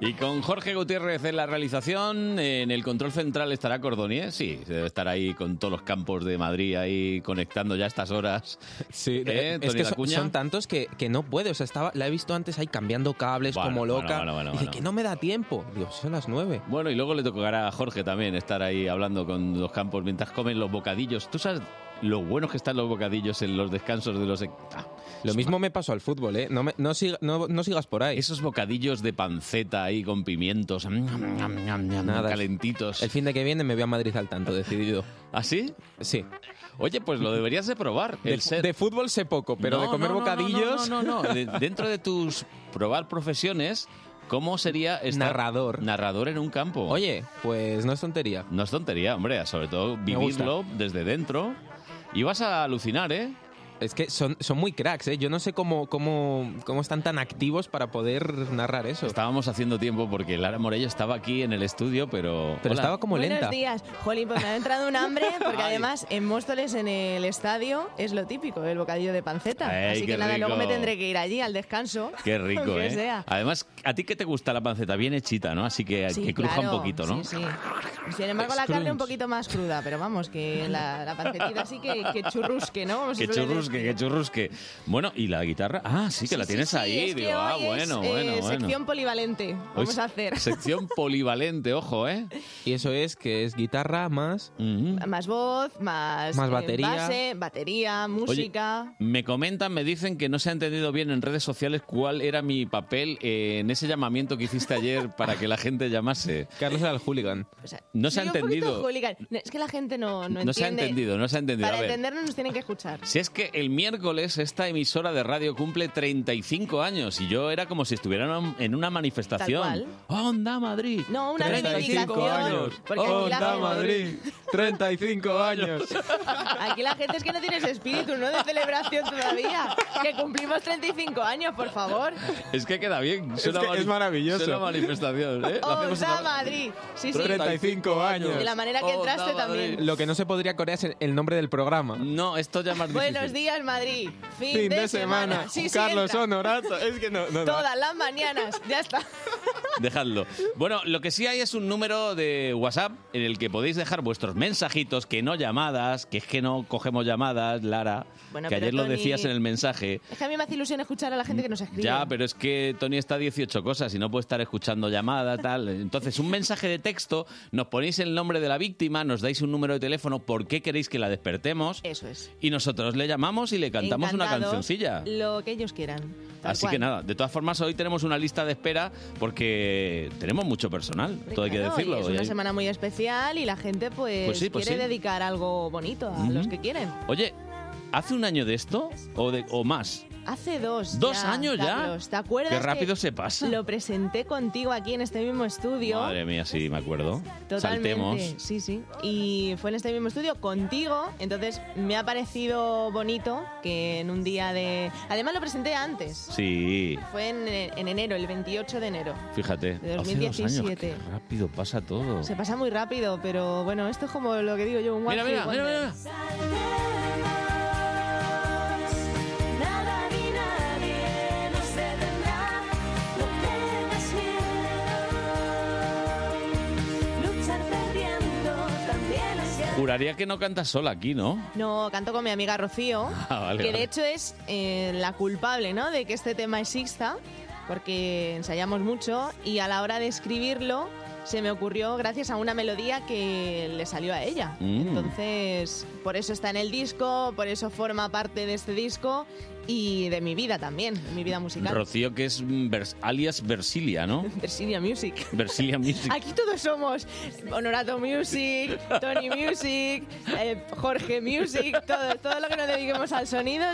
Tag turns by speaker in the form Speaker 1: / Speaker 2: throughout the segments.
Speaker 1: Y con Jorge Gutiérrez en la realización, en el control central estará Cordonier, sí, debe estar ahí con todos los campos de Madrid ahí conectando ya a estas horas. ¿Eh? Sí,
Speaker 2: es que son, son tantos que, que no puede. O sea, estaba, la he visto antes ahí cambiando cables
Speaker 1: Bueno,
Speaker 2: como
Speaker 1: bueno,
Speaker 2: loca.
Speaker 1: bueno, bueno,
Speaker 2: Dice
Speaker 1: bueno.
Speaker 2: que no me da tiempo. Digo, si son las nueve.
Speaker 1: Bueno, y luego le tocará a Jorge también estar ahí hablando con los campos mientras comen los bocadillos. ¿Tú sabes lo buenos que están los bocadillos en los descansos de los... e- Ah,
Speaker 2: Lo mismo me pasó al fútbol, ¿eh? No, me- no, siga- no- no sigas por ahí.
Speaker 1: esos bocadillos de panceta ahí con pimientos,
Speaker 2: Nada.
Speaker 1: calentitos.
Speaker 2: El fin de que viene me voy a Madrid al tanto, decidido.
Speaker 1: ¿Ah, sí?
Speaker 2: Sí.
Speaker 1: Oye, pues lo deberías de probar.
Speaker 2: De,
Speaker 1: el ser.
Speaker 2: de fútbol sé poco, pero
Speaker 1: No,
Speaker 2: de comer
Speaker 1: no, no, no,
Speaker 2: bocadillos.
Speaker 1: No, no, no, no. De- dentro de tus probar profesiones, ¿cómo sería estar
Speaker 2: Narrador.
Speaker 1: narrador en un campo?
Speaker 2: Oye, pues no es tontería.
Speaker 1: No es tontería, hombre, sobre todo vivirlo desde dentro. Y vas a alucinar, ¿eh?
Speaker 2: Es que son, son muy cracks, ¿eh? Yo no sé cómo, cómo, cómo están tan activos para poder narrar eso.
Speaker 1: Estábamos haciendo tiempo porque Lara Morello estaba aquí en el estudio, pero...
Speaker 2: Pero
Speaker 1: Hola.
Speaker 2: estaba como
Speaker 3: Buenos
Speaker 2: lenta.
Speaker 3: días. Jolín, pues me ha entrado un hambre, porque
Speaker 1: Ay.
Speaker 3: además en Móstoles, en el estadio, es lo típico, el bocadillo de panceta.
Speaker 1: Ey,
Speaker 3: Así
Speaker 1: qué
Speaker 3: que nada, luego me
Speaker 1: rico.
Speaker 3: tendré que ir allí al descanso.
Speaker 1: Qué rico,
Speaker 3: aunque
Speaker 1: ¿eh?
Speaker 3: sea.
Speaker 1: Además, ¿a ti qué te gusta la panceta? Bien hechita, ¿no? Así que,
Speaker 3: Sí,
Speaker 1: que cruja
Speaker 3: claro,
Speaker 1: un poquito, ¿no?
Speaker 3: Sí, sí. Sin embargo, la carne
Speaker 2: Scrunch.
Speaker 3: un poquito más cruda, pero vamos, que la, la pancetita así que, que churrusque, ¿no? Como se
Speaker 1: Que
Speaker 3: suele decir.
Speaker 1: churrusque, que churrusque. Bueno, ¿y la guitarra? Ah, sí, que la
Speaker 3: Sí, sí,
Speaker 1: tienes
Speaker 3: sí,
Speaker 1: ahí.
Speaker 3: es que
Speaker 1: Digo, ah,
Speaker 3: hoy es,
Speaker 1: bueno,
Speaker 3: eh,
Speaker 1: bueno, bueno.
Speaker 3: Sección polivalente, vamos
Speaker 1: Hoy
Speaker 3: a hacer.
Speaker 1: Sección polivalente, ojo, ¿eh?
Speaker 2: Y eso es que es guitarra más.
Speaker 1: Mm.
Speaker 3: Más voz, más,
Speaker 2: Más
Speaker 3: eh,
Speaker 2: batería.
Speaker 3: base, batería, música.
Speaker 1: Me comentan, me dicen que no se ha entendido bien en redes sociales cuál era mi papel eh, en ese llamamiento que hiciste ayer para que la gente llamase.
Speaker 2: Carlos era el hooligan.
Speaker 3: O sea,
Speaker 1: No se ha
Speaker 3: soy un poquito
Speaker 1: entendido.
Speaker 3: hooligan. No, Es que la gente no, no
Speaker 1: No,
Speaker 3: entiende.
Speaker 1: se ha entendido, no se ha entendido.
Speaker 3: Para
Speaker 1: A ver,
Speaker 3: entendernos nos tienen que escuchar.
Speaker 1: si es que el miércoles esta emisora de radio cumple 35 años y yo era como si estuvieran en una manifestación.
Speaker 3: Tal
Speaker 1: ¡Onda Madrid!
Speaker 3: No, una
Speaker 1: 35
Speaker 3: reivindicación.
Speaker 1: años. Oh,
Speaker 3: Porque aquí la, gente,
Speaker 2: 35 años.
Speaker 3: aquí la gente es que no tienes espíritu, ¿no? De celebración todavía. Que cumplimos 35 años, por favor.
Speaker 1: Es que queda bien.
Speaker 2: que es maravilloso.
Speaker 1: Es una manifestación. ¿eh? Lo hacemos
Speaker 3: ¡Onda
Speaker 1: en-
Speaker 3: Madrid! Sí, sí.
Speaker 2: 35
Speaker 3: De la
Speaker 2: años.
Speaker 3: manera que
Speaker 1: Onda
Speaker 3: entraste
Speaker 1: Madrid.
Speaker 3: también.
Speaker 2: Lo que no se podría corear es el- el nombre del programa.
Speaker 1: No, esto ya es más difícil.
Speaker 3: Buenos días, Madrid. Fin, Sí, sí, entra.
Speaker 2: Honorato. Es que no, no, no.
Speaker 3: Todas las mañanas. Ya está.
Speaker 1: Dejadlo. Bueno, lo que sí hay es un número de WhatsApp en el que podéis dejar vuestros mensajitos, que no llamadas, que es que no cogemos llamadas, Lara.
Speaker 3: Bueno,
Speaker 1: que
Speaker 3: pero
Speaker 1: ayer lo
Speaker 3: Tony-
Speaker 1: decías en el mensaje.
Speaker 3: Es que a mí me hace ilusión escuchar a la gente que nos escribe.
Speaker 1: Ya, pero es que Tony está a 18 cosas y no puede estar escuchando llamadas, tal. Entonces, un mensaje de texto, nos ponéis el nombre de la víctima, nos dais un número de teléfono, por qué queréis que la despertemos,
Speaker 3: Eso es.
Speaker 1: y nosotros le llamamos y le cantamos una
Speaker 3: Encantados,
Speaker 1: cancioncilla.
Speaker 3: Lo que ellos quieran. tal
Speaker 1: Así que
Speaker 3: cual.
Speaker 1: nada, de todas formas hoy tenemos una lista de espera porque tenemos mucho personal, todo hay que
Speaker 3: Pues Claro, y
Speaker 1: decirlo.
Speaker 3: Es
Speaker 1: Y
Speaker 3: una
Speaker 1: hay-
Speaker 3: semana muy especial y la gente pues,
Speaker 1: Pues sí, pues
Speaker 3: quiere
Speaker 1: sí.
Speaker 3: dedicar algo bonito a
Speaker 1: Ujú.
Speaker 3: los que quieren.
Speaker 1: Oye, ¿hace un año de esto o, de, o más?
Speaker 3: Hace dos.
Speaker 1: ¿Dos años ya?
Speaker 3: Carlos, ¿Te acuerdas?
Speaker 1: Qué rápido
Speaker 3: que
Speaker 1: se pasa.
Speaker 3: Lo presenté contigo aquí en este mismo estudio.
Speaker 1: Madre mía, sí, me acuerdo.
Speaker 3: Totalmente.
Speaker 1: Saltemos.
Speaker 3: Sí, sí. Y fue en este mismo estudio contigo. Entonces me ha parecido bonito que en un día de. Además lo presenté antes.
Speaker 1: Sí,
Speaker 3: Fue en, en enero, el 28 de enero.
Speaker 1: fíjate.
Speaker 3: De
Speaker 1: hace dos años,
Speaker 3: 2017.
Speaker 1: qué rápido pasa todo.
Speaker 3: Se pasa muy rápido, pero bueno, esto es como lo que digo yo, un
Speaker 1: Mira,
Speaker 3: one
Speaker 1: mira,
Speaker 3: hit
Speaker 1: mira,
Speaker 3: wonder.
Speaker 1: mira.
Speaker 4: Nada ni nadie nos detendrá, no tengas miedo. Luchar perdiendo también es ganar.
Speaker 1: Juraría que no cantas sola aquí, ¿no?
Speaker 3: No, canto con mi amiga Rocío,
Speaker 1: Ah, vale,
Speaker 3: que
Speaker 1: vale.
Speaker 3: de hecho es eh, la culpable ¿no? de que este tema exista, porque ensayamos mucho y a la hora de escribirlo se me ocurrió gracias a una melodía que le salió a ella.
Speaker 1: Mm.
Speaker 3: Entonces, por eso está en el disco, por eso forma parte de este disco y de mi vida también, de mi vida musical.
Speaker 1: Rocío, que es mm, vers- alias Versilia, ¿no?
Speaker 3: Versilia Music.
Speaker 1: Versilia Music.
Speaker 3: Aquí todos somos Honorato Music, Tony Music, eh, Jorge Music, todo, todo lo que nos dediquemos al sonido,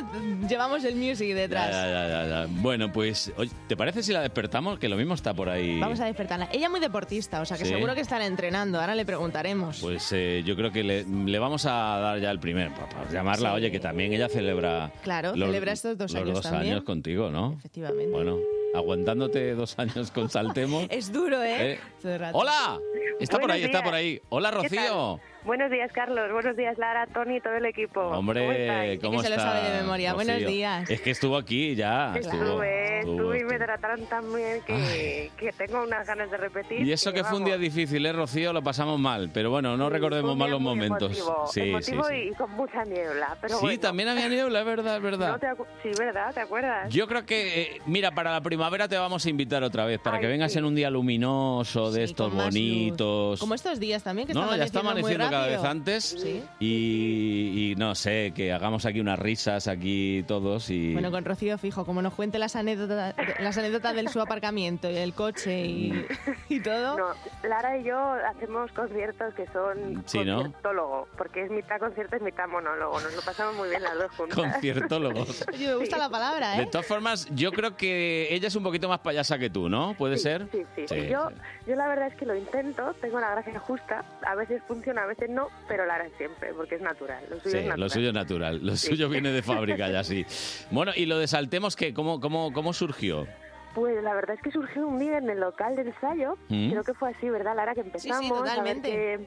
Speaker 3: llevamos el music
Speaker 1: Ya, ya,
Speaker 3: detrás.
Speaker 1: ya, ya, ya. Bueno, pues, oye, ¿te parece si la despertamos? Que lo mismo está por ahí.
Speaker 3: Vamos a despertarla. Ella es muy deportista, o sea que
Speaker 1: Sí.
Speaker 3: seguro que estará entrenando, ahora le preguntaremos.
Speaker 1: Pues eh, yo creo que le, le vamos a dar ya el primer, para llamarla,
Speaker 3: Sí.
Speaker 1: oye, que también ella celebra...
Speaker 3: Claro, celebra estos dos
Speaker 1: los
Speaker 3: años también.
Speaker 1: años contigo, ¿no?
Speaker 3: Efectivamente.
Speaker 1: Bueno, aguantándote dos años con Saltemos.
Speaker 3: Es duro, ¿eh?
Speaker 1: Eh,
Speaker 3: Todo el rato.
Speaker 1: ¡Hola! Está por
Speaker 5: Buenos
Speaker 1: ahí, está
Speaker 5: días.
Speaker 1: por ahí. ¡Hola,
Speaker 5: ¿Qué tal?
Speaker 1: Rocío!
Speaker 5: Buenos días, Carlos. Buenos días, Lara, Tony y todo el equipo.
Speaker 1: Hombre, ¿cómo
Speaker 3: Es que se lo
Speaker 1: está,
Speaker 3: sabe de memoria. Buenos
Speaker 1: Rocío?
Speaker 3: días.
Speaker 1: Es que estuvo aquí ya. Estuvo,
Speaker 5: Estuve,
Speaker 1: estuvo,
Speaker 5: estuve y
Speaker 1: estuvo.
Speaker 5: me trataron tan bien que, que tengo unas ganas de repetir.
Speaker 1: Y eso que fue un día
Speaker 5: vamos,
Speaker 1: difícil, ¿eh, Rocío? Lo pasamos mal, pero bueno, no
Speaker 5: fue
Speaker 1: recordemos
Speaker 5: un
Speaker 1: mal
Speaker 5: día
Speaker 1: los
Speaker 5: muy
Speaker 1: momentos.
Speaker 5: emotivo,
Speaker 1: sí,
Speaker 5: emotivo
Speaker 1: sí, sí.
Speaker 5: Y, y con mucha niebla. Pero
Speaker 1: Sí,
Speaker 5: bueno.
Speaker 1: también había niebla, es verdad, es verdad.
Speaker 5: No te acu- sí, ¿verdad? ¿Te acuerdas?
Speaker 1: Yo creo que, eh, mira, para la primavera te vamos a invitar otra vez, para
Speaker 5: Ay,
Speaker 1: que vengas
Speaker 5: sí.
Speaker 1: en un día luminoso, de
Speaker 3: Sí,
Speaker 1: estos
Speaker 3: con más luz.
Speaker 1: bonitos.
Speaker 3: Como estos días también, que
Speaker 1: Pues No, no, ya está amaneciendo
Speaker 3: muy
Speaker 1: cada vez
Speaker 3: rápido.
Speaker 1: antes.
Speaker 3: Sí.
Speaker 1: Y, y no sé, que hagamos aquí unas risas aquí todos y...
Speaker 3: Bueno, con Rocío Fijo, como nos cuente las anécdotas, las anécdotas del su aparcamiento y el coche
Speaker 1: Mm.
Speaker 3: y, y todo.
Speaker 5: No, Lara y yo hacemos conciertos que son
Speaker 1: Mm, Sí, ¿no?
Speaker 5: conciertólogo, porque es mitad concierto, es mitad monólogo. Nos lo pasamos muy bien las dos juntas.
Speaker 1: Conciertólogos.
Speaker 3: Oye, me gusta la palabra,
Speaker 1: De
Speaker 3: ¿eh?
Speaker 1: todas formas, yo creo que ella es un poquito más payasa que tú, ¿no? ¿Puede ser?
Speaker 5: Sí, sí. yo, yo la verdad es que lo intento, tengo la gracia justa. A veces funciona, a veces no, pero Lara siempre, porque es natural. Lo suyo
Speaker 1: Sí,
Speaker 5: es natural.
Speaker 1: lo suyo es natural, lo
Speaker 5: Sí.
Speaker 1: suyo viene de fábrica ya, sí. Bueno, y lo de Saltemos, ¿qué? ¿Cómo, cómo, cómo surgió?
Speaker 5: Pues la verdad es que surgió un día en el local de ensayo.
Speaker 1: ¿Mm?
Speaker 5: Creo que fue así, ¿verdad, Lara? Que empezamos.
Speaker 3: totalmente.
Speaker 5: A ver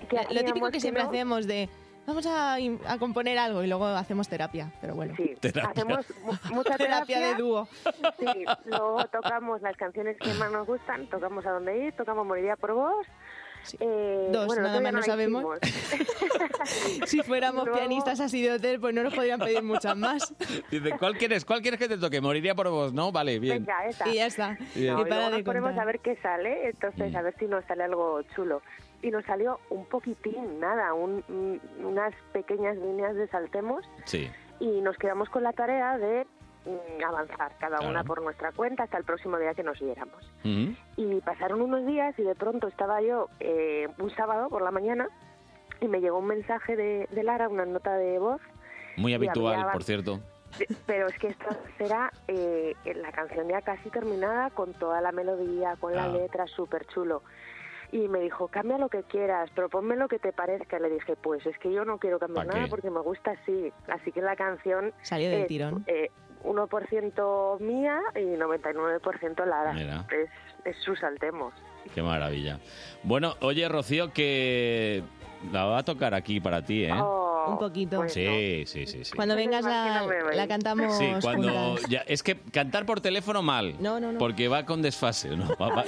Speaker 5: qué- qué
Speaker 3: Lo típico
Speaker 5: hacíamos,
Speaker 3: que
Speaker 5: qué
Speaker 3: siempre
Speaker 5: no.
Speaker 3: hacemos de vamos a, a componer algo y luego hacemos terapia, pero bueno.
Speaker 5: Sí, hacemos eh, mu- mucha
Speaker 3: Terapia
Speaker 5: terapia.
Speaker 3: de dúo.
Speaker 5: Sí, luego tocamos las canciones que más nos gustan, tocamos a dónde ir, tocamos Moriría por vos. Eh,
Speaker 3: Dos,
Speaker 5: bueno, el
Speaker 3: nada
Speaker 5: otro día
Speaker 3: más
Speaker 5: no
Speaker 3: lo
Speaker 5: la hicimos.
Speaker 3: Si fuéramos
Speaker 5: Luego-
Speaker 3: pianistas así de hotel, pues no nos podrían pedir muchas más.
Speaker 1: Dice, ¿cuál quieres? ¿Cuál quieres que te toque? Moriría por vos, ¿no? Vale, bien.
Speaker 5: Venga, esa.
Speaker 3: Y ya está.
Speaker 1: Bien.
Speaker 5: No,
Speaker 3: Y
Speaker 5: y
Speaker 3: para
Speaker 5: luego
Speaker 3: de
Speaker 5: nos ponemos
Speaker 3: contar.
Speaker 5: a ver qué sale, entonces
Speaker 1: Mm.
Speaker 5: a ver si nos sale algo chulo. Y nos salió un poquitín, nada, un- un- unas pequeñas líneas de saltemos
Speaker 1: Sí.
Speaker 5: y nos quedamos con la tarea de mm, avanzar cada
Speaker 1: Claro.
Speaker 5: una por nuestra cuenta hasta el próximo día que nos viéramos.
Speaker 1: Ujú.
Speaker 5: Y pasaron unos días y de pronto estaba yo eh, un sábado por la mañana y me llegó un mensaje de, de Lara, una nota de voz,
Speaker 1: Muy
Speaker 5: Y
Speaker 1: habitual,
Speaker 5: había-
Speaker 1: por cierto.
Speaker 5: de- pero es que esto será eh, la canción ya casi terminada con toda la melodía, con la
Speaker 1: Ah.
Speaker 5: letra, súper chulo. Y me dijo, cambia lo que quieras, proponme lo que te parezca. Le dije, pues es que yo no quiero cambiar
Speaker 1: ¿Pa'
Speaker 5: nada
Speaker 1: qué?
Speaker 5: porque me gusta así. Así que la canción
Speaker 3: Salió del
Speaker 5: es,
Speaker 3: tirón.
Speaker 5: eh, 1% mía y 99% Lara.
Speaker 1: Mira.
Speaker 5: Es, es su saltemos.
Speaker 1: Qué maravilla. Bueno, oye, Rocío, que la va a tocar aquí para ti, ¿eh?
Speaker 5: Oh,
Speaker 3: Un poquito.
Speaker 5: bueno.
Speaker 1: Sí, sí, sí, sí.
Speaker 3: Cuando
Speaker 5: Menos
Speaker 3: vengas
Speaker 5: mal que no me
Speaker 3: la,
Speaker 5: veis.
Speaker 3: la cantamos
Speaker 1: Sí, cuando
Speaker 3: juntas.
Speaker 1: ya, es que cantar por teléfono mal,
Speaker 3: No, no, no.
Speaker 1: porque va con desfase, ¿no? Va- va-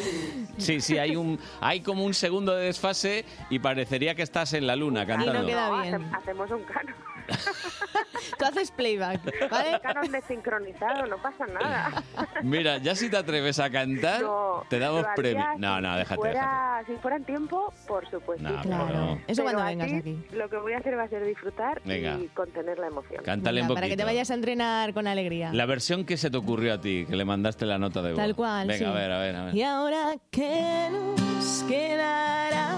Speaker 1: sí, sí, hay un hay como un segundo de desfase y parecería que estás en la luna
Speaker 3: no
Speaker 1: cantando.
Speaker 3: queda bien.
Speaker 5: hace- hacemos un canon.
Speaker 3: Tú haces playback, ¿vale?
Speaker 5: Un canon desincronizado, no pasa nada.
Speaker 1: Mira, ya si te atreves a cantar,
Speaker 5: No,
Speaker 1: te damos
Speaker 5: lo haría
Speaker 1: premio.
Speaker 5: si-
Speaker 1: No, no,
Speaker 5: si
Speaker 1: Ah, déjate,
Speaker 5: fuera,
Speaker 1: déjate.
Speaker 5: Si fuera en tiempo, por supuesto.
Speaker 1: No,
Speaker 3: Claro.
Speaker 1: pero no.
Speaker 3: Eso cuando
Speaker 5: Pero
Speaker 3: vengas aquí.
Speaker 5: Lo que voy a hacer va a ser disfrutar
Speaker 1: Venga.
Speaker 5: y contener la emoción.
Speaker 1: Cántale un
Speaker 3: Venga,
Speaker 1: poquito.
Speaker 3: para que te vayas a entrenar con alegría.
Speaker 1: La versión que se te ocurrió a ti, que le mandaste la nota de voz.
Speaker 3: Tal cual.
Speaker 1: Venga,
Speaker 3: sí.
Speaker 1: a ver, a ver, a ver.
Speaker 3: Y ahora que nos quedará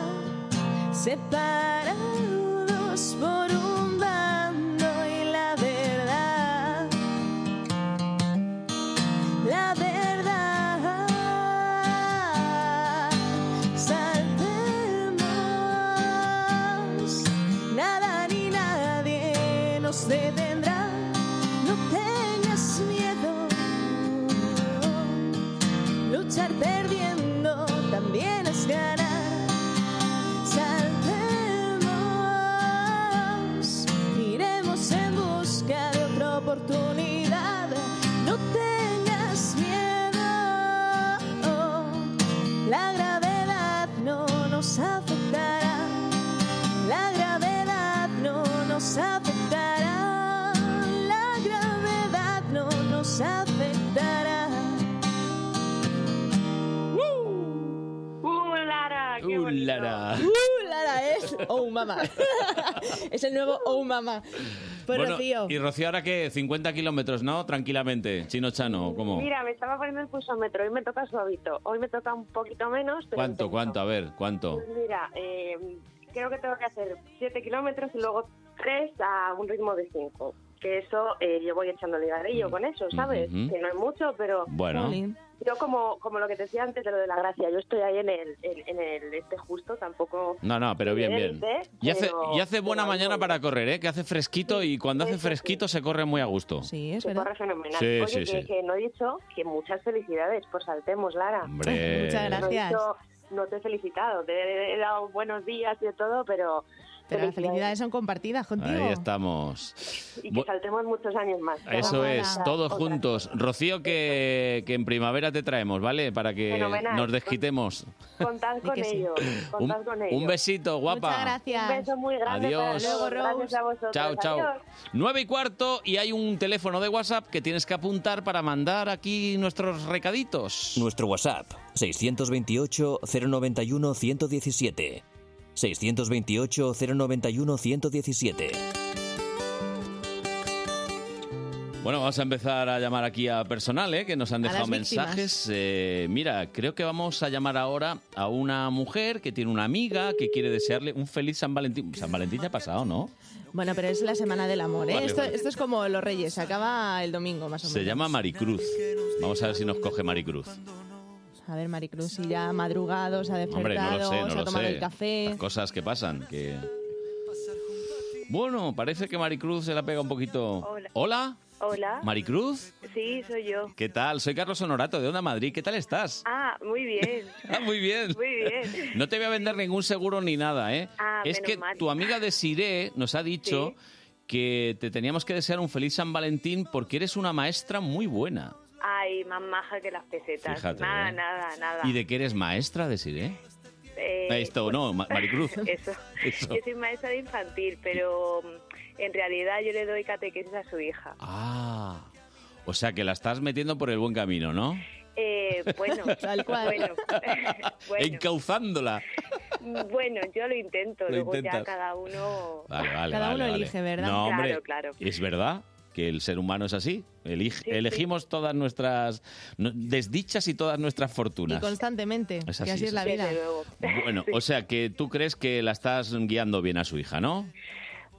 Speaker 3: separados por un bando y la verdad. La verdad. Saltemos. Nada ni nadie nos detendrá. No tengas miedo. Luchar perdiendo también es ganar. Saltemos, iremos en busca de otra oportunidad. No tengas miedo, la gravedad no nos afectará. La gravedad no nos afectará. La gravedad no nos afectará.
Speaker 5: ¡Uh, Lara! ¡Qué
Speaker 1: ¡Uh,
Speaker 5: bonito!
Speaker 1: Lara!
Speaker 3: ¡Uh, Lara es Oh Mama! es el nuevo Oh Mama. Pues
Speaker 1: Bueno,
Speaker 3: Rocío.
Speaker 1: Y Rocío, ¿ahora qué? 50 kilómetros, ¿no? Tranquilamente. Chino Chano, ¿cómo?
Speaker 5: Mira, me estaba poniendo el pulsómetro. Hoy me toca suavito. Hoy me toca un poquito menos. Pero
Speaker 1: ¿Cuánto,
Speaker 5: intento.
Speaker 1: cuánto? A ver, ¿cuánto?
Speaker 5: Pues mira, eh, creo que tengo que hacer 7 kilómetros y luego 3 a un ritmo de 5. Que eso eh, yo voy echando ligadillo con eso, ¿sabes?
Speaker 1: Mm. Ujú.
Speaker 5: Que no es mucho, pero
Speaker 1: Bueno,
Speaker 3: Jolín.
Speaker 5: yo como, como lo que te decía antes de lo de la gracia, yo estoy ahí en el, en, en el este justo, tampoco...
Speaker 1: no, no, pero bien, bien.
Speaker 5: Evidente,
Speaker 1: Y hace,
Speaker 5: pero-
Speaker 1: y hace buena
Speaker 5: pero
Speaker 1: mañana
Speaker 5: algo.
Speaker 1: para correr, ¿eh? Que hace fresquito y cuando hace
Speaker 5: Eso sí.
Speaker 1: fresquito se corre muy a gusto.
Speaker 3: Sí, es
Speaker 5: Se
Speaker 3: verdad.
Speaker 5: corre fenomenal.
Speaker 1: Sí,
Speaker 5: Oye,
Speaker 1: sí,
Speaker 5: que,
Speaker 1: sí.
Speaker 5: que no he dicho que muchas felicidades, pues saltemos, Lara.
Speaker 1: Hombre.
Speaker 5: No
Speaker 3: Muchas
Speaker 5: he
Speaker 3: gracias.
Speaker 5: dicho no te he felicitado, te he dado buenos días y de todo, pero...
Speaker 3: Pero las felicidades son compartidas contigo.
Speaker 1: Ahí estamos.
Speaker 5: Y que
Speaker 1: Bu-
Speaker 5: saltemos muchos años más.
Speaker 1: Eso
Speaker 3: Ojalá.
Speaker 1: es, todos
Speaker 5: Otra.
Speaker 1: juntos. Rocío, que, que en primavera te traemos, ¿vale? Para que
Speaker 5: Fenomenal.
Speaker 1: nos desquitemos.
Speaker 5: Contad
Speaker 3: Di que
Speaker 5: con
Speaker 3: sí.
Speaker 5: ello,
Speaker 1: Un,
Speaker 5: contad con ello.
Speaker 1: un besito, guapa.
Speaker 3: Muchas gracias.
Speaker 5: Un beso muy grande.
Speaker 1: Adiós.
Speaker 5: para todos,
Speaker 3: Luego,
Speaker 5: Gracias
Speaker 3: Rose.
Speaker 5: a vosotros.
Speaker 1: Chao, chao.
Speaker 5: pues, Adiós.
Speaker 1: 9 y cuarto y hay un teléfono de WhatsApp que tienes que apuntar para mandar aquí nuestros recaditos.
Speaker 6: Nuestro WhatsApp, 628-091-117. 628-091-117.
Speaker 1: Bueno, vamos a empezar a llamar aquí a personal, ¿eh? que nos han
Speaker 3: A
Speaker 1: dejado
Speaker 3: las víctimas.
Speaker 1: mensajes. Eh, mira, creo que vamos a llamar ahora a una mujer que tiene una amiga que quiere desearle un feliz San Valentín. San Valentín ya ha pasado, ¿no?
Speaker 3: Bueno, pero es la semana del amor, ¿eh?
Speaker 1: Vale,
Speaker 3: esto,
Speaker 1: vale.
Speaker 3: esto es como los Reyes, acaba el domingo más o menos.
Speaker 1: Se llama Maricruz. Vamos a ver si nos coge Maricruz.
Speaker 3: A ver, Maricruz, si ya ha madrugado, se ha
Speaker 1: Hombre, no
Speaker 3: despertado,
Speaker 1: lo sé, no
Speaker 3: se ha
Speaker 1: lo
Speaker 3: tomado
Speaker 1: sé.
Speaker 3: el café.
Speaker 1: Las cosas que pasan. Que... Bueno, parece que Maricruz se la pega un poquito.
Speaker 5: Hola.
Speaker 1: Hola,
Speaker 5: Hola.
Speaker 1: Maricruz.
Speaker 5: Sí, soy yo.
Speaker 1: ¿Qué tal? Soy Carlos Honorato de Onda Madrid. ¿Qué tal estás?
Speaker 5: Ah, muy bien.
Speaker 1: Ah, muy bien.
Speaker 5: Muy bien.
Speaker 1: No te voy a vender ningún seguro ni nada, ¿eh?
Speaker 5: Ah,
Speaker 1: es
Speaker 5: menos
Speaker 1: que
Speaker 5: mal.
Speaker 1: tu amiga de Siré nos ha dicho que te teníamos que desear un feliz San Valentín porque eres una maestra muy buena.
Speaker 5: Ay, más maja que las pesetas.
Speaker 1: Fíjate,
Speaker 5: nada,
Speaker 1: ¿eh?
Speaker 5: nada, nada.
Speaker 1: ¿Y de qué eres maestra de Siré?
Speaker 5: Eh,
Speaker 1: Esto, no, Ma- Maricruz.
Speaker 5: Eso.
Speaker 1: Eso.
Speaker 5: Yo soy maestra de infantil, pero mm, en realidad yo le doy catequesis a su hija.
Speaker 1: Ah, o sea que la estás metiendo por el buen camino, ¿no?
Speaker 5: Eh, bueno,
Speaker 3: Tal cual.
Speaker 5: Bueno, bueno,
Speaker 1: Encauzándola.
Speaker 5: bueno, yo lo intento.
Speaker 1: Lo
Speaker 5: luego ya
Speaker 1: intentas.
Speaker 5: cada uno.
Speaker 1: Vale, vale,
Speaker 3: Cada
Speaker 1: vale,
Speaker 3: uno
Speaker 1: vale.
Speaker 3: elige, ¿verdad?
Speaker 1: No, hombre,
Speaker 5: Claro, claro.
Speaker 1: es verdad que el ser humano es así. Elige-
Speaker 5: sí.
Speaker 1: elegimos todas nuestras no- desdichas y todas nuestras
Speaker 3: Y
Speaker 1: fortunas.
Speaker 3: constantemente,
Speaker 1: Es
Speaker 3: que
Speaker 1: así,
Speaker 3: así
Speaker 1: es
Speaker 3: es la
Speaker 1: así.
Speaker 3: vida.
Speaker 5: Desde luego.
Speaker 1: Bueno, o sea que tú crees que la estás guiando bien a su hija, ¿no?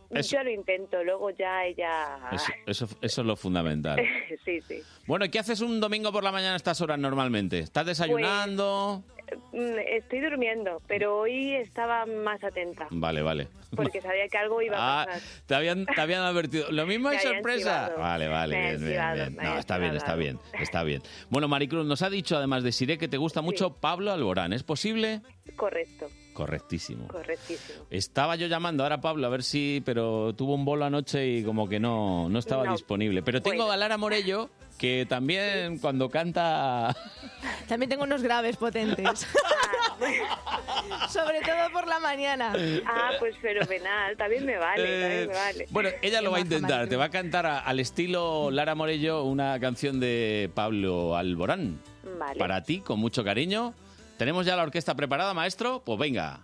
Speaker 1: Ah, Eso-
Speaker 5: Yo lo intento, luego ya ella.
Speaker 1: Eso, eso- eso es lo fundamental.
Speaker 5: sí, sí.
Speaker 1: Bueno, ¿y ¿qué haces un domingo por la mañana a estas horas normalmente? ¿Estás desayunando?
Speaker 5: Mm, Estoy durmiendo, pero hoy estaba más atenta
Speaker 1: Vale, vale.
Speaker 5: porque sabía que algo iba a
Speaker 1: Ah,
Speaker 5: pasar.
Speaker 1: te habían, te habían advertido. Lo mismo hay
Speaker 5: Me habían
Speaker 1: sorpresa.
Speaker 5: chivado.
Speaker 1: Vale, vale,
Speaker 5: Me
Speaker 1: bien,
Speaker 5: habían
Speaker 1: bien,
Speaker 5: chivado,
Speaker 1: bien.
Speaker 5: me
Speaker 1: No,
Speaker 5: habían
Speaker 1: está bien, está
Speaker 5: chivado.
Speaker 1: bien, está bien. Bueno, Maricruz, nos ha dicho además de Siré que te gusta mucho Pablo Alborán. ¿Es posible?
Speaker 5: Correcto,
Speaker 1: Correctísimo.
Speaker 5: correctísimo.
Speaker 1: Estaba yo llamando ahora a Pablo a ver si, pero tuvo un bolo anoche y como que no, no estaba
Speaker 5: No.
Speaker 1: disponible. Pero tengo
Speaker 5: Bueno.
Speaker 1: a Lara Morello, que también cuando canta...
Speaker 3: También tengo unos graves potentes. Sobre todo por la mañana.
Speaker 5: Ah, pues fenomenal, también me vale,
Speaker 1: Eh,
Speaker 5: también me vale.
Speaker 1: Bueno, ella lo va
Speaker 3: Qué
Speaker 1: a
Speaker 3: maja,
Speaker 1: intentar,
Speaker 3: Maricruz.
Speaker 1: te va a cantar a- al estilo Lara Morello una canción de Pablo Alborán.
Speaker 5: Vale.
Speaker 1: Para ti, con mucho cariño. ¿Tenemos ya la orquesta preparada, maestro? Pues venga.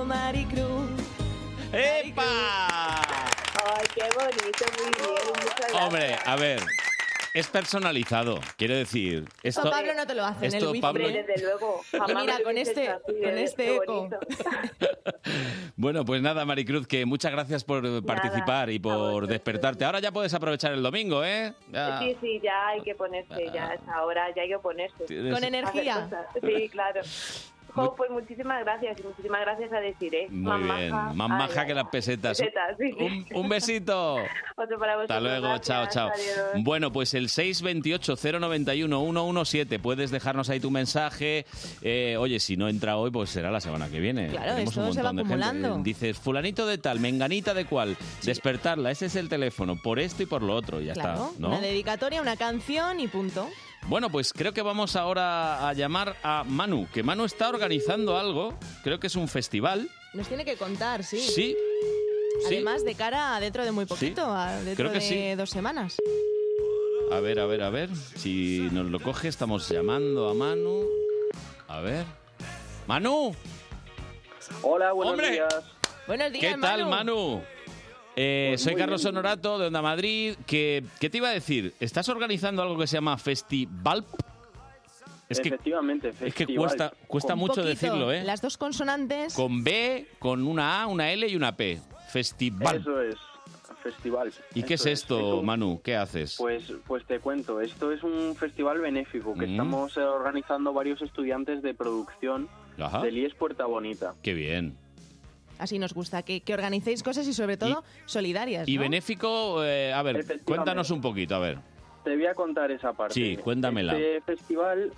Speaker 3: oh, Maricruz.
Speaker 1: ¡Epa!
Speaker 5: Ay, qué bonito, muy bien. Muchas gracias.
Speaker 1: Hombre, a ver. Es personalizado, quiero decir. Esto,
Speaker 3: Con Pablo no te lo hacen,
Speaker 1: esto,
Speaker 3: el wifi.
Speaker 1: Pablo-
Speaker 5: Hombre, desde luego. jamás
Speaker 3: Mira,
Speaker 5: me lo
Speaker 3: con
Speaker 5: hubiese
Speaker 3: este-
Speaker 5: hecho así,
Speaker 3: con
Speaker 5: eh,
Speaker 3: este
Speaker 5: qué
Speaker 3: eco.
Speaker 5: bonito.
Speaker 1: Bueno, pues nada, Maricruz, que muchas gracias por participar y
Speaker 5: a
Speaker 1: por
Speaker 5: vosotros.
Speaker 1: despertarte. Ahora ya puedes aprovechar el domingo, ¿eh? Ya. Ah.
Speaker 5: Sí, sí, ya hay que ponerse, ya es ahora, ya hay que ponerse.
Speaker 1: Tienes-
Speaker 3: Con energía.
Speaker 5: Hacer cosas. Sí, claro. Jo, pues muchísimas gracias y muchísimas gracias a Desiree.
Speaker 1: Muy bien, más
Speaker 5: Ay,
Speaker 1: maja
Speaker 5: ay.
Speaker 1: que las pesetas.
Speaker 5: Pesetas, sí.
Speaker 1: Un, un besito.
Speaker 5: Otro para
Speaker 1: Hasta
Speaker 5: vosotros.
Speaker 1: luego,
Speaker 5: gracias,
Speaker 1: chao, chao.
Speaker 5: adiós.
Speaker 1: Bueno, pues el 628-091-117. Puedes dejarnos ahí tu mensaje. Eh, oye, si no entra hoy, pues será la semana que viene.
Speaker 3: Claro,
Speaker 1: Tenemos un
Speaker 3: esto se va
Speaker 1: montón de gente.
Speaker 3: acumulando.
Speaker 1: Dices, fulanito de tal, menganita de cual. Despertarla, ese es el teléfono, por esto y por lo otro, y ya
Speaker 3: Claro,
Speaker 1: está. ¿no?
Speaker 3: una dedicatoria, una canción y punto.
Speaker 1: Bueno, pues creo que vamos ahora a llamar a Manu, que Manu está organizando algo, creo que es un festival.
Speaker 7: Nos tiene que contar, sí.
Speaker 1: Sí, sí.
Speaker 7: Además, de cara a dentro de muy poquito, a dentro
Speaker 1: creo que
Speaker 7: de
Speaker 1: sí.
Speaker 7: dos semanas.
Speaker 1: A ver, a ver, a ver. Si nos lo coge, estamos llamando a Manu. A ver. ¡Manu!
Speaker 8: Hola, buenos
Speaker 1: ¡Hombre!
Speaker 8: días.
Speaker 7: Buenos días,
Speaker 1: ¿Qué tal, Manu? Eh,
Speaker 8: Pues
Speaker 1: soy
Speaker 8: muy
Speaker 1: Carlos
Speaker 8: bien.
Speaker 1: Honorato, de Onda Madrid. Que, ¿Qué te iba a decir? ¿Estás organizando algo que se llama Festival? Es que,
Speaker 8: Efectivamente,
Speaker 1: es que
Speaker 8: festival.
Speaker 1: cuesta, cuesta
Speaker 8: Con-
Speaker 1: mucho
Speaker 7: Poquito.
Speaker 1: decirlo, ¿eh?
Speaker 7: Las dos consonantes.
Speaker 1: Con B, con una A, una L y una P. Festival.
Speaker 8: Eso es, festival.
Speaker 1: ¿Y qué es
Speaker 8: Eso
Speaker 1: esto,
Speaker 8: un-
Speaker 1: Manu? ¿Qué haces?
Speaker 8: Pues, pues te cuento, esto es un festival benéfico que
Speaker 1: Mm.
Speaker 8: estamos eh, organizando varios estudiantes de producción
Speaker 1: Ajá.
Speaker 8: del IES Puerta Bonita.
Speaker 1: Qué bien.
Speaker 7: Así nos gusta, que, que organicéis cosas y sobre todo solidarias.
Speaker 1: Y
Speaker 7: ¿no?
Speaker 1: benéfico, eh, a ver,
Speaker 8: Efectivamente.
Speaker 1: cuéntanos un poquito, a ver.
Speaker 8: Te voy a contar esa parte.
Speaker 1: Sí, cuéntamela.
Speaker 8: Este festival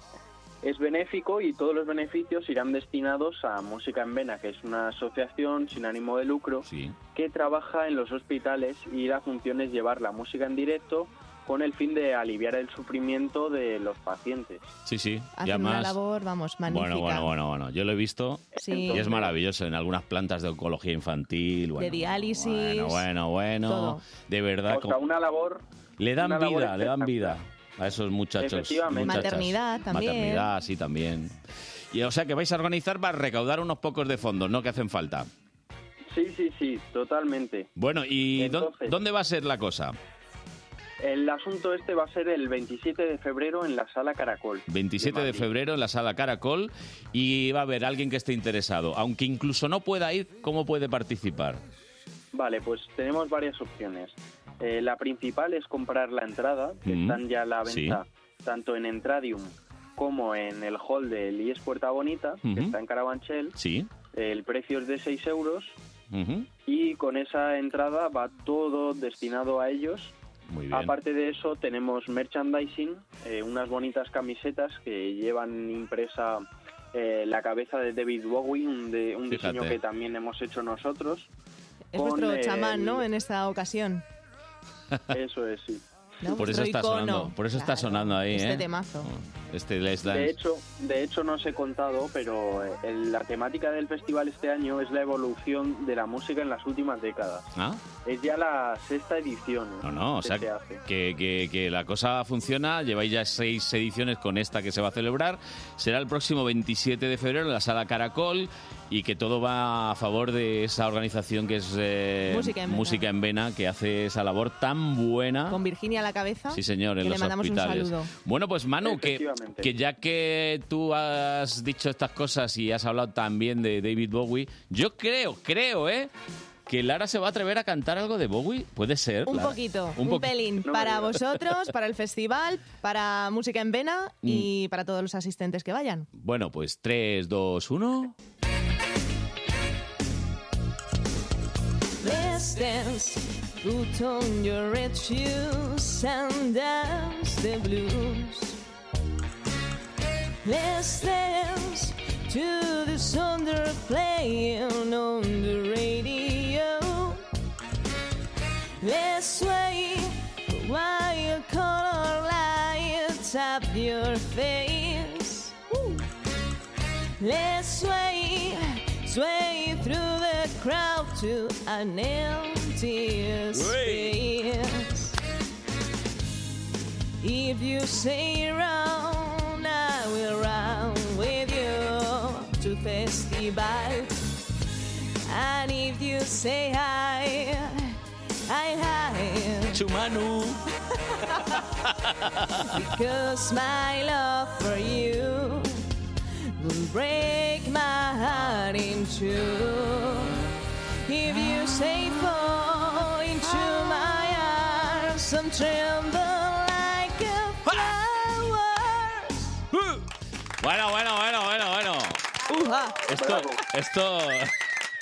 Speaker 8: es benéfico y todos los beneficios irán destinados a Música en Vena, que es una asociación sin ánimo de lucro
Speaker 1: Sí.
Speaker 8: que trabaja en los hospitales y la función es llevar la música en directo con el fin de aliviar el sufrimiento de los pacientes.
Speaker 1: Sí, sí.
Speaker 7: Hacen
Speaker 1: y
Speaker 7: una
Speaker 1: además-
Speaker 7: labor, vamos, magnífica.
Speaker 1: bueno, bueno, bueno, bueno. Yo lo he visto
Speaker 7: Sí.
Speaker 1: y es maravilloso en algunas plantas de oncología infantil. bueno,
Speaker 7: diálisis,
Speaker 1: Bueno, bueno, bueno.
Speaker 7: todo.
Speaker 1: De verdad,
Speaker 8: O sea,
Speaker 1: como-
Speaker 8: una labor
Speaker 1: le dan
Speaker 8: una labor
Speaker 1: vida, le dan vida
Speaker 8: espectacular.
Speaker 1: a esos muchachos.
Speaker 8: Efectivamente.
Speaker 1: muchachas.
Speaker 7: Maternidad también.
Speaker 1: Maternidad, sí, también. Y o sea que vais a organizar para recaudar unos pocos de fondos, ¿no? Que hacen falta.
Speaker 8: Sí, sí, sí, totalmente.
Speaker 1: Bueno, ¿y dó-
Speaker 8: Entonces-
Speaker 1: dónde va a ser la cosa?
Speaker 8: El asunto este va a ser el 27 de febrero en la Sala Caracol.
Speaker 1: 27 de
Speaker 8: Madrid.
Speaker 1: febrero en la sala Caracol y va a haber alguien que esté interesado. Aunque incluso no pueda ir, ¿cómo puede participar?
Speaker 8: Vale, pues tenemos varias opciones. Eh, la principal es comprar la entrada, que
Speaker 1: Mm,
Speaker 8: están ya a la
Speaker 1: sí.
Speaker 8: venta, tanto en Entradium como en el hall del IES Puerta Bonita,
Speaker 1: Ujú.
Speaker 8: que está en Carabanchel.
Speaker 1: Sí.
Speaker 8: El precio es de 6 euros
Speaker 1: Ujú.
Speaker 8: y con esa entrada va todo destinado a ellos.
Speaker 1: Muy bien.
Speaker 8: Aparte de eso, tenemos merchandising, eh, unas bonitas camisetas que llevan impresa eh, la cabeza de David Bowie, un, de- un diseño
Speaker 1: Fíjate.
Speaker 8: que también hemos hecho nosotros.
Speaker 7: es vuestro
Speaker 8: con
Speaker 7: chamán,
Speaker 8: el-
Speaker 7: ¿no? En esta ocasión.
Speaker 8: Eso es, sí.
Speaker 7: ¿no?
Speaker 1: Por eso
Speaker 7: Vuestro
Speaker 1: está
Speaker 7: icono.
Speaker 1: sonando, por eso está
Speaker 7: Claro,
Speaker 1: sonando ahí,
Speaker 7: Este
Speaker 1: ¿eh?
Speaker 7: temazo.
Speaker 1: Este Les
Speaker 8: De
Speaker 1: Dance.
Speaker 8: hecho, de hecho, no os he contado, pero eh, el- la temática del festival este año es la evolución de la música en las últimas décadas.
Speaker 1: Ah,
Speaker 8: Es ya la sexta edición ¿eh?
Speaker 1: no, no, o
Speaker 8: que
Speaker 1: sea,
Speaker 8: se hace.
Speaker 1: que, que- que la cosa funciona, lleváis ya seis ediciones con esta que se va a celebrar, será el próximo 27 de febrero en la sala Caracol y que todo va a favor de esa organización que es eh,
Speaker 7: Música en Vena.
Speaker 1: en Vena, que hace esa labor tan buena.
Speaker 7: Con Virginia a la cabeza.
Speaker 1: Sí, señor, en
Speaker 7: que
Speaker 1: los
Speaker 7: le mandamos
Speaker 1: hospitales.
Speaker 7: un saludo.
Speaker 1: Bueno, pues Manu, que,
Speaker 8: Efectivamente.
Speaker 1: que ya que tú has dicho estas cosas y has hablado también de David Bowie, yo creo, creo, ¿eh? Que Lara se va a atrever a cantar algo de Bowie. Puede ser.
Speaker 7: Un
Speaker 1: Lara?
Speaker 7: poquito, un,
Speaker 1: poqui-
Speaker 7: pelín.
Speaker 8: No me
Speaker 7: para
Speaker 8: digas.
Speaker 7: vosotros, para el festival, para Música en Vena
Speaker 1: Mm.
Speaker 7: y para todos los asistentes que vayan.
Speaker 1: Bueno, pues 3, 2, 1.
Speaker 7: Let's dance, put on your red shoes and dance the blues. Let's dance to the song they're playing on the radio. Let's sway while color lights up your face. Let's sway, sway through the crowd to an empty space. If you say round, I will round with you to festival. And if you say hi, hi, hi.
Speaker 1: Chumanu.
Speaker 7: Cause my love for you will break my heart in two. If you say fall into my arms, I'm tremble like a flower.
Speaker 1: Bueno, bueno, bueno, bueno, bueno.
Speaker 7: Uja.
Speaker 1: Esto, esto,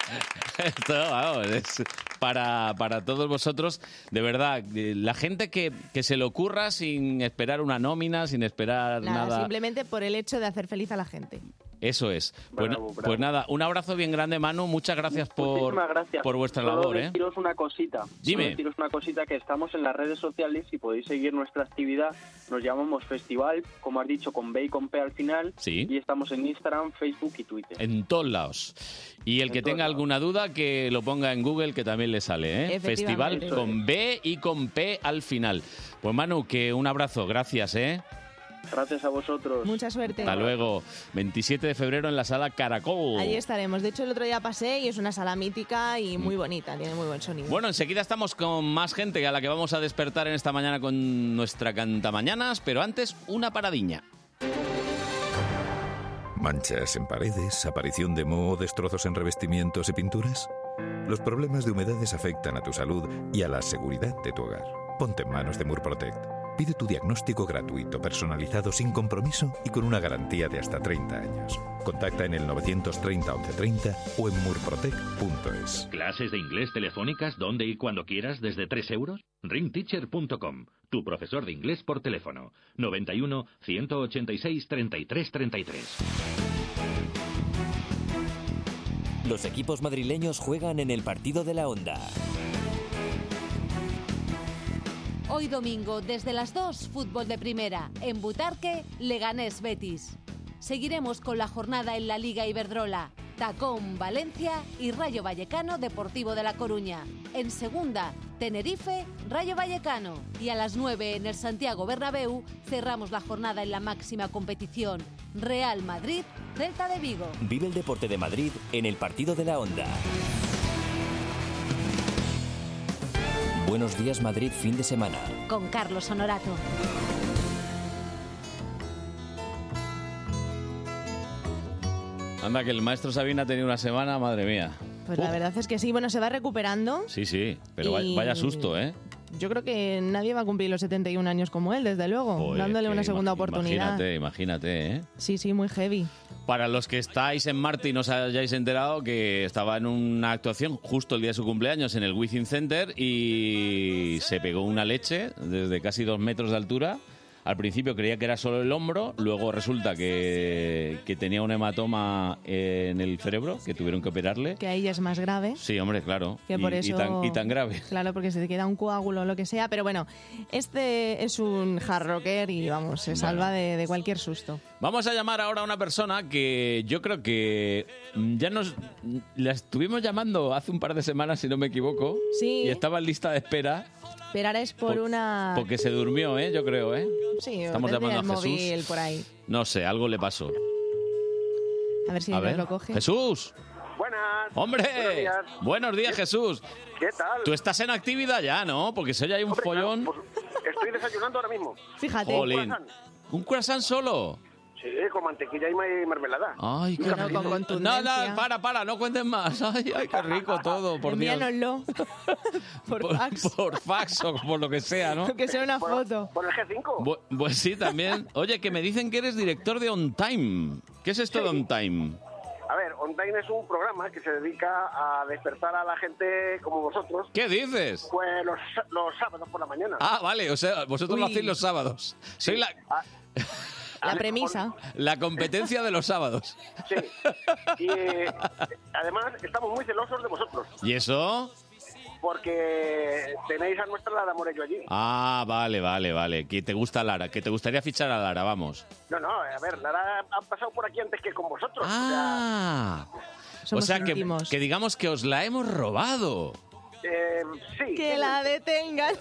Speaker 1: esto, vamos, es para, para todos vosotros, de verdad, eh, la gente que, que se le ocurra sin esperar una nómina, sin esperar
Speaker 7: Nada,
Speaker 1: Pues nada.
Speaker 7: simplemente por el hecho de hacer feliz a la gente.
Speaker 1: Eso es.
Speaker 9: Bravo,
Speaker 1: Pues, na-
Speaker 9: bravo.
Speaker 1: pues nada, un abrazo bien grande, Manu. Muchas gracias por,
Speaker 9: Muchísimas gracias.
Speaker 1: por vuestra
Speaker 9: Solo
Speaker 1: labor. ¿eh?
Speaker 9: Deciros una cosita.
Speaker 1: Dime.
Speaker 9: Solo Deciros una cosita que estamos en las redes sociales y podéis seguir nuestra actividad. Nos llamamos Festival, como has dicho, con B y con P al final.
Speaker 1: Sí. Eh.
Speaker 9: Y estamos en Instagram, Facebook y Twitter.
Speaker 1: En todos lados. Y el
Speaker 9: En
Speaker 1: que
Speaker 9: todos
Speaker 1: tenga
Speaker 9: lados.
Speaker 1: alguna duda, que lo ponga en Google, que también le sale. ¿eh?
Speaker 3: Efectivamente.
Speaker 1: Festival con B y con P al final. Pues Manu, que un abrazo. Gracias, ¿eh?
Speaker 9: Gracias a vosotros.
Speaker 3: Mucha suerte.
Speaker 1: Hasta luego. 27 de febrero en la sala Caracol.
Speaker 3: Allí estaremos. De hecho, el otro día pasé y es una sala mítica y muy bonita, tiene muy buen sonido.
Speaker 1: Mm. Bueno, enseguida estamos con más gente a la que vamos a despertar en esta mañana con nuestra cantamañanas, pero antes una paradiña.
Speaker 10: ¿Manchas en paredes, aparición de moho, destrozos en revestimientos y pinturas? Los problemas de humedades afectan a tu salud y a la seguridad de tu hogar. Ponte en manos de Murprotect. Pide tu diagnóstico gratuito, personalizado, sin compromiso y con una garantía de hasta 30 años. Contacta en el 930 1130 o en murprotect.es.
Speaker 11: ¿Clases de inglés telefónicas donde y cuando quieras desde 3 euros? Ringteacher.com, tu profesor de inglés por teléfono. 91 186 33 33.
Speaker 6: Los equipos madrileños juegan en el partido de la onda.
Speaker 12: Hoy domingo, desde las 2, fútbol de primera. En Butarque, Leganés Betis. Seguiremos con la jornada en la Liga Iberdrola. Tacón, Valencia y Rayo Vallecano Deportivo de La Coruña. En segunda, Tenerife, Rayo Vallecano. Y a las 9 en el Santiago Bernabéu cerramos la jornada en la máxima competición. Real Madrid, Celta de Vigo.
Speaker 6: Vive el deporte de Madrid en el partido de la onda. Buenos días Madrid fin de semana.
Speaker 12: Con Carlos Honorato.
Speaker 1: Anda, que el maestro Sabina ha tenido una semana, madre mía.
Speaker 3: Pues la verdad es que sí, bueno, se va recuperando.
Speaker 1: Sí, sí, pero
Speaker 3: Y-
Speaker 1: vaya, vaya susto, ¿eh?
Speaker 3: Yo creo que nadie va a cumplir los 71 años como él, desde luego,
Speaker 1: Joder,
Speaker 3: dándole
Speaker 1: que
Speaker 3: una segunda
Speaker 1: imagi-
Speaker 3: oportunidad.
Speaker 1: Imagínate, imagínate, ¿eh?
Speaker 3: Sí, sí, muy heavy.
Speaker 1: Para los que estáis en Marte y no os hayáis enterado que estaba en una actuación justo el día de su cumpleaños en el Wizzing Center y se pegó una leche desde casi dos metros de altura. Al principio creía que era solo el hombro, luego resulta que, que tenía un hematoma en el cerebro, que tuvieron que operarle.
Speaker 3: Que ahí ya es más grave.
Speaker 1: Sí, hombre, claro.
Speaker 3: Que
Speaker 1: y,
Speaker 3: por
Speaker 1: y
Speaker 3: eso-
Speaker 1: tan, y tan grave.
Speaker 3: Claro, porque se te queda un coágulo o lo que sea. Pero bueno, este es un hard rocker y vamos, se salva de, de cualquier susto.
Speaker 1: Vamos a llamar ahora a una persona que yo creo que mm, ya nos mm, la estuvimos llamando hace un par de semanas, si no me equivoco.
Speaker 3: Sí. Ah.
Speaker 1: Y estaba en lista de espera.
Speaker 3: Pero ahora es por,
Speaker 1: Pues, Por-
Speaker 3: una...
Speaker 1: Porque se durmió, ¿eh? Yo creo, ¿eh?
Speaker 3: sí,
Speaker 1: estamos
Speaker 3: tendría
Speaker 1: llamando
Speaker 3: el
Speaker 1: a Jesús.
Speaker 3: móvil por ahí.
Speaker 1: No sé, algo le pasó.
Speaker 3: A ver si
Speaker 1: a
Speaker 3: nos
Speaker 1: ver.
Speaker 3: lo coge.
Speaker 1: ¡Jesús!
Speaker 9: Buenas.
Speaker 1: ¡Hombre!
Speaker 9: Buenos días.
Speaker 1: Buenos días, Jesús.
Speaker 9: ¿Qué tal?
Speaker 1: Tú estás en actividad ya, ¿no? Porque si hoy hay un follón...
Speaker 9: estoy desayunando ahora mismo.
Speaker 3: Fíjate.
Speaker 1: Jolín. ¿Un croissant solo?
Speaker 9: Sí, con mantequilla y mermelada.
Speaker 1: Ay, qué
Speaker 3: Bueno,
Speaker 1: rico.
Speaker 3: con
Speaker 1: No,
Speaker 3: contundencia.
Speaker 1: no, para, para, no cuentes más. Ay, ay, qué rico todo, por Dios.
Speaker 3: Envíanoslo por fax.
Speaker 1: por fax o por lo que sea, ¿no?
Speaker 3: Que sea una foto.
Speaker 9: Por el G5.
Speaker 1: Bu- Pues sí, también. Oye, que me dicen que eres director de On Time. ¿Qué es esto de On Time?
Speaker 9: A ver, Online es un programa que se dedica a despertar a la gente como vosotros,
Speaker 1: ¿Qué dices?
Speaker 9: pues los, los sábados por la mañana.
Speaker 1: Ah, vale, o sea, vosotros lo
Speaker 3: Uy.
Speaker 1: hacéis los sábados. Soy la,
Speaker 9: Ah.
Speaker 3: La premisa.
Speaker 1: la competencia de los sábados.
Speaker 9: Sí. Y eh, además estamos muy celosos de vosotros,
Speaker 1: ¿Y eso?
Speaker 9: porque tenéis a nuestra Lara Morello allí.
Speaker 1: Ah, vale, vale, vale. Que te gusta Lara, que te gustaría fichar a Lara, vamos.
Speaker 9: No, no, a ver, Lara ha pasado por aquí antes que con vosotros. o sea,
Speaker 1: Ah. O
Speaker 3: Somos
Speaker 1: sea, que,
Speaker 3: íntimos.
Speaker 1: que digamos que os la hemos robado.
Speaker 9: eh, sí.
Speaker 3: Que la detengan.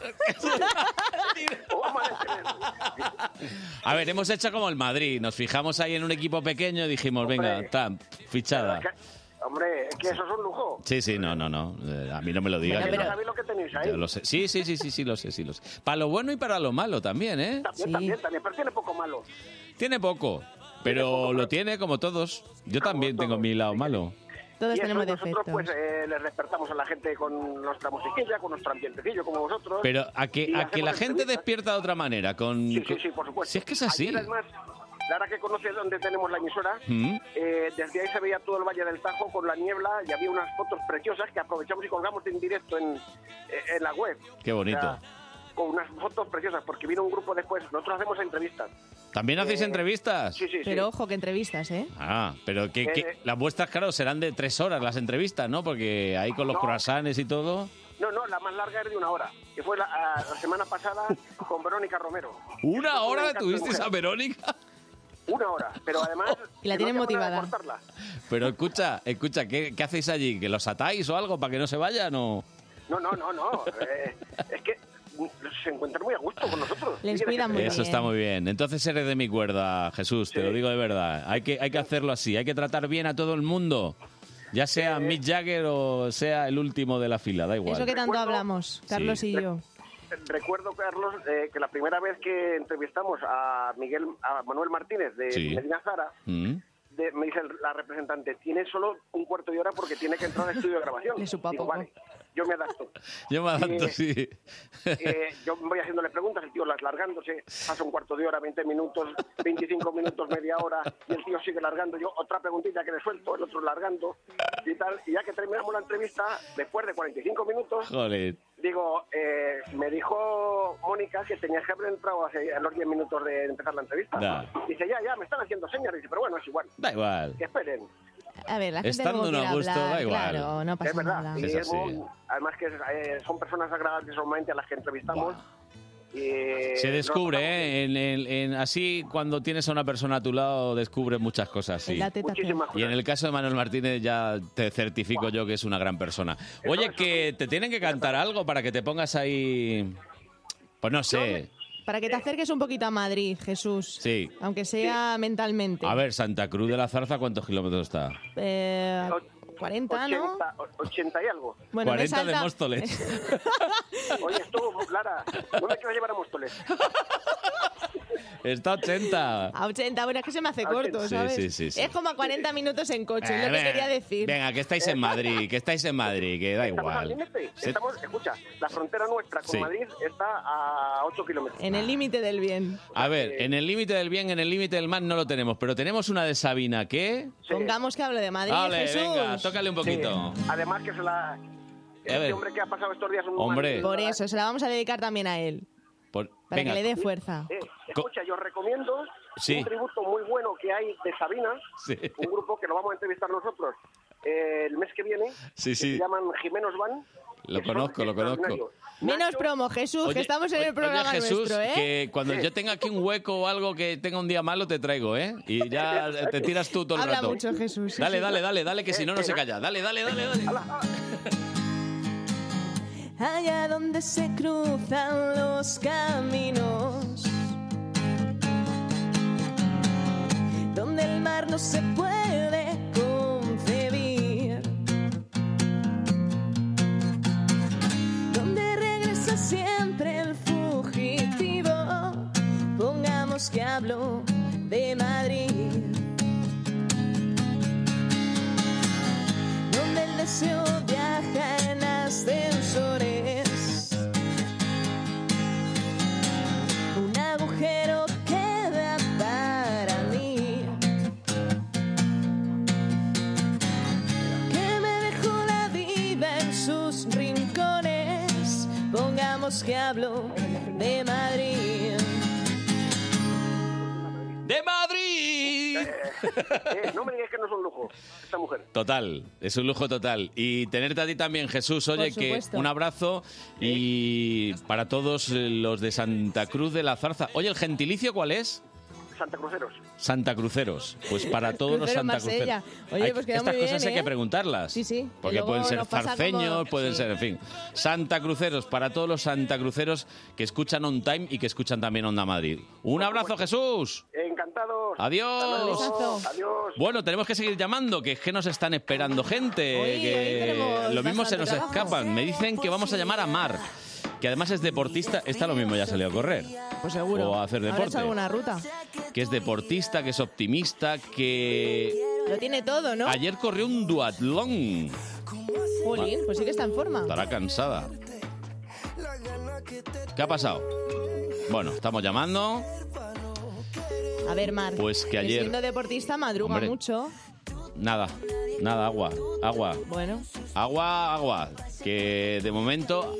Speaker 9: O vamos a detener.
Speaker 1: A ver, hemos hecho como el Madrid. Nos fijamos ahí en un equipo pequeño y dijimos, venga,
Speaker 9: Hombre.
Speaker 1: tan, fichada.
Speaker 9: Hombre, es que eso es un lujo.
Speaker 1: Sí, sí, no, no, no. Eh, A mí no me lo digas.
Speaker 9: Es que
Speaker 1: que
Speaker 9: no
Speaker 1: no.
Speaker 9: sabéis lo que tenéis ahí.
Speaker 1: Yo lo sé. Sí, sí, sí, sí, sí, lo sé, sí, lo sé. Para lo bueno y para lo malo también, ¿eh?
Speaker 9: También,
Speaker 3: Sí.
Speaker 9: también, también, pero tiene poco malo.
Speaker 1: Tiene poco, pero lo tiene como todos. Yo también tengo mi lado malo.
Speaker 3: Todos
Speaker 9: y eso
Speaker 3: tenemos
Speaker 9: nosotros
Speaker 3: defectos.
Speaker 9: pues eh, les despertamos a la gente con nuestra musiquilla, con nuestro ambientecillo, como vosotros.
Speaker 1: Pero a que,
Speaker 9: Y
Speaker 1: a que la
Speaker 9: hacemos
Speaker 1: gente
Speaker 9: entrevistas.
Speaker 1: despierta de otra manera, con...
Speaker 9: Sí, sí,
Speaker 1: con-
Speaker 9: sí, por supuesto.
Speaker 1: Si es que es así.
Speaker 9: Ayer, además, Lara que conoce dónde tenemos la emisora,
Speaker 1: Mm.
Speaker 9: eh, desde ahí se veía todo el Valle del Tajo con la niebla y había unas fotos preciosas que aprovechamos y colgamos en directo en, eh, en la web.
Speaker 1: Qué bonito.
Speaker 9: O sea, con unas fotos preciosas, porque vino un grupo después. Nosotros hacemos entrevistas.
Speaker 1: ¿También hacéis
Speaker 9: Eh,
Speaker 1: entrevistas?
Speaker 9: Sí, sí, sí.
Speaker 3: Pero ojo, que entrevistas, ¿eh?
Speaker 1: Ah, pero que, que-
Speaker 9: Eh,
Speaker 1: las vuestras, claro, serán de tres horas las entrevistas, ¿no? Porque ahí con los croissants y todo.
Speaker 9: No, no, la más larga es de una hora, que fue la, a- la semana pasada con Verónica Romero.
Speaker 1: ¿Una hora
Speaker 9: Verónica,
Speaker 1: tuvisteis
Speaker 9: mujer.
Speaker 1: a Verónica?
Speaker 9: Una hora, pero además...
Speaker 3: Y la
Speaker 9: que no
Speaker 3: tienen
Speaker 9: había manera de
Speaker 3: motivada.
Speaker 9: cortarla.
Speaker 1: Pero escucha, escucha, ¿qué, qué hacéis allí? ¿Que los atáis o algo para que no se vayan o...?
Speaker 9: No, no, no, no. eh, es que se encuentran muy a gusto con nosotros.
Speaker 3: Les
Speaker 9: Sí,
Speaker 3: cuidan muy
Speaker 1: Eso
Speaker 3: bien.
Speaker 1: está muy bien. Entonces eres de mi cuerda, Jesús, te lo digo de verdad. Hay que, hay que hacerlo así, hay que tratar bien a todo el mundo. Ya sea Mick Jagger o sea el último de la fila, da igual.
Speaker 3: Eso que tanto hablamos, Carlos
Speaker 1: Sí.
Speaker 3: y yo.
Speaker 9: Recuerdo, Carlos, eh, que la primera vez que entrevistamos a Miguel, a Manuel Martínez de
Speaker 1: Sí.
Speaker 9: Medina Zara,
Speaker 1: Mm.
Speaker 9: de- me dice el- la representante, tiene solo un cuarto de hora porque tiene que entrar al estudio de grabación.
Speaker 3: Le supo a
Speaker 9: Digo,
Speaker 3: poco.
Speaker 9: vale, yo me adapto.
Speaker 1: Yo me adapto,
Speaker 9: Eh,
Speaker 1: sí.
Speaker 9: Eh, yo voy haciéndole preguntas, el tío las largándose, pasa un cuarto de hora, 20 minutos, 25 minutos, media hora, y el tío sigue largando, yo otra preguntita que le suelto, el otro largando, y tal, y ya que terminamos la entrevista, después de 45 minutos,
Speaker 1: Joder.
Speaker 9: Digo, eh, me dijo Mónica que tenías que haber entrado hace a los 10 minutos de empezar la entrevista.
Speaker 1: Da.
Speaker 9: Dice, ya, ya, me están haciendo señas. Dice, pero bueno, es igual.
Speaker 1: Da igual.
Speaker 9: Que esperen.
Speaker 3: A ver, la gente
Speaker 1: Estando
Speaker 3: luego
Speaker 1: uno a
Speaker 3: quiere
Speaker 1: gusto,
Speaker 3: hablar,
Speaker 1: da igual.
Speaker 3: claro, no pasa
Speaker 9: es verdad.
Speaker 3: nada.
Speaker 9: Y
Speaker 1: Ah. Es así.
Speaker 9: muy- además que eh, son personas agradables normalmente a las que entrevistamos. Y,
Speaker 1: Se descubre, ¿eh? En, el- en- así, cuando tienes a una persona a tu lado, descubres muchas cosas. Sí. Y en el caso de Manuel Martínez ya te certifico yo que es una gran persona. Oye, que te tienen que cantar algo para que te pongas ahí... Pues no sé.
Speaker 3: Para que te acerques un poquito a Madrid, Jesús.
Speaker 1: Sí.
Speaker 3: Aunque sea mentalmente.
Speaker 1: A ver, Santa Cruz de la Zarza, ¿cuántos kilómetros está?
Speaker 3: Eh, 40, ¿no?
Speaker 9: 80, o- 80 y algo.
Speaker 3: Bueno, me
Speaker 1: 40 de
Speaker 3: salta-
Speaker 1: Móstoles.
Speaker 9: Oye, tú, Lara, no me quiero llevar a Móstoles.
Speaker 1: Está 80.
Speaker 3: A 80, bueno, es que se me hace corto,
Speaker 1: Sí,
Speaker 3: ¿sabes?
Speaker 1: sí, sí, sí.
Speaker 3: Es como a 40 minutos en coche, es
Speaker 1: Eh,
Speaker 3: lo que
Speaker 1: venga,
Speaker 3: quería decir.
Speaker 1: Venga, que estáis en Madrid, que estáis en Madrid, que da
Speaker 9: Estamos al
Speaker 1: igual.
Speaker 9: límite.
Speaker 1: Se-
Speaker 9: Estamos, escucha, la frontera nuestra con
Speaker 1: Sí.
Speaker 9: Madrid está a 8 kilómetros.
Speaker 3: En el límite del bien.
Speaker 1: A ver, en el límite del bien, en el límite del mal no lo tenemos, pero tenemos una de Sabina que...
Speaker 3: Pongamos que hablo de Madrid,
Speaker 1: Vale,
Speaker 3: Jesús.
Speaker 1: venga, tócale un poquito.
Speaker 9: Además que se la...
Speaker 1: A
Speaker 9: Este
Speaker 1: ver,
Speaker 9: hombre que ha pasado estos días un
Speaker 1: Hombre.
Speaker 3: Por eso, se la vamos a dedicar también a él,
Speaker 1: por-
Speaker 3: para
Speaker 1: venga,
Speaker 3: que le dé fuerza.
Speaker 9: Eh, escucha, yo recomiendo
Speaker 1: Sí.
Speaker 9: un tributo muy bueno que hay de Sabina,
Speaker 1: sí.
Speaker 9: un grupo que lo vamos a entrevistar nosotros eh, el mes que viene.
Speaker 1: Sí,
Speaker 9: que
Speaker 1: sí.
Speaker 9: Se llaman Jimenos Van.
Speaker 1: Lo conozco, lo conozco.
Speaker 3: Menos promo, Jesús, que estamos en
Speaker 1: oye,
Speaker 3: el programa
Speaker 1: oye, Jesús,
Speaker 3: nuestro, ¿eh?
Speaker 1: que cuando yo tenga aquí un hueco o algo que tenga un día malo, te traigo, ¿eh? Y ya te tiras tú todo el
Speaker 3: Habla
Speaker 1: rato.
Speaker 3: mucho, Jesús. sí,
Speaker 1: Dale,
Speaker 3: sí.
Speaker 1: dale, dale, dale, que si no, no se calla. Dale, dale, dale, dale.
Speaker 3: allá donde se cruzan los caminos, donde el mar no se puede concebir, donde regresa siempre el fugitivo, pongamos que hablo de Madrid. donde el deseo viaja en ascensores. Un agujero queda para mí. Que me dejó la vida en sus rincones. Pongamos que hablo de Madrid.
Speaker 1: ¡De Madrid!
Speaker 9: Eh, no me digas que no es un lujo, esta mujer.
Speaker 1: Total, es un lujo total. Y tenerte a ti también, Jesús. Oye,
Speaker 9: Por
Speaker 1: que
Speaker 9: supuesto.
Speaker 1: un abrazo y para todos los de Santa Cruz de la Zarza. Oye, ¿el gentilicio cuál es?
Speaker 9: Santa Cruceros.
Speaker 1: Santa Cruceros. Pues para todos los
Speaker 3: Crucero
Speaker 1: Santa
Speaker 3: Marsella.
Speaker 1: Cruceros.
Speaker 3: Oye, pues queda
Speaker 1: estas
Speaker 3: muy bien,
Speaker 1: cosas hay
Speaker 3: ¿eh?
Speaker 1: que preguntarlas.
Speaker 3: Sí, sí. Y
Speaker 1: Porque
Speaker 3: luego
Speaker 1: pueden ser
Speaker 3: nos pasa como-
Speaker 1: zarceños, pueden ser, en fin. Santa Cruceros, para todos los Santa Cruceros que escuchan On Time y que escuchan también Onda Madrid. Un abrazo, Jesús.
Speaker 9: Encantados.
Speaker 1: Adiós.
Speaker 9: Hasta luego.
Speaker 1: Besazo.
Speaker 9: Adiós.
Speaker 1: Bueno, tenemos que seguir llamando, que es que nos están esperando gente.
Speaker 9: Hoy-
Speaker 1: que
Speaker 9: hoy tenemos
Speaker 1: lo mismo
Speaker 9: bastante
Speaker 1: se nos
Speaker 9: trabajo.
Speaker 1: escapan. Me dicen que vamos a llamar a Mar, que además es deportista. Esta lo mismo ya salió a correr.
Speaker 3: Pues seguro.
Speaker 1: O a hacer
Speaker 3: Habrá hecho
Speaker 1: deporte.
Speaker 3: alguna ruta.
Speaker 1: Que es deportista, que es optimista, que
Speaker 3: Lo tiene todo, ¿no?
Speaker 1: ayer corrió un duatlón.
Speaker 3: Jolín, pues sí que está en forma.
Speaker 1: Estará cansada. ¿Qué ha pasado? Bueno, estamos llamando.
Speaker 3: A ver, Mar.
Speaker 1: Pues que
Speaker 3: que
Speaker 1: ayer-
Speaker 3: Siendo deportista, madruga
Speaker 1: Hombre.
Speaker 3: mucho.
Speaker 1: Nada, nada, agua, agua.
Speaker 3: Bueno.
Speaker 1: Agua, agua. Que de momento,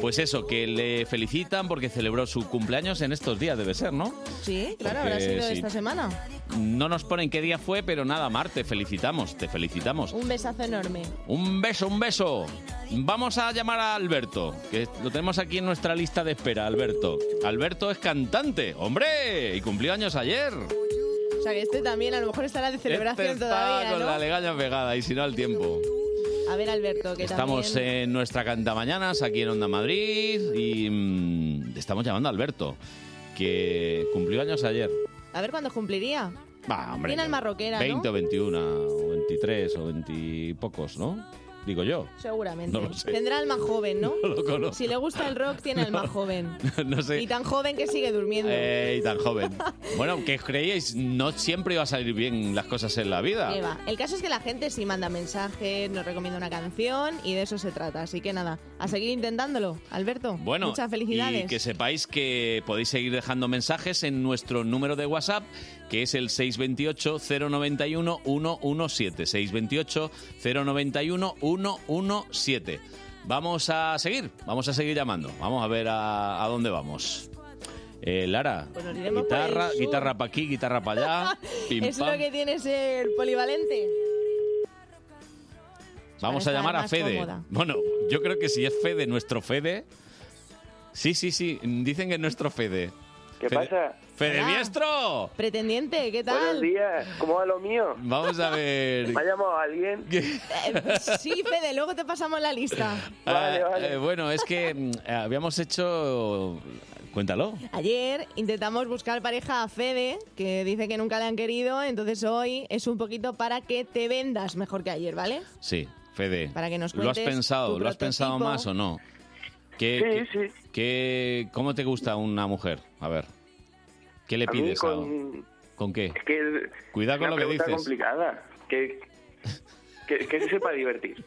Speaker 1: pues eso, que le felicitan porque celebró su cumpleaños en estos días, debe ser, ¿no?
Speaker 3: Sí, claro, habrá
Speaker 1: Porque
Speaker 3: sido
Speaker 1: sí.
Speaker 3: esta semana.
Speaker 1: No nos ponen qué día fue, pero nada, Mar, te felicitamos, te felicitamos.
Speaker 3: Un besazo enorme.
Speaker 1: Un beso, un beso. Vamos a llamar a Alberto, que lo tenemos aquí en nuestra lista de espera, Alberto. Alberto es cantante, hombre, y cumplió años ayer.
Speaker 3: O sea que este también a lo mejor estará de celebración
Speaker 1: Este está
Speaker 3: todavía,
Speaker 1: con
Speaker 3: ¿no?
Speaker 1: la legaña pegada y si no al tiempo.
Speaker 3: A ver, Alberto, que
Speaker 1: Estamos
Speaker 3: también...
Speaker 1: en nuestra Cantamañanas aquí en Onda Madrid y mm, estamos llamando a Alberto, que cumplió años ayer.
Speaker 3: A ver cuándo cumpliría.
Speaker 1: Va, hombre.
Speaker 3: Viene al Marroquera,
Speaker 1: 20 o
Speaker 3: ¿no?
Speaker 1: 21 o 23 o 20 y pocos, ¿no? Digo yo.
Speaker 3: Seguramente.
Speaker 1: No lo sé.
Speaker 3: Tendrá alma joven, ¿no?
Speaker 1: No lo conozco.
Speaker 3: si le gusta el rock, tiene alma joven.
Speaker 1: no sé.
Speaker 3: Y tan joven que sigue durmiendo.
Speaker 1: Eh, y tan joven. Bueno, que creíais, no siempre iba a salir bien las cosas en la vida.
Speaker 3: Qué va. El caso es que la gente sí manda mensajes, nos recomienda una canción y de eso se trata. Así que nada, a seguir intentándolo, Alberto.
Speaker 1: Bueno,
Speaker 3: muchas felicidades.
Speaker 1: y que sepáis que podéis seguir dejando mensajes en nuestro número de WhatsApp, que es el 628-091-117. 628-091-117. Vamos a seguir, vamos a seguir llamando. Vamos a ver a, a dónde vamos. Eh, Lara,
Speaker 3: Pues nos iremos por el
Speaker 1: guitarra,
Speaker 3: sur.
Speaker 1: guitarra para aquí, guitarra para allá. pim,
Speaker 3: es
Speaker 1: pam.
Speaker 3: lo que tiene ser polivalente.
Speaker 1: Vamos a
Speaker 3: Para estar
Speaker 1: llamar a
Speaker 3: más
Speaker 1: Fede.
Speaker 3: cómoda.
Speaker 1: Bueno, yo creo que si es Fede, nuestro Fede. Sí, sí, sí, dicen que es nuestro Fede.
Speaker 13: ¿Qué
Speaker 1: Fede-
Speaker 13: pasa?
Speaker 1: ¡Fede
Speaker 3: Hola.
Speaker 1: Biestro!
Speaker 3: Pretendiente, ¿qué tal?
Speaker 13: Buenos días, ¿cómo va lo mío?
Speaker 1: Vamos a ver.
Speaker 13: ¿Me ha llamado alguien?
Speaker 3: Eh, sí, Fede, luego te pasamos la lista.
Speaker 1: Ah, eh, bueno, es que mm, habíamos hecho. Cuéntalo.
Speaker 3: Ayer intentamos buscar pareja a Fede, que dice que nunca le han querido, entonces hoy es un poquito para que te vendas mejor que ayer, ¿vale?
Speaker 1: Sí, Fede.
Speaker 3: Para que nos
Speaker 1: ¿Lo has
Speaker 3: cuentes
Speaker 1: pensado?
Speaker 3: tu
Speaker 1: ¿Lo has pensado
Speaker 3: prototipo.
Speaker 1: más o no? ¿Qué, sí, sí. ¿Cómo te gusta una mujer? A ver. ¿Qué le
Speaker 13: A mí
Speaker 1: pides? a-
Speaker 13: con...
Speaker 1: ¿Con qué?
Speaker 13: Es que es
Speaker 1: Cuidado con
Speaker 13: una
Speaker 1: lo que
Speaker 13: pregunta
Speaker 1: dices.
Speaker 13: complicada. Que, que, que se sepa divertir.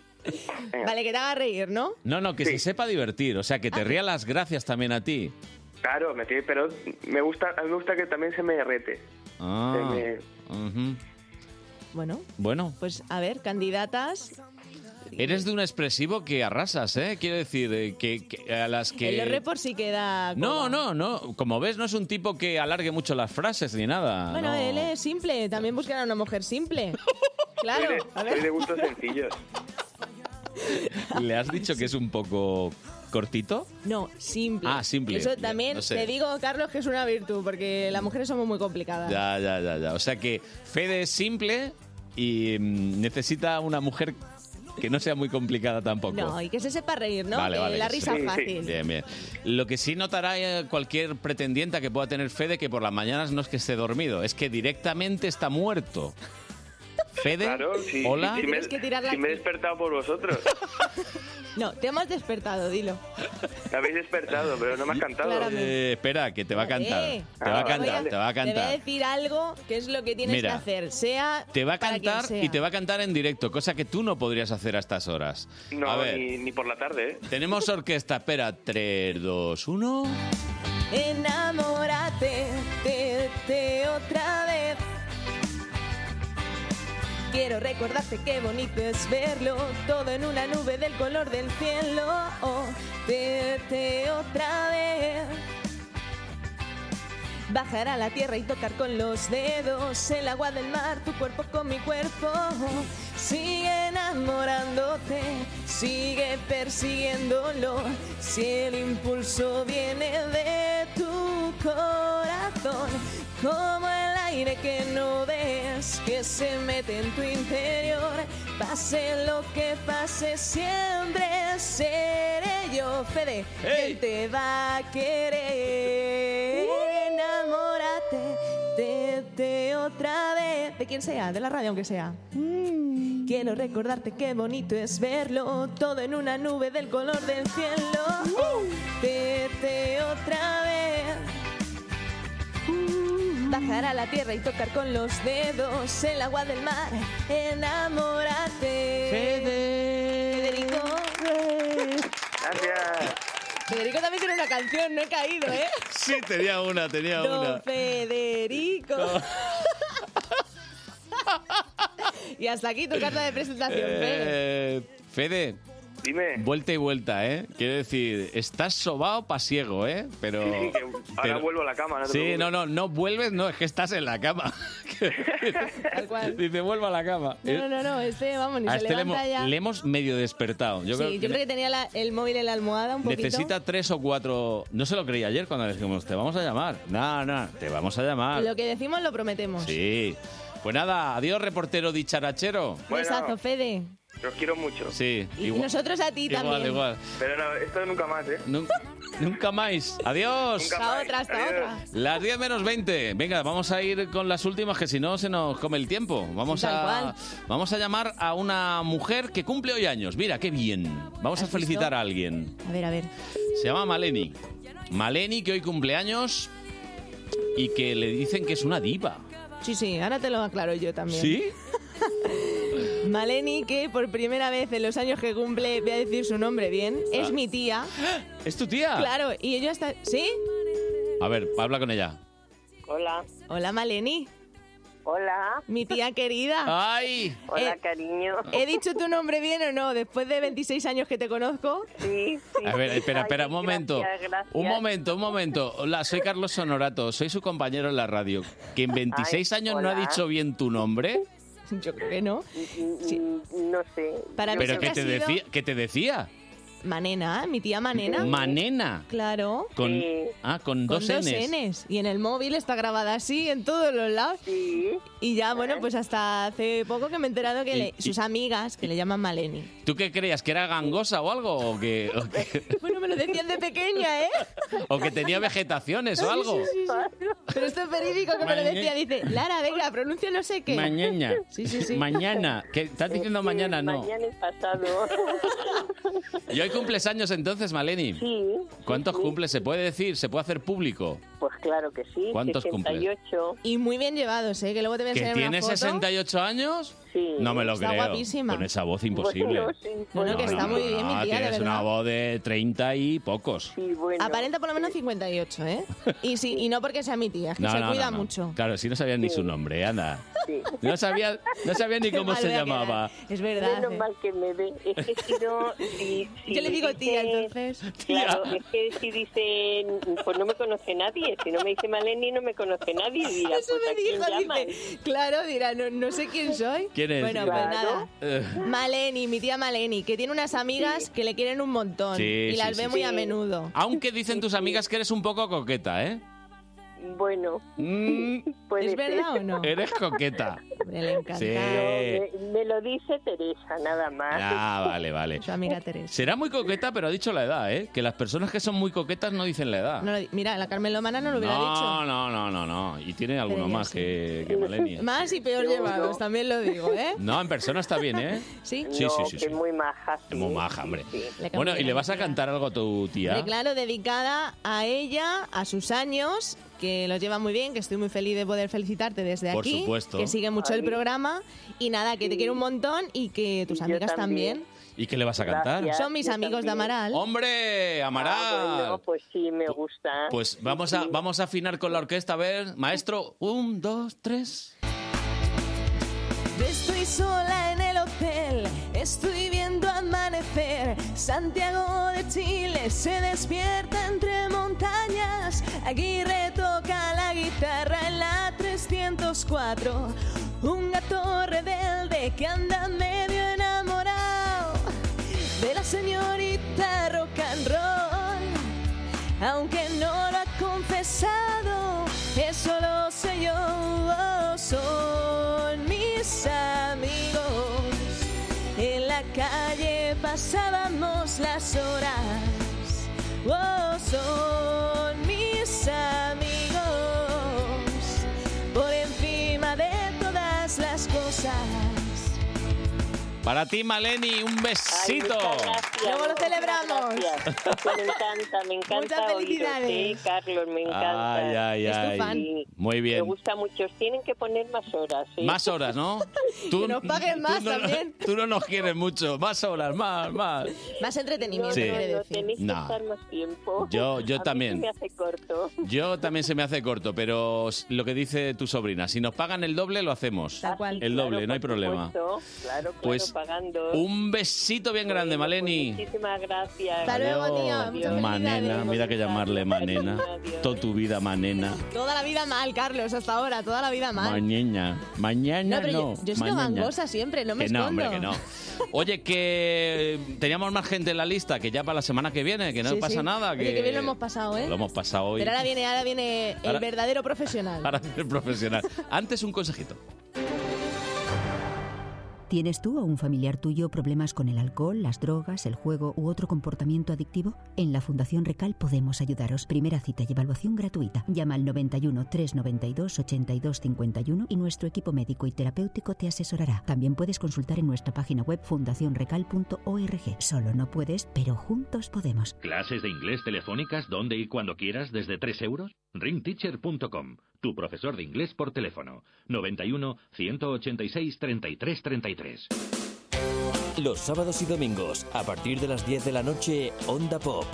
Speaker 3: Vale, que te haga reír, ¿no?
Speaker 1: No, no, que se sepa divertir. O sea, que te ría las gracias también a ti.
Speaker 13: Claro, me tiene- pero me gusta, a mí me gusta que también se me rete.
Speaker 1: Ah,
Speaker 13: Se
Speaker 1: ujú.
Speaker 3: Bueno,
Speaker 1: Bueno,
Speaker 3: pues a ver, candidatas.
Speaker 1: eres de un expresivo que arrasas, ¿eh? Quiero decir, eh, que, que a las
Speaker 3: El
Speaker 1: que...
Speaker 3: R por si queda.
Speaker 1: No, no, no. Como ves, no es un tipo que alargue mucho las frases ni nada.
Speaker 3: Bueno,
Speaker 1: no.
Speaker 3: él es simple, también buscan a una mujer simple. Claro, a
Speaker 13: Soy de
Speaker 3: ver.
Speaker 13: gustos sencillos.
Speaker 1: ¿Le has dicho que es un poco cortito?
Speaker 3: No, simple.
Speaker 1: Ah, simple.
Speaker 3: Eso
Speaker 1: Bien,
Speaker 3: también
Speaker 1: no sé.
Speaker 3: te digo, Carlos, que es una virtud, porque las mujeres somos muy complicadas.
Speaker 1: Ya, ya, ya, ya. O sea que Fede es simple y mm, necesita una mujer que no sea muy complicada tampoco.
Speaker 3: No, y que se sepa reír, ¿no? Que la
Speaker 1: que
Speaker 3: risa
Speaker 1: sí.
Speaker 3: es fácil.
Speaker 1: Bien, bien. Lo que sí notará eh, cualquier pretendienta que pueda tener Fede que por las mañanas no es que esté dormido, es que directamente está muerto. Fede,
Speaker 13: Sí,
Speaker 1: hola.
Speaker 13: sí, me,
Speaker 3: Tienes que tirarla
Speaker 13: sí me he
Speaker 3: aquí.
Speaker 13: despertado por vosotros.
Speaker 3: No, te hemos despertado, dilo.
Speaker 13: Me habéis despertado, pero no me has cantado.
Speaker 1: Eh, espera, que te va a cantar.
Speaker 3: Eh,
Speaker 1: Te va a
Speaker 13: Ah, vale,
Speaker 1: cantar,
Speaker 13: vale.
Speaker 1: te va a
Speaker 3: Te voy a
Speaker 1: cantar.
Speaker 3: decir algo que es lo que tienes
Speaker 1: Mira,
Speaker 3: que hacer, sea
Speaker 1: Te va a
Speaker 3: para quien
Speaker 1: cantar
Speaker 3: sea.
Speaker 1: y te va a cantar en directo, cosa que tú no podrías hacer a estas horas.
Speaker 13: No,
Speaker 1: a ver,
Speaker 13: Ni, ni por la tarde, ¿eh?
Speaker 1: tenemos orquesta. Espera, 3, 2, 1.
Speaker 3: Enamórate de te otra vez. Quiero recordarte qué bonito es verlo todo en una nube del color del cielo. Oh, te, te otra vez. Bajar a la tierra y tocar con los dedos el agua del mar, tu cuerpo con mi cuerpo. Sigue enamorándote, sigue persiguiéndolo. Si el impulso viene de tu corazón, como el aire que no ves, que se mete en tu interior. Pase lo que pase, siempre seré yo, Fede. quien te va a querer? Enamórate de te otra vez. De quien sea, de la radio aunque sea. Mm, Quiero recordarte qué bonito es verlo todo en una nube del color del cielo. Te, te otra vez. Bajar a la tierra y tocar con los dedos el agua del mar. Enamórate. Federico.
Speaker 13: Gracias.
Speaker 3: Federico también tiene una canción, no he caído, ¿eh?
Speaker 1: Sí, tenía una, tenía
Speaker 3: Don
Speaker 1: una.
Speaker 3: Federico. y Y hasta aquí tu carta de presentación, Fede.
Speaker 1: Eh, Fede.
Speaker 13: Dime.
Speaker 1: Vuelta y vuelta, ¿eh? Quiero decir, estás sobao pasiego, ¿eh? Pero.
Speaker 13: Sí, sí, que ahora
Speaker 1: pero-
Speaker 13: vuelvo a la cama, no te
Speaker 1: sí,
Speaker 13: preocupes.
Speaker 1: no, no, no vuelves, no, es que estás en la cama. Dice, vuelvo a la cama. Eh,
Speaker 3: No, no, no, no, este, vamos, ni
Speaker 1: a
Speaker 3: se
Speaker 1: este le
Speaker 3: levanta
Speaker 1: hemos,
Speaker 3: ya.
Speaker 1: le hemos medio despertado. Yo
Speaker 3: sí,
Speaker 1: creo que
Speaker 3: yo creo que tenía la- el móvil en la almohada un poquito.
Speaker 1: necesita tres o cuatro. No se lo creía ayer cuando le dijimos, te vamos a llamar. No, no, te vamos a llamar.
Speaker 3: Lo que decimos lo prometemos.
Speaker 1: Ah. Sí. Pues nada, adiós, reportero dicharachero.
Speaker 3: Besazo, Fede.
Speaker 13: Los quiero mucho.
Speaker 1: Sí,
Speaker 3: Y nosotros a ti
Speaker 1: igual,
Speaker 3: también.
Speaker 1: igual.
Speaker 13: Pero no, esto nunca más, ¿eh?
Speaker 1: Nun- Nunca más. Adiós.
Speaker 3: Hasta otra, hasta otra.
Speaker 1: Las 10 menos 20. Venga, vamos a ir con las últimas que si no se nos come el tiempo. Vamos
Speaker 3: Tal
Speaker 1: a,
Speaker 3: cual.
Speaker 1: vamos a llamar a una mujer que cumple hoy años. Mira, qué bien. Vamos a
Speaker 3: ¿Has visto?
Speaker 1: felicitar a alguien.
Speaker 3: A ver, a ver.
Speaker 1: Se llama Maleni. Maleni que hoy cumple años y que le dicen que es una diva.
Speaker 3: Sí, sí, ahora te lo aclaro yo también.
Speaker 1: ¿Sí?
Speaker 3: Maleni, que por primera vez en los años que cumple, voy a decir su nombre bien, es
Speaker 1: Ah.
Speaker 3: mi tía.
Speaker 1: ¿Es tu tía?
Speaker 3: Claro, y ella está... ¿Sí?
Speaker 1: A ver, habla con ella.
Speaker 3: Hola. Hola, Maleni.
Speaker 5: Hola.
Speaker 3: Mi tía querida. Eh,
Speaker 1: ¡Ay!
Speaker 5: Hola, cariño.
Speaker 3: ¿He dicho tu nombre bien o no? Después de 26 años que te conozco.
Speaker 5: Sí,
Speaker 1: A ver, espera, espera,
Speaker 3: Ay,
Speaker 1: un momento.
Speaker 3: gracias, gracias.
Speaker 1: Un momento, un momento. Hola, soy Carlos Sonorato, soy su compañero en la radio. Que en 26
Speaker 5: Ay,
Speaker 1: años no ha
Speaker 5: hola.
Speaker 1: dicho bien tu nombre,
Speaker 3: Yo creo que no.
Speaker 5: Mm, No sé.
Speaker 3: Para mí
Speaker 1: pero
Speaker 3: siempre
Speaker 1: ¿qué
Speaker 3: ha
Speaker 1: te,
Speaker 3: sido
Speaker 1: decía, ¿qué te decía?
Speaker 3: Manena, mi tía Manena.
Speaker 1: Manena.
Speaker 3: Claro.
Speaker 1: Con, ah, con,
Speaker 3: Con
Speaker 1: dos,
Speaker 3: dos
Speaker 1: Ns.
Speaker 3: Ns. Y en el móvil está grabada así, en todos los lados. Y ya, bueno, pues hasta hace poco que me he enterado que
Speaker 1: Y-
Speaker 3: le-
Speaker 1: y-
Speaker 3: sus amigas, que le llaman Maleni.
Speaker 1: ¿Tú qué creías? ¿Que era gangosa o algo? ¿O que, o que,
Speaker 3: Bueno, me lo decían de pequeña, ¿eh?
Speaker 1: o que tenía vegetaciones o algo?
Speaker 3: Sí, sí, sí, sí. Pero esto es verídico que me lo
Speaker 1: Mañe-
Speaker 3: decía. Dice, Lara, venga, pronuncia no sé qué.
Speaker 1: Mañana.
Speaker 3: Sí, sí, sí.
Speaker 1: Mañana. ¿Qué estás diciendo mañana? No.
Speaker 5: Mañana es pasado.
Speaker 1: Y hoy cumples años entonces, Maleni.
Speaker 5: Sí.
Speaker 1: ¿Cuántos cumples? ¿Se puede decir? ¿Se puede hacer público?
Speaker 5: Pues claro que sí.
Speaker 1: ¿Cuántos
Speaker 3: Y muy bien llevados, ¿eh? Que luego te voy a
Speaker 1: ¿Que
Speaker 3: enseñar
Speaker 1: tiene
Speaker 3: una foto.
Speaker 1: 68 años? No me lo
Speaker 3: Está
Speaker 1: creo.
Speaker 3: guapísima.
Speaker 1: Con esa voz imposible.
Speaker 3: Bueno, sí, No, no, que está muy bien, mi
Speaker 1: no,
Speaker 3: tía, de
Speaker 1: tienes una
Speaker 3: verdad.
Speaker 1: voz de 30 y pocos.
Speaker 3: Aparenta por lo menos 58, ¿eh? Y, sí, y no porque sea mi tía, es que
Speaker 1: No,
Speaker 3: se
Speaker 1: no,
Speaker 3: cuida
Speaker 1: no, no.
Speaker 3: mucho.
Speaker 1: Claro, si no sabían ni su nombre, ¿eh? anda. No sabía, no sabía ni
Speaker 3: Qué
Speaker 1: cómo
Speaker 3: mal
Speaker 1: se
Speaker 3: voy a quedar.
Speaker 1: llamaba.
Speaker 3: Es verdad. eh.
Speaker 5: Menos mal que me ve. Es que si no. si- si
Speaker 3: Yo le digo
Speaker 5: dice-
Speaker 3: tía, entonces.
Speaker 5: Claro, es que si dicen, pues no me conoce nadie. Si no me dice Maleni, no me conoce nadie. Y dirá,
Speaker 3: Eso
Speaker 5: pues,
Speaker 3: me
Speaker 5: ¿a quién
Speaker 3: dijo,
Speaker 5: llaman?
Speaker 3: dice, claro, dirá, no, no sé quién soy.
Speaker 1: ¿Quién es?
Speaker 3: Bueno, pues
Speaker 1: Claro.
Speaker 3: nada.
Speaker 1: Eh,
Speaker 3: Maleni, mi tía Maleni, que tiene unas amigas que le quieren un montón
Speaker 1: Sí,
Speaker 3: y
Speaker 1: sí,
Speaker 3: las
Speaker 1: sí,
Speaker 3: ve
Speaker 1: sí.
Speaker 3: muy a menudo.
Speaker 1: Aunque dicen tus amigas que eres un poco coqueta, ¿eh?
Speaker 5: Bueno. puede
Speaker 3: ¿Es
Speaker 5: ser.
Speaker 3: verdad o no?
Speaker 1: Mm, Eres coqueta.
Speaker 3: Le encanta.
Speaker 1: Sí.
Speaker 5: No, me, me lo dice Teresa, nada más.
Speaker 1: Ah, vale, vale.
Speaker 3: Su amiga Teresa.
Speaker 1: Será muy coqueta, pero ha dicho la edad, ¿eh? Que las personas que son muy coquetas no dicen la edad.
Speaker 3: No lo di- mira, la Carmen Lomana no lo hubiera dicho.
Speaker 1: No, no, no, no, no. Y tiene alguno
Speaker 3: Pero ya
Speaker 1: más que, que Malenia.
Speaker 3: Más y peor llevados, también lo digo, ¿eh?
Speaker 1: No, en persona está bien, ¿eh?
Speaker 3: Sí.
Speaker 1: Sí, sí, sí. sí.
Speaker 5: muy maja.
Speaker 1: Es muy maja, hombre.
Speaker 3: Le
Speaker 1: Bueno,
Speaker 3: cambié
Speaker 1: ¿y le
Speaker 3: la
Speaker 1: vas a cantar algo a tu tía?
Speaker 3: Hombre, claro, dedicada a ella, a sus años, que los lleva muy bien, que estoy muy feliz de poder felicitarte desde
Speaker 1: Por
Speaker 3: aquí.
Speaker 1: supuesto.
Speaker 3: Que sigue mucho el
Speaker 1: Ay.
Speaker 3: programa. Y nada, que te quiero un montón y que tus amigas también.
Speaker 1: ¿Y qué le vas a cantar?
Speaker 3: Son mis amigos de Amaral.
Speaker 1: ¡Hombre, Amaral!
Speaker 5: bueno, pues sí, me gusta.
Speaker 1: Pues vamos a, vamos a afinar con la orquesta. A ver, maestro, un, dos, tres.
Speaker 3: Estoy sola en el hotel, estoy viendo amanecer. Santiago de Chile se despierta entre montañas. Aguirre toca la guitarra en la 304. Un gato rebelde que anda medio enamorado de la señorita rock and roll. Aunque no lo ha confesado, eso lo sé yo. Son mis amigos. En la calle pasábamos las horas. Oh, son mis amigos. Por encima de todas las cosas.
Speaker 1: Para ti, Maleni, un besito.
Speaker 7: Luego lo celebramos. Me encanta, me encanta.
Speaker 3: Muchas
Speaker 7: oíros,
Speaker 3: felicidades.
Speaker 7: sí, Carlos, me encanta.
Speaker 1: Ay, ay,
Speaker 7: Es tu
Speaker 1: ay.
Speaker 7: fan.
Speaker 1: Muy
Speaker 7: Me
Speaker 1: bien.
Speaker 7: gusta mucho. Tienen que poner más horas. ¿eh? ¿sí?
Speaker 1: Más horas, ¿no?
Speaker 7: Que nos paguen más también.
Speaker 1: Tú no nos quieres mucho. Más horas, más, más.
Speaker 7: Más entretenimiento,
Speaker 1: Sí.
Speaker 7: no,
Speaker 1: quiere
Speaker 7: no,
Speaker 1: decir.
Speaker 7: tenéis que
Speaker 1: No.
Speaker 7: estar más tiempo.
Speaker 1: Yo- yo
Speaker 7: A mí
Speaker 1: también.
Speaker 7: se me hace corto.
Speaker 1: Yo también se me hace corto, pero s- lo que dice tu sobrina, si nos pagan el doble, lo hacemos. El doble, no hay problema.
Speaker 7: Claro, claro,
Speaker 1: Pues
Speaker 7: pagando.
Speaker 1: Un besito bien grande,
Speaker 5: pues
Speaker 1: Maleni.
Speaker 7: Muchísimas gracias.
Speaker 1: Hasta luego,
Speaker 7: Adiós.
Speaker 1: Manena, mira que llamarle Manena. Toda tu vida, Manena.
Speaker 3: Toda la vida mal, Carlos, hasta ahora, toda la vida mal.
Speaker 1: Mañana. Mañana
Speaker 3: No,
Speaker 1: no.
Speaker 3: pero yo, yo he sido
Speaker 1: mañana.
Speaker 3: gangosa siempre, no me
Speaker 1: que no,
Speaker 3: escondo.
Speaker 1: hombre, que no. Oye, que eh, teníamos más gente en la lista, que ya para la semana que viene, que no
Speaker 3: Sí,
Speaker 1: pasa
Speaker 3: sí.
Speaker 1: nada.
Speaker 3: Oye,
Speaker 1: Que,
Speaker 3: qué bien lo hemos pasado, ¿eh?
Speaker 1: Lo hemos pasado hoy.
Speaker 3: Pero ahora viene, ahora viene el
Speaker 1: Ahora-
Speaker 3: verdadero profesional.
Speaker 1: Ahora viene el profesional. Antes un consejito.
Speaker 14: ¿Tienes tú o un familiar tuyo problemas con el alcohol, las drogas, el juego u otro comportamiento adictivo? En la Fundación Recal podemos ayudaros. Primera cita y evaluación gratuita. Llama al 91 392 8251 y nuestro equipo médico y terapéutico te asesorará. También puedes consultar en nuestra página web fundacionrecal.org. Solo no puedes, pero juntos podemos.
Speaker 15: Clases de inglés telefónicas donde y cuando quieras desde 3 euros. Ringteacher.com, tu profesor de inglés por teléfono. 91 186 33 33.
Speaker 6: Los sábados y domingos, a partir de las 10 de la noche, Onda Pop.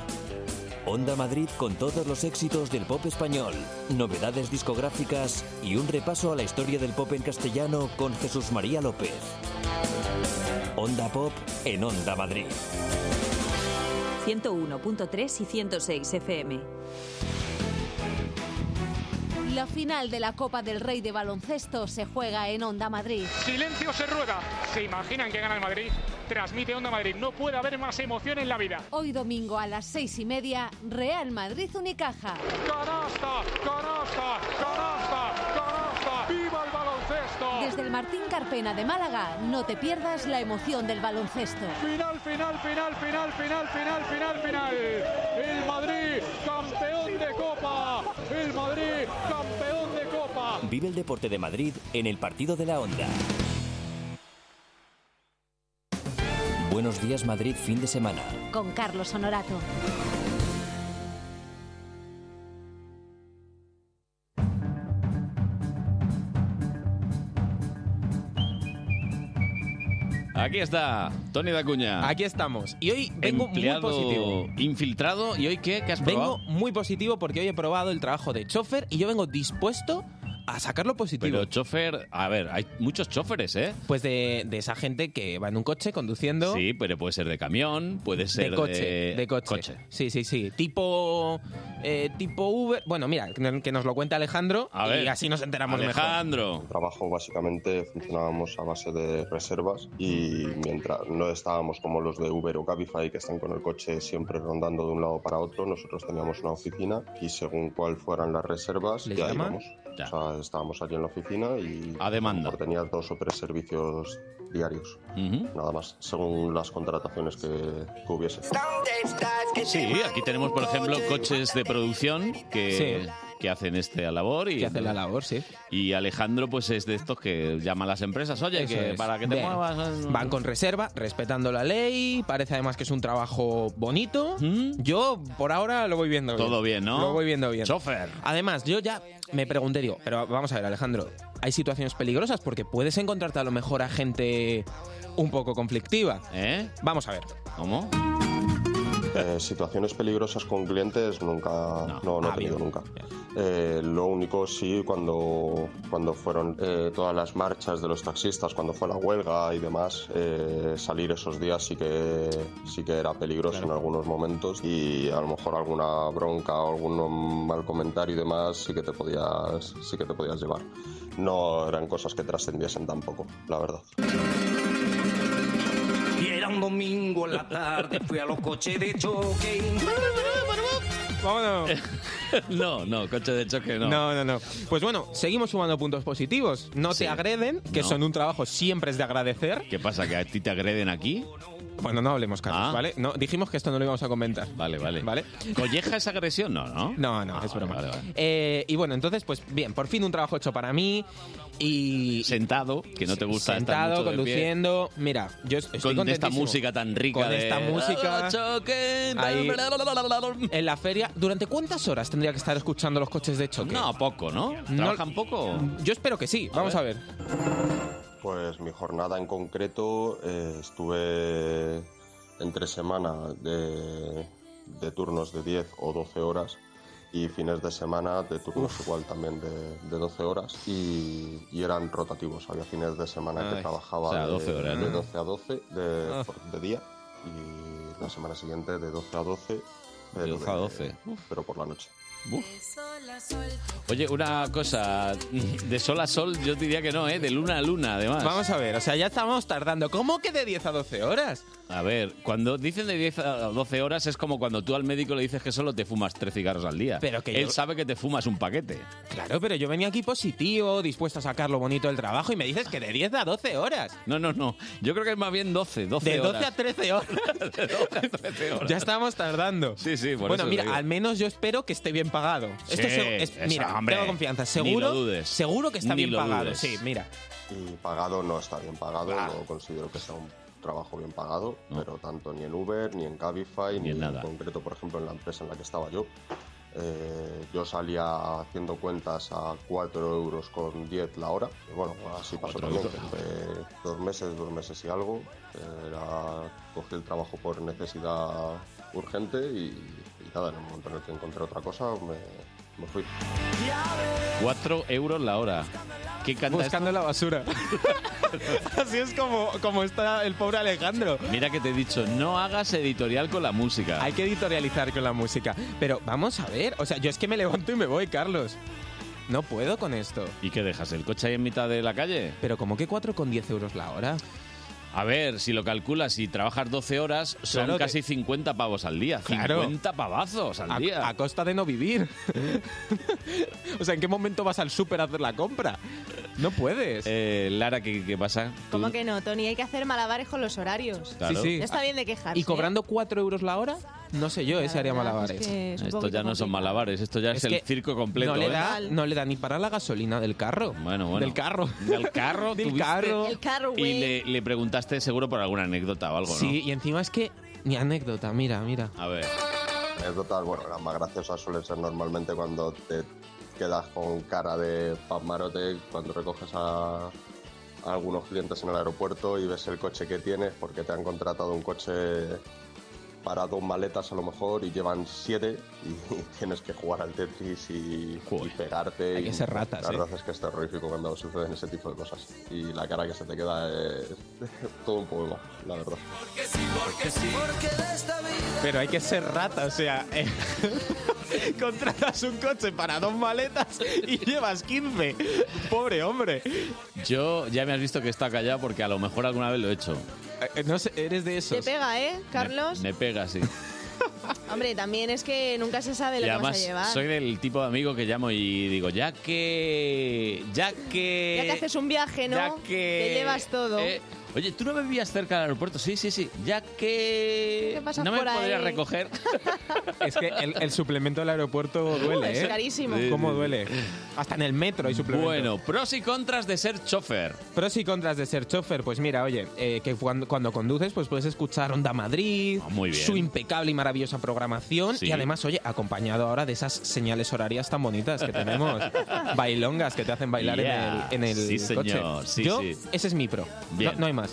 Speaker 6: Onda Madrid con todos los éxitos del pop español, novedades discográficas y un repaso a la historia del pop en castellano con Jesús María López. Onda Pop en Onda Madrid.
Speaker 11: 101.3 y 106 FM.
Speaker 12: La final de la Copa del Rey de Baloncesto se juega en Onda Madrid.
Speaker 16: Silencio se rueda. ¿Se imaginan que gana el Madrid? Transmite Onda Madrid. No puede haber más emoción en la vida.
Speaker 12: Hoy domingo a las seis y media, Real Madrid Unicaja.
Speaker 16: ¡Canasta! ¡Canasta! ¡Canasta! ¡Canasta! ¡Viva el baloncesto!
Speaker 12: Desde el Martín Carpena de Málaga, no te pierdas la emoción del baloncesto.
Speaker 16: Final, final, final, final, final, final, final, final. El Madrid, campeón de Copa. El Madrid, campeón de Copa.
Speaker 6: Vive el deporte de Madrid en el partido de la Onda. Buenos días Madrid fin de semana.
Speaker 12: Con Carlos Honorato.
Speaker 1: Aquí está, Ah, Tony Dacuña.
Speaker 2: Aquí estamos. Y hoy vengo muy
Speaker 1: Empleado
Speaker 2: positivo.
Speaker 1: infiltrado. ¿Y hoy qué? ¿Qué has probado?
Speaker 2: Vengo muy positivo porque hoy he probado el trabajo de chofer y yo vengo dispuesto a sacarlo positivo.
Speaker 1: Pero chofer, a ver, hay muchos choferes, ¿eh?
Speaker 2: Pues de, de esa gente que va en un coche conduciendo.
Speaker 1: Sí, pero puede ser de camión, puede ser
Speaker 2: de coche,
Speaker 1: de-
Speaker 2: de, coche. Sí, sí, sí. Tipo, eh, tipo Uber. Bueno, mira, que nos lo cuenta Alejandro
Speaker 1: A ver,
Speaker 2: y así nos enteramos mejor.
Speaker 1: Alejandro.
Speaker 17: El trabajo básicamente funcionábamos a base de reservas y mientras no estábamos como los de Uber o Cabify que están con el coche siempre rondando de un lado para otro, nosotros teníamos una oficina y según cuál fueran las reservas,
Speaker 1: ¿Les
Speaker 17: ya
Speaker 1: llaman?
Speaker 17: íbamos. O sea, estábamos allí en la oficina y a demanda. tenía dos o tres servicios diarios. Nada más, según las contrataciones que, que hubiese.
Speaker 1: Sí, aquí tenemos, por ejemplo, coches de producción que, que hacen esta labor. Y,
Speaker 2: Que hacen la labor, sí.
Speaker 1: Y Alejandro, pues es de estos que llama a las empresas, oye,
Speaker 2: Eso
Speaker 1: que
Speaker 2: es.
Speaker 1: para que te
Speaker 2: Bien.
Speaker 1: muevas.
Speaker 2: Van con reserva, respetando la ley. Parece además que es un trabajo bonito. Yo por ahora lo voy viendo bien.
Speaker 1: Mm. Todo bien, ¿no?
Speaker 2: Lo voy viendo bien.
Speaker 1: Chofer.
Speaker 2: Además, yo ya me pregunté, digo, pero vamos a ver, Alejandro, hay situaciones peligrosas porque puedes encontrarte a lo mejor a gente un poco conflictiva.
Speaker 1: ¿Eh?
Speaker 2: Vamos a ver.
Speaker 1: ¿Cómo?
Speaker 17: Eh, situaciones peligrosas con clientes nunca, no, no, he tenido nunca. Eh, lo único sí cuando, cuando fueron eh, todas las marchas de los taxistas, cuando fue la huelga y demás, eh, salir esos días sí que, sí que era peligroso en algunos momentos y a lo mejor alguna bronca o algún mal comentario y demás sí que te podías, sí que te podías llevar. No eran cosas que trascendiesen tampoco, la verdad.
Speaker 18: Y era un domingo en la tarde, fui a los coches de choque.
Speaker 2: Vámonos.
Speaker 1: no, no, coche de choque no.
Speaker 2: No, no, no. Pues bueno, seguimos sumando puntos positivos. No te agreden, que
Speaker 1: No.
Speaker 2: son un trabajo siempre es de agradecer.
Speaker 1: ¿Qué pasa? ¿Que a ti te agreden aquí? Ah.
Speaker 2: Bueno, no hablemos, Carlos, ¿vale? No, dijimos que esto no lo íbamos a comentar. Vale, vale. ¿Vale?
Speaker 1: ¿Colleja es agresión? No, no.
Speaker 2: No, no, es
Speaker 1: Ah,
Speaker 2: broma. Eh, y bueno, entonces, pues bien, por fin un trabajo hecho para mí. Y,
Speaker 1: sentado, que no te gusta estar
Speaker 2: Sentado,
Speaker 1: mucho de pie.
Speaker 2: conduciendo. Mira, yo estoy
Speaker 1: Con esta
Speaker 2: contentísimo.
Speaker 1: música tan rica
Speaker 2: Con
Speaker 1: de-
Speaker 2: esta música. Ahí. en la feria, ¿durante cuántas horas tendría que estar escuchando los coches de choque?
Speaker 1: No, poco, ¿no? ¿Trabajan poco?
Speaker 2: Yo espero que sí. Vamos a ver.
Speaker 17: Pues mi jornada en concreto eh, estuve entre semana de, de turnos de 10 o 12 horas y fines de semana de turnos igual también de, de 12 horas y, y eran rotativos. Había fines de semana que
Speaker 1: Ay,
Speaker 17: trabajaba
Speaker 1: o sea,
Speaker 17: de-
Speaker 1: 12 horas,
Speaker 17: de,
Speaker 1: ¿no? Ah.
Speaker 17: 12 a 12 de, por- de día y la semana siguiente de 12 a 12. pero De
Speaker 1: 12 a 12.
Speaker 17: Pero por la noche.
Speaker 1: Oye, una cosa, de sol a sol yo diría que no, ¿eh? De luna a luna, además.
Speaker 2: Vamos a ver, o sea, ya estamos tardando. ¿Cómo que de 10 a 12 horas?
Speaker 1: A ver, cuando dicen de 10 a 12 horas es como cuando tú al médico le dices que solo te fumas tres cigarros al día.
Speaker 2: Pero que
Speaker 1: Él
Speaker 2: yo-
Speaker 1: sabe que te fumas un paquete.
Speaker 2: Claro, pero yo venía aquí positivo, dispuesto a sacar lo bonito del trabajo y me dices que de 10 a 12 horas.
Speaker 1: No, no, no. Yo creo que es más bien 12, 12
Speaker 2: De 12
Speaker 1: horas.
Speaker 2: a 13 horas. Ya estamos tardando. Sí,
Speaker 1: sí, por
Speaker 2: bueno,
Speaker 1: eso
Speaker 2: mira,
Speaker 1: digo.
Speaker 2: al menos yo espero que esté bien pagado.
Speaker 1: Sí,
Speaker 2: Esto se- es-
Speaker 1: eso,
Speaker 2: mira,
Speaker 1: hombre.
Speaker 2: tengo confianza.
Speaker 1: Ni lo
Speaker 2: Seguro,
Speaker 1: dudes.
Speaker 2: seguro que está
Speaker 1: Ni
Speaker 2: bien
Speaker 1: lo
Speaker 2: pagado.
Speaker 1: dudes.
Speaker 2: Sí, mira.
Speaker 17: Y pagado no está bien pagado, no considero que sea un trabajo bien pagado, pero tanto ni en Uber, ni en Cabify, ni, en, concreto, por ejemplo, en la empresa en la que estaba yo. eh, yo salía haciendo cuentas a 4 euros con 10 la hora. Y bueno, así pasó
Speaker 1: Cuatro
Speaker 17: también.
Speaker 1: euros.
Speaker 17: que estuve dos meses, dos meses y algo. Era, cogí el trabajo por necesidad urgente y, y nada, en el momento en el que encontré otra cosa me, me fui.
Speaker 1: 4 euros la hora. ¿Qué canta
Speaker 2: Buscando la basura. Así es como, como está el pobre Alejandro.
Speaker 1: Mira que te he dicho, no hagas editorial con la música.
Speaker 2: Hay que editorializar con la música. Pero vamos a ver, o sea, yo es que me levanto y me voy, Carlos. No puedo con esto.
Speaker 1: ¿Y qué dejas? ¿El coche ahí en mitad de la calle?
Speaker 2: Pero como que 4 con 10 euros la hora.
Speaker 1: A ver, si lo calculas, si trabajas 12 horas, son
Speaker 2: Claro, te-
Speaker 1: casi 50 pavos al día.
Speaker 2: Claro.
Speaker 1: 50 pavazos al
Speaker 2: A,
Speaker 1: día.
Speaker 2: a costa de no vivir. o sea, ¿en qué momento vas al súper a hacer la compra? No puedes.
Speaker 1: Eh, Lara, ¿qué, pasa?
Speaker 3: ¿Cómo que no, Tony? Hay que hacer malabares con los horarios.
Speaker 1: Claro.
Speaker 3: No está bien de quejarse.
Speaker 2: Y cobrando 4 euros la hora, no sé yo, ese haría malabares.
Speaker 3: es que es un
Speaker 1: Esto ya no son malabares, esto ya es, el
Speaker 2: que
Speaker 1: circo completo.
Speaker 2: no, le
Speaker 1: ¿eh?
Speaker 2: da, no le da ni para la gasolina del carro.
Speaker 1: Bueno, bueno.
Speaker 2: Del carro.
Speaker 1: Del carro,
Speaker 2: Del
Speaker 1: tuviste-
Speaker 2: carro.
Speaker 3: Del carro,
Speaker 1: Y le, le preguntaste seguro por alguna anécdota o algo,
Speaker 2: Sí, y encima es que ni anécdota, mira, mira.
Speaker 1: ¿no? A ver.
Speaker 17: anécdotas, bueno, las más graciosas suelen ser normalmente cuando te quedas con cara de pamarote, cuando recoges a, a algunos clientes en el aeropuerto y ves el coche que tienes porque te han contratado un coche para dos maletas a lo mejor y llevan siete y tienes que jugar al Tetris y, y pegarte.
Speaker 2: Hay
Speaker 17: y
Speaker 2: que ser ratas,
Speaker 17: La
Speaker 2: ¿eh?
Speaker 17: verdad es que es terrorífico cuando suceden ese tipo de cosas y la cara que se te queda es todo un poema, la verdad.
Speaker 2: Pero hay que ser rata, o sea, eh, contratas un coche para dos maletas y llevas 15. Pobre hombre.
Speaker 1: Yo ya me has visto que está callado porque a lo mejor alguna vez lo he hecho.
Speaker 2: Eh, No sé, eres de
Speaker 3: Te
Speaker 1: esos.
Speaker 3: pega, ¿eh, Carlos?
Speaker 1: Me pega, sí.
Speaker 3: Hombre, también es que nunca se sabe lo
Speaker 1: y
Speaker 3: que vas a
Speaker 1: además
Speaker 3: llevar.
Speaker 1: soy del tipo de amigo que llamo y digo, ya que... Ya que...
Speaker 3: Ya que haces un viaje, ¿no?
Speaker 1: ya que-
Speaker 3: Te llevas todo.
Speaker 1: Eh, oye, ¿tú no me vivías cerca del aeropuerto? Sí, sí, sí. Ya que...
Speaker 3: ¿Qué pasas
Speaker 1: No me
Speaker 3: por ahí?
Speaker 1: podrías recoger.
Speaker 2: Es que el, el suplemento del aeropuerto duele,
Speaker 1: es
Speaker 2: ¿eh?
Speaker 1: carísimo.
Speaker 2: ¿Cómo duele? Hasta en el metro hay suplemento.
Speaker 1: Bueno, pros y contras de ser chofer.
Speaker 2: Pros y contras de ser chofer, pues mira, oye, eh, que cuando, cuando conduces, pues puedes escuchar Onda Madrid,
Speaker 1: Ah, muy bien.
Speaker 2: su impecable y maravillosa programación,
Speaker 1: Sí.
Speaker 2: y además, oye, acompañado ahora de esas señales horarias tan bonitas que tenemos, bailongas que te hacen bailar
Speaker 1: Yeah.
Speaker 2: en el, en el
Speaker 1: Sí, señor.
Speaker 2: coche.
Speaker 1: Sí,
Speaker 2: Yo,
Speaker 1: sí.
Speaker 2: ese es mi pro.
Speaker 1: Bien.
Speaker 2: No, no hay más.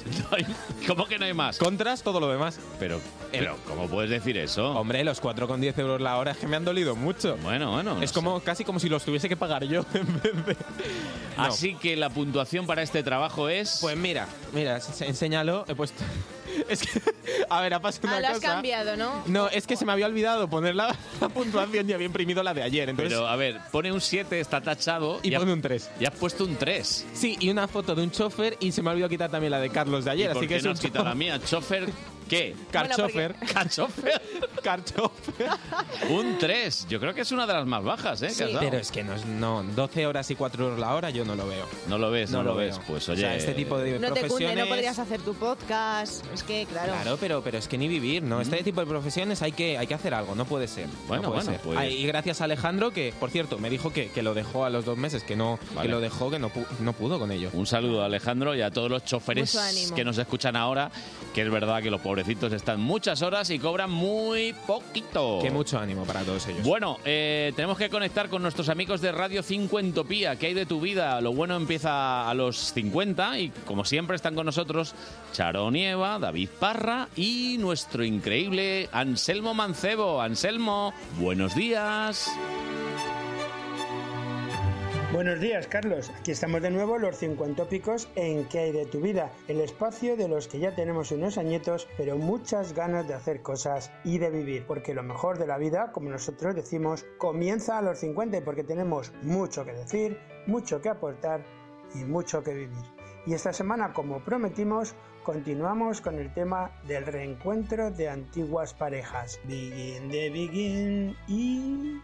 Speaker 1: ¿Cómo que no hay más?
Speaker 2: Contras, todo lo demás.
Speaker 1: Pero, pero ¿cómo puedes decir eso?
Speaker 2: Hombre, los 4,10 euros la hora es que me han dolido mucho.
Speaker 1: Bueno, bueno.
Speaker 2: Es como casi como si los tuviese que pagar yo en vez de... No.
Speaker 1: Así que la puntuación para este trabajo es...
Speaker 2: Pues mira, mira, se- enséñalo, he puesto... Es que, a ver, ha pasado
Speaker 3: Ah,
Speaker 2: una
Speaker 3: lo has
Speaker 2: cosa.
Speaker 3: cambiado, ¿no?
Speaker 2: No, es que se me había olvidado poner la, la puntuación y había imprimido la de ayer. Entonces,
Speaker 1: Pero a ver, pone un 7, está tachado.
Speaker 2: Y pone un 3.
Speaker 1: Y has puesto un 3.
Speaker 2: sí, y una foto de un chofer y se me olvidó quitar también la de Carlos de ayer.
Speaker 1: ¿Y por
Speaker 2: así
Speaker 1: qué
Speaker 2: que es
Speaker 1: no
Speaker 2: un
Speaker 1: has quitado la mía? ¿Chofer qué?
Speaker 2: Carchofer.
Speaker 1: ¿Carchofer?
Speaker 2: Carchofer.
Speaker 1: Un 3. Yo creo que es una de las más bajas, ¿eh? que has dado.
Speaker 2: Pero es que no, es- no, 12 horas y 4 euros la hora yo no lo veo.
Speaker 1: No lo ves, no,
Speaker 2: No
Speaker 1: lo,
Speaker 2: lo
Speaker 1: ves.
Speaker 2: veo.
Speaker 1: Pues
Speaker 2: O
Speaker 1: oye.
Speaker 2: sea, este tipo de-
Speaker 3: No te cunde, no
Speaker 2: Profesiones-
Speaker 3: podrías hacer tu podcast. Es que, claro.
Speaker 2: Claro, pero, pero es que ni vivir, ¿no? Este tipo de profesiones hay que, hay que hacer algo, no puede ser.
Speaker 1: Bueno,
Speaker 2: no puede
Speaker 1: bueno,
Speaker 2: ser.
Speaker 1: pues-
Speaker 2: Ay, y gracias a Alejandro, que por cierto, me dijo que, que lo dejó a los dos meses, que no, que lo dejó, que no, pu- no pudo con ello.
Speaker 1: Un saludo a Alejandro y a todos los
Speaker 2: Mucho
Speaker 1: choferes
Speaker 2: ánimo.
Speaker 1: que nos escuchan ahora, que es verdad que los pobrecitos están muchas horas y cobran muy poquito.
Speaker 2: Que mucho ánimo para todos ellos.
Speaker 1: Bueno, eh, tenemos que conectar con nuestros amigos de Radio 5 Entopía. ¿Qué hay de tu vida? Lo bueno empieza a los 50 y como siempre están con nosotros Charo Nieva, David Parra y nuestro increíble Anselmo Mancebo. Anselmo, buenos días.
Speaker 19: Buenos días, Carlos. Aquí estamos de nuevo los 50 tópicos en ¿Qué hay de tu vida? El espacio de los que ya tenemos unos añetos, pero muchas ganas de hacer cosas y de vivir, porque lo mejor de la vida, como nosotros decimos, comienza a los 50 porque tenemos mucho que decir, mucho que aportar y mucho que vivir. Y esta semana, como prometimos, continuamos con el tema del reencuentro de antiguas parejas. Begin the begin y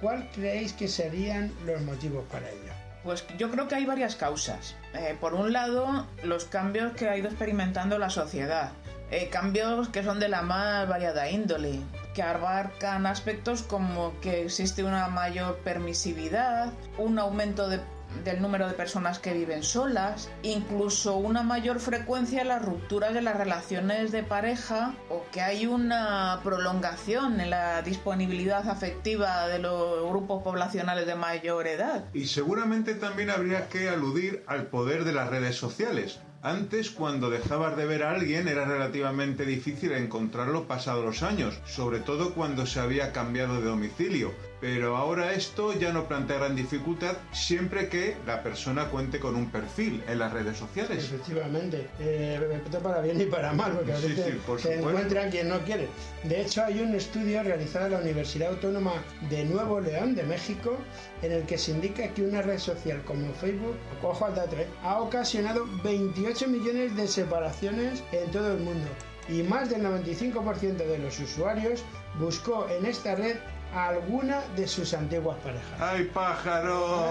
Speaker 19: ¿Cuál creéis que serían los motivos para ello?
Speaker 20: Pues yo creo que hay varias causas. Eh, por un lado, los cambios que ha ido experimentando la sociedad. Eh, cambios que son de la más variada índole, que abarcan aspectos como que existe una mayor permisividad, un aumento de- del número de personas que viven solas, incluso una mayor frecuencia en las rupturas de las relaciones de pareja o que hay una prolongación en la disponibilidad afectiva de los grupos poblacionales de mayor edad.
Speaker 21: Y seguramente también habría que aludir al poder de las redes sociales. Antes, cuando dejabas de ver a alguien, era relativamente difícil encontrarlo pasados los años, sobre todo cuando se había cambiado de domicilio. Pero ahora esto ya no plantea gran dificultad siempre que la persona cuente con un perfil en las redes sociales.
Speaker 19: Efectivamente, eh, esto para bien y para mal, porque a
Speaker 21: Sí,
Speaker 19: veces
Speaker 21: sí, por
Speaker 19: se
Speaker 21: supuesto.
Speaker 19: encuentran quien no quiere. De hecho, hay un estudio realizado en la Universidad Autónoma de Nuevo León, de México, en el que se indica que una red social como Facebook, ojo al dato, eh, ha ocasionado 28 millones de separaciones en todo el mundo. Y más del 95% de los usuarios buscó en esta red a alguna de sus antiguas parejas.
Speaker 21: ¡Ay, pájaro!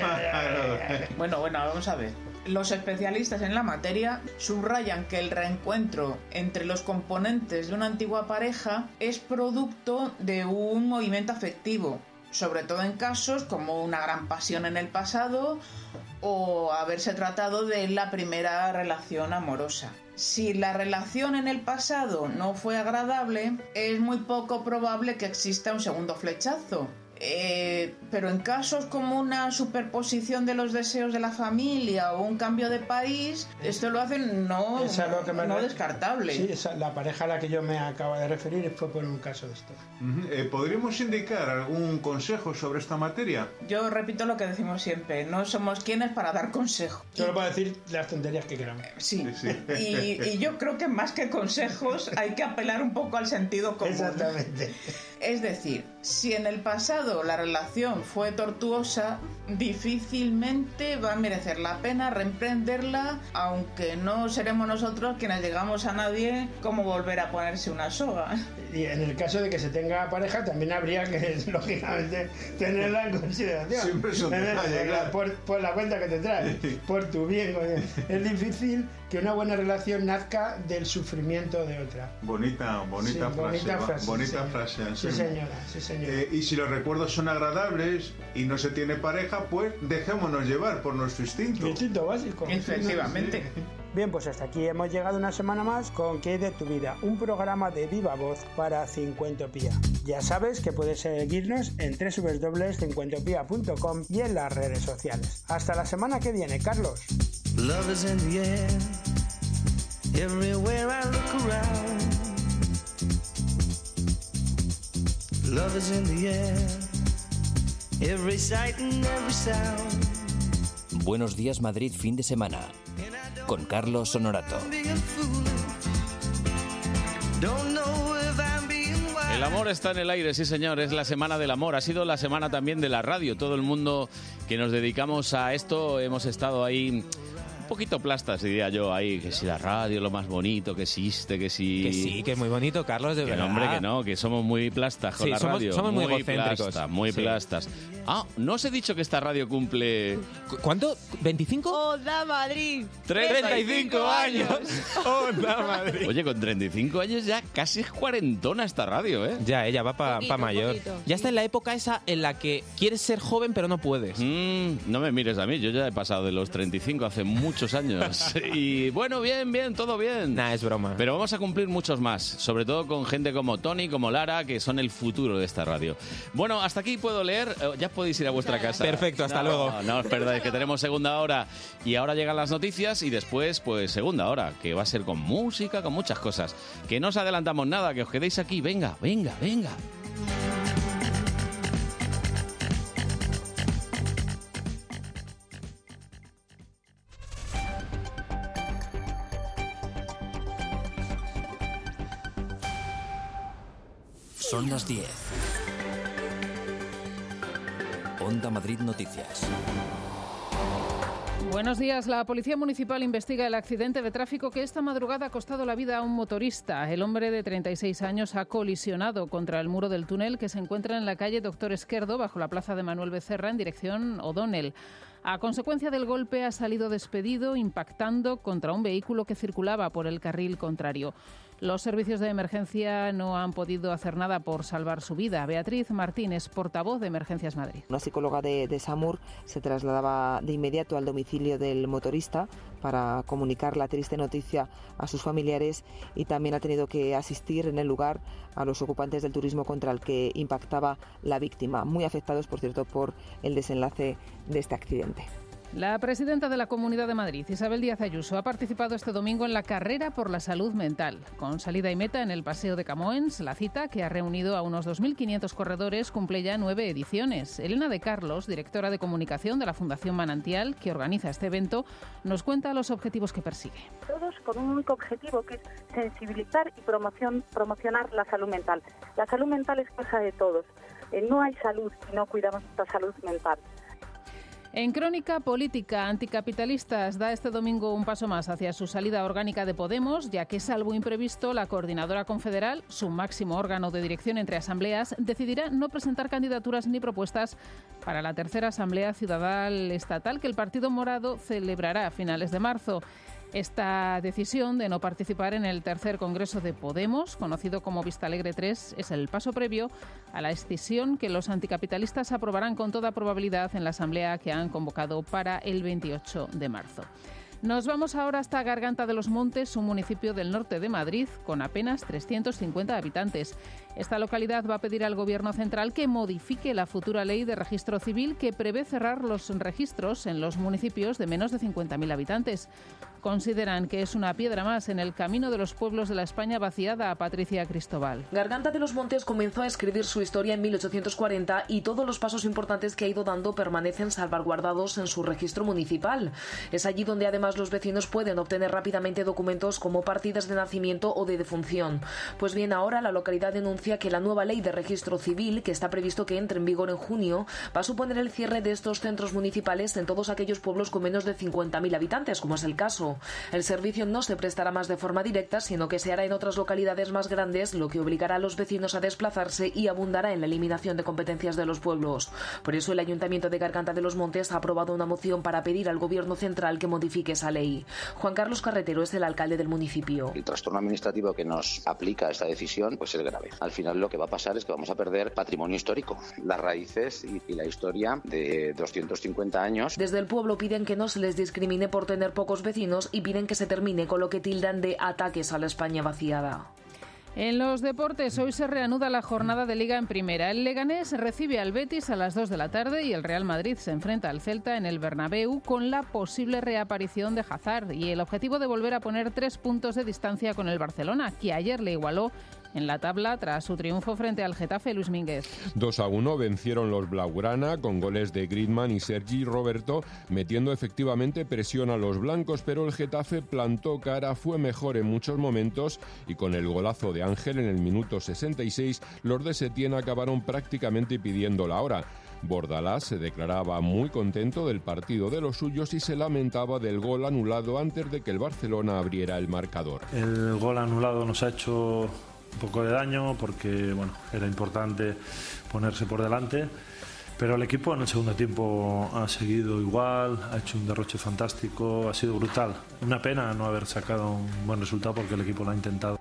Speaker 20: Bueno, bueno, vamos a ver. Los especialistas en la materia subrayan que el reencuentro entre los componentes de una antigua pareja es producto de un movimiento afectivo, sobre todo en casos como una gran pasión en el pasado o haberse tratado de la primera relación amorosa. Si la relación en el pasado no fue agradable, es muy poco probable que exista un segundo flechazo. Eh, pero en casos como una superposición de los deseos de la familia o un cambio de país, esto lo hacen no,
Speaker 19: Es a lo que me
Speaker 20: no
Speaker 19: re-
Speaker 20: descartable.
Speaker 19: Sí, esa- la pareja a la que yo me acabo de referir fue por un caso de esto.
Speaker 21: Ujú, eh, ¿Podríamos indicar algún consejo sobre esta materia?
Speaker 20: Yo repito lo que decimos siempre, no somos quienes para dar consejo. Eh,
Speaker 19: Solo para decir las tonterías que queramos.
Speaker 20: Sí. Y, y yo creo que más que consejos hay que apelar un poco al sentido común.
Speaker 19: Exactamente.
Speaker 20: Es decir, si en el pasado la relación fue tortuosa, difícilmente va a merecer la pena reemprenderla, aunque no seremos nosotros quienes digamos a nadie cómo volver a ponerse una soga.
Speaker 19: Y en el caso de que se tenga pareja, también habría que, lógicamente, tenerla en consideración.
Speaker 21: Siempre es un
Speaker 19: Tenerla
Speaker 21: detalle, claro.
Speaker 19: por, por la cuenta que te trae, por tu bien. coño. Es difícil que una buena relación nazca del sufrimiento de otra.
Speaker 21: Bonita, bonita
Speaker 19: Sí,
Speaker 21: frase.
Speaker 19: bonita
Speaker 21: va-
Speaker 19: frase,
Speaker 21: bonita
Speaker 19: sí.
Speaker 21: frase,
Speaker 19: Sí,
Speaker 21: Anselmo.
Speaker 19: señora, sí, señora.
Speaker 21: Eh, y si los recuerdos son agradables y no se tiene pareja, pues dejémonos llevar por nuestro instinto.
Speaker 19: Instinto básico.
Speaker 20: Efectivamente.
Speaker 19: Bien, pues hasta aquí hemos llegado una semana más con ¿Qué hay de tu vida? Un programa de viva voz para Cincuentopía. Ya sabes que puedes seguirnos en www.cincuentopía.com y en las redes sociales. Hasta la semana que viene, Carlos.
Speaker 4: Love is in the air. Everywhere I look around. Love is in the air. Every sight and every sound.
Speaker 6: Buenos días Madrid fin de semana con Carlos Sonorato.
Speaker 4: Being foolish. Don't know if I'm being wise.
Speaker 1: El amor está en el aire, sí señor, es la semana del amor, ha sido la semana también de la radio, todo el mundo que nos dedicamos a esto hemos estado ahí un poquito plastas, diría yo, ahí, que si la radio es lo más bonito que existe, que si...
Speaker 2: Que sí, que es muy bonito, Carlos, de
Speaker 1: Que
Speaker 2: verdad.
Speaker 1: no, hombre, que no, que somos muy plastas con
Speaker 2: Sí,
Speaker 1: la
Speaker 2: somos-
Speaker 1: radio.
Speaker 2: somos muy egocéntricos.
Speaker 1: plastas, muy
Speaker 2: Sí.
Speaker 1: plastas. Ah, no os he dicho que esta radio cumple...
Speaker 2: ¿Cuánto? ¿25?
Speaker 3: ¡Hola, Madrid!
Speaker 1: 35 años. Oye, con 35 años ya casi es cuarentona esta radio, ¿eh?
Speaker 2: Ya, ella va para
Speaker 1: Poquito,
Speaker 2: mayor.
Speaker 1: poquito,
Speaker 2: ya está en la época esa en la que quieres ser joven pero no puedes.
Speaker 1: Mm, no me mires a mí, yo ya he pasado de los 35 hace muchos años. y bueno, bien, bien, todo bien.
Speaker 2: Nah, es broma.
Speaker 1: Pero vamos a cumplir muchos más, sobre todo con gente como Tony, como Lara, que son el futuro de esta radio. Bueno, hasta aquí puedo leer, Eh, ya podéis ir a vuestra casa.
Speaker 2: Perfecto, hasta
Speaker 1: No,
Speaker 2: luego.
Speaker 1: No, no os perdáis, que tenemos segunda hora y ahora llegan las noticias y después, pues segunda hora, que va a ser con música, con muchas cosas. Que no os adelantamos nada, que os quedéis aquí, venga, venga, venga.
Speaker 6: Son las 10. Onda Madrid Noticias.
Speaker 22: Buenos días. La Policía Municipal investiga el accidente de tráfico que esta madrugada ha costado la vida a un motorista. El hombre de 36 años ha colisionado contra el muro del túnel que se encuentra en la calle Doctor Esquerdo, bajo la plaza de Manuel Becerra, en dirección O'Donnell. A consecuencia del golpe ha salido despedido, impactando contra un vehículo que circulaba por el carril contrario. Los servicios de emergencia no han podido hacer nada por salvar su vida. Beatriz Martínez, portavoz de Emergencias Madrid.
Speaker 23: Una psicóloga de, de Samur se trasladaba de inmediato al domicilio del motorista para comunicar la triste noticia a sus familiares y también ha tenido que asistir en el lugar a los ocupantes del turismo contra el que impactaba la víctima, muy afectados, por cierto, por el desenlace de este accidente.
Speaker 22: La presidenta de la Comunidad de Madrid, Isabel Díaz Ayuso, ha participado este domingo en la carrera por la salud mental, con salida y meta en el Paseo de Camoens, la cita que ha reunido a unos 2.500 corredores cumple ya nueve ediciones. Elena de Carlos, directora de comunicación de la Fundación Manantial, que organiza este evento, nos cuenta los objetivos que persigue.
Speaker 24: todos con un único objetivo que es sensibilizar y promoción- promocionar la salud mental. La salud mental es cosa de todos. Eh, no hay salud si no cuidamos nuestra salud mental.
Speaker 22: En Crónica Política Anticapitalistas da este domingo un paso más hacia su salida orgánica de Podemos, ya que, salvo imprevisto, la coordinadora confederal, su máximo órgano de dirección entre asambleas, decidirá no presentar candidaturas ni propuestas para la tercera Asamblea Ciudadal Estatal que el Partido Morado celebrará a finales de marzo. Esta decisión de no participar en el tercer Congreso de Podemos, conocido como Vista Alegre 3, es el paso previo a la escisión que los anticapitalistas aprobarán con toda probabilidad en la asamblea que han convocado para el 28 de marzo. Nos vamos ahora hasta Garganta de los Montes, un municipio del norte de Madrid con apenas 350 habitantes. Esta localidad va a pedir al Gobierno central que modifique la futura ley de registro civil que prevé cerrar los registros en los municipios de menos de 50.000 habitantes. Consideran que es una piedra más en el camino de los pueblos de la España vaciada a Patricia Cristóbal.
Speaker 25: Garganta de los Montes comenzó a escribir su historia en 1840 y todos los pasos importantes que ha ido dando permanecen salvaguardados en su registro municipal. Es allí donde además los vecinos pueden obtener rápidamente documentos como partidas de nacimiento o de defunción. Pues bien, ahora la localidad denuncia que la nueva ley de registro civil, que está previsto que entre en vigor en junio, va a suponer el cierre de estos centros municipales en todos aquellos pueblos con menos de 50.000 habitantes, como es el caso. El servicio no se prestará más de forma directa, sino que se hará en otras localidades más grandes, lo que obligará a los vecinos a desplazarse y abundará en la eliminación de competencias de los pueblos. Por eso el Ayuntamiento de Garganta de los Montes ha aprobado una moción para pedir al Gobierno central que modifique esa ley. Juan Carlos Carretero es el alcalde del municipio.
Speaker 26: El trastorno administrativo que nos aplica esta decisión pues es grave. Al final lo que va a pasar es que vamos a perder patrimonio histórico, las raíces y, y la historia de 250 años.
Speaker 25: Desde el pueblo piden que no se les discrimine por tener pocos vecinos y piden que se termine con lo que tildan de ataques a la España vaciada.
Speaker 22: En los deportes, hoy se reanuda la jornada de liga en primera. El Leganés recibe al Betis a las 2 de la tarde y el Real Madrid se enfrenta al Celta en el Bernabéu con la posible reaparición de Hazard y el objetivo de volver a poner tres puntos de distancia con el Barcelona, que ayer le igualó en la tabla tras su triunfo frente al Getafe Luis Mínguez.
Speaker 27: 2 a 1 vencieron los Blaugrana con goles de Gridman y Sergi Roberto, metiendo efectivamente presión a los blancos, pero el Getafe plantó cara, fue mejor en muchos momentos y con el golazo de Ángel en el minuto 66, los de Setién acabaron prácticamente pidiendo la hora. Bordalás se declaraba muy contento del partido de los suyos y se lamentaba del gol anulado antes de que el Barcelona abriera el marcador.
Speaker 5: El gol anulado nos ha hecho un poco de daño porque bueno, era importante ponerse por delante. Pero el equipo en el segundo tiempo ha seguido igual, ha hecho un derroche fantástico, ha sido brutal. Una pena no haber sacado un buen resultado porque el equipo lo ha intentado.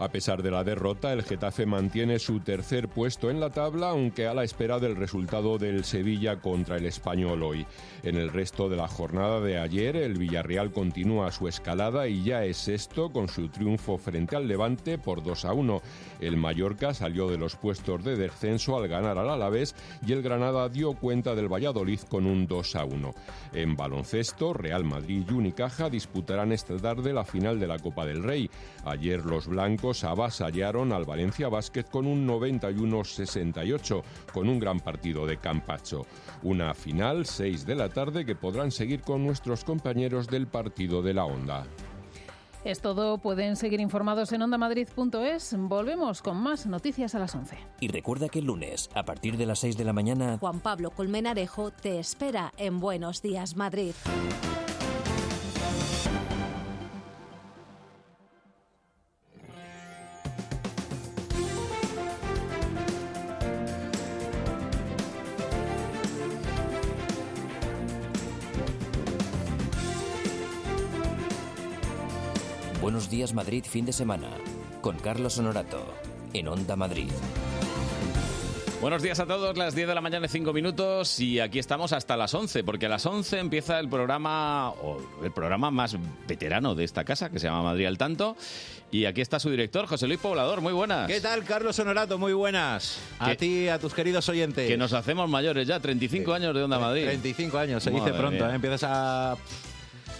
Speaker 27: A pesar de la derrota, el Getafe mantiene su tercer puesto en la tabla, aunque a la espera del resultado del Sevilla contra el español hoy. En el resto de la jornada de ayer, el Villarreal continúa su escalada y ya es sexto con su triunfo frente al Levante por 2 a 1. El Mallorca salió de los puestos de descenso al ganar al Alavés y el Granada dio cuenta del Valladolid con un 2 a 1. En baloncesto, Real Madrid y Unicaja disputarán esta tarde la final de la Copa del Rey. Ayer los blancos avasallaron al Valencia Basket con un 91-68, con un gran partido de Campacho. Una final, 6 de la tarde, que podrán seguir con nuestros compañeros del partido de la Onda.
Speaker 22: Es todo, pueden seguir informados en ondamadrid.es. Volvemos con más noticias a las 11.
Speaker 6: Y recuerda que el lunes, a partir de las 6 de la mañana,
Speaker 12: Juan Pablo Colmenarejo te espera en Buenos Días Madrid.
Speaker 6: Buenos días Madrid fin de semana con Carlos Honorato en Onda Madrid.
Speaker 1: Buenos días a todos, las 10 de la mañana y 5 minutos y aquí estamos hasta las 11, porque a las 11 empieza el programa, o el programa más veterano de esta casa, que se llama Madrid al Tanto, y aquí está su director, José Luis Poblador, muy buenas.
Speaker 28: ¿Qué tal, Carlos Honorato? Muy buenas. A ti, a tus queridos oyentes.
Speaker 1: Que nos hacemos mayores ya, 35 años de Onda Madrid.
Speaker 28: 35 años, se dice pronto, ¿eh? empiezas a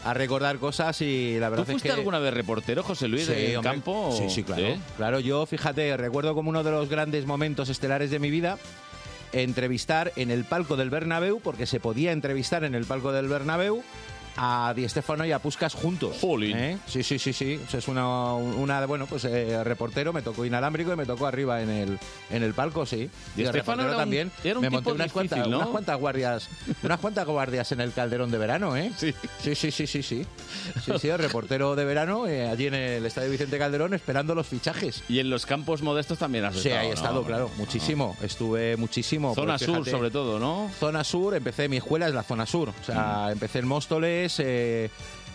Speaker 28: a recordar cosas y la verdad
Speaker 1: ¿Tú fuiste
Speaker 28: es que...
Speaker 1: alguna vez reportero, José Luis,
Speaker 28: Sí,
Speaker 1: del
Speaker 28: hombre.
Speaker 1: campo?
Speaker 28: Sí, sí, claro. Claro, yo fíjate, recuerdo como uno de los grandes momentos estelares de mi vida entrevistar en el palco del Bernabéu, porque se podía entrevistar en el palco del Bernabéu a Di Stefano y a Puskas juntos. ¿eh? Sí, sí, sí, sí. Eso es una, una bueno, pues eh, reportero, me tocó inalámbrico y me tocó arriba en el, en el palco, sí.
Speaker 1: Di
Speaker 28: de reportero
Speaker 1: Stefano era un-
Speaker 28: también.
Speaker 1: era un
Speaker 28: me
Speaker 1: tipo
Speaker 28: monté unas
Speaker 1: difícil,
Speaker 28: cuantas,
Speaker 1: ¿no?
Speaker 28: unas cuantas guardias, unas cuantas guardias en el Calderón de verano, ¿eh?
Speaker 1: Sí,
Speaker 28: sí, sí, sí, sí. Sí, sí, sí, reportero de verano eh, allí en el Estadio Vicente Calderón esperando los fichajes.
Speaker 1: Y en los campos modestos también has
Speaker 28: Sí,
Speaker 1: estado,
Speaker 28: ahí he
Speaker 1: ¿no? Ah.
Speaker 28: estado, claro, muchísimo. Estuve muchísimo.
Speaker 1: Zona
Speaker 28: pues,
Speaker 1: sur,
Speaker 28: fíjate.
Speaker 1: sobre todo, ¿no?
Speaker 28: Zona sur, empecé mi escuela es la zona sur. O sea,
Speaker 1: Mm.
Speaker 28: empecé en Móstoles, eh,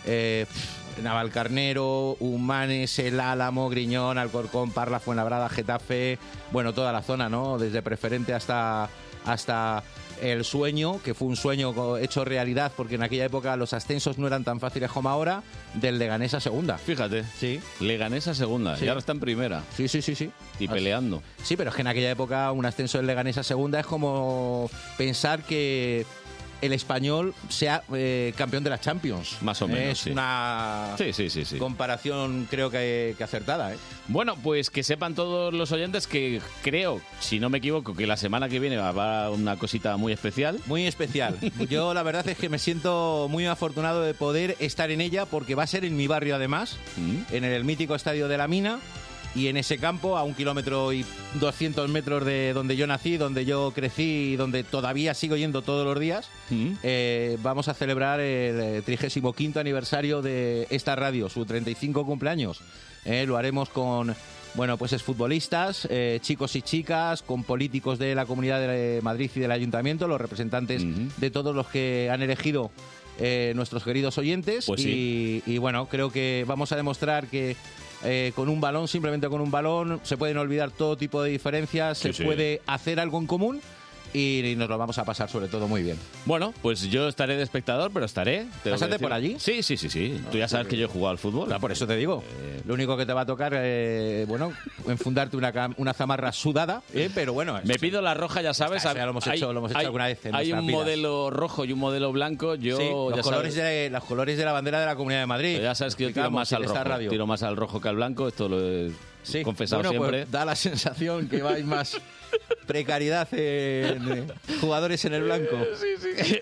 Speaker 28: eh, pf, Navalcarnero, Humanes, El Álamo, Griñón, Alcorcón, Parla, Fuenlabrada, Getafe. Bueno, toda la zona, ¿no? Desde preferente hasta. hasta el sueño, que fue un sueño co- hecho realidad, porque en aquella época los ascensos no eran tan fáciles como ahora, del Leganés a segunda.
Speaker 1: Fíjate.
Speaker 28: Sí.
Speaker 1: Leganés a segunda,
Speaker 28: Sí.
Speaker 1: y ahora está en primera.
Speaker 28: Sí, sí, sí, sí.
Speaker 1: Y peleando.
Speaker 28: Sí, pero es que en aquella época un ascenso del Leganés a segunda es como pensar que el español sea eh, campeón de las Champions.
Speaker 1: Más o menos,
Speaker 28: Es
Speaker 1: sí.
Speaker 28: una
Speaker 1: Sí, sí, sí, sí.
Speaker 28: comparación creo que, que acertada. ¿eh?
Speaker 1: Bueno, pues que sepan todos los oyentes que creo, si no me equivoco, que la semana que viene va una cosita muy especial.
Speaker 28: Muy especial. Yo la verdad es que me siento muy afortunado de poder estar en ella porque va a ser en mi barrio además,
Speaker 1: Mm.
Speaker 28: en el mítico Estadio de la Mina. Y en ese campo, a un kilómetro y 200 metros de donde yo nací, donde yo crecí y donde todavía sigo yendo todos los días,
Speaker 11: ¿Mm?
Speaker 28: eh, vamos a celebrar el 35 aniversario de esta radio, su 35 cumpleaños. Eh, lo haremos con bueno, pues es futbolistas, eh, chicos y chicas, con políticos de la comunidad de Madrid y del ayuntamiento, los representantes de todos los que han elegido eh, nuestros queridos oyentes.
Speaker 1: Pues
Speaker 28: y, y, bueno, creo que vamos a demostrar que eh, con un balón, simplemente con un balón, se pueden olvidar todo tipo de diferencias, se
Speaker 1: sí.
Speaker 28: puede hacer algo en común y, nos lo vamos a pasar sobre todo muy bien.
Speaker 1: Bueno, pues yo estaré de espectador, pero estaré. tengo que
Speaker 28: ¿Pasaste
Speaker 1: decirlo.
Speaker 28: por allí? Ah, pues
Speaker 1: Sí, sí, sí, sí. Tú ya sabes que yo he jugado al fútbol.
Speaker 28: por eso te digo. Eh, Lo único que te va a tocar, eh, bueno, enfundarte una, cam- una zamarra sudada, eh, pero bueno.
Speaker 1: Me pido la roja, ya sabes.
Speaker 28: Eso ya lo hemos hecho- lo hemos hecho alguna vez en
Speaker 1: Hay
Speaker 28: nuestras
Speaker 1: un
Speaker 28: vidas.
Speaker 1: modelo rojo y un modelo blanco. Yo
Speaker 28: Sí,
Speaker 1: ya
Speaker 28: los, colores
Speaker 1: sabes,
Speaker 28: de, los colores de la bandera de la Comunidad de Madrid.
Speaker 1: ya sabes que yo tiro
Speaker 28: Explicamos
Speaker 1: más
Speaker 28: en
Speaker 1: al
Speaker 28: esta
Speaker 1: rojo.
Speaker 28: radio.
Speaker 1: Tiro más al rojo que al blanco. Esto lo he confesado
Speaker 28: Bueno, pues,
Speaker 1: siempre.
Speaker 28: da la sensación que vais más Precariedad en eh, jugadores en el blanco.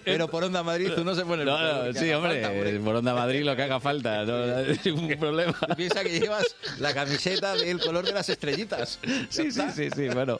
Speaker 28: Pero por Onda Madrid tú no se pone el
Speaker 1: No,
Speaker 28: blanco,
Speaker 1: no,
Speaker 28: que
Speaker 1: sí,
Speaker 28: haga
Speaker 1: hombre,
Speaker 28: falta,
Speaker 1: por Onda Madrid lo que haga falta, no, no hay ningún problema.
Speaker 28: Piensa que llevas la camiseta del color de las estrellitas.
Speaker 1: Sí, sí, sí, sí, bueno.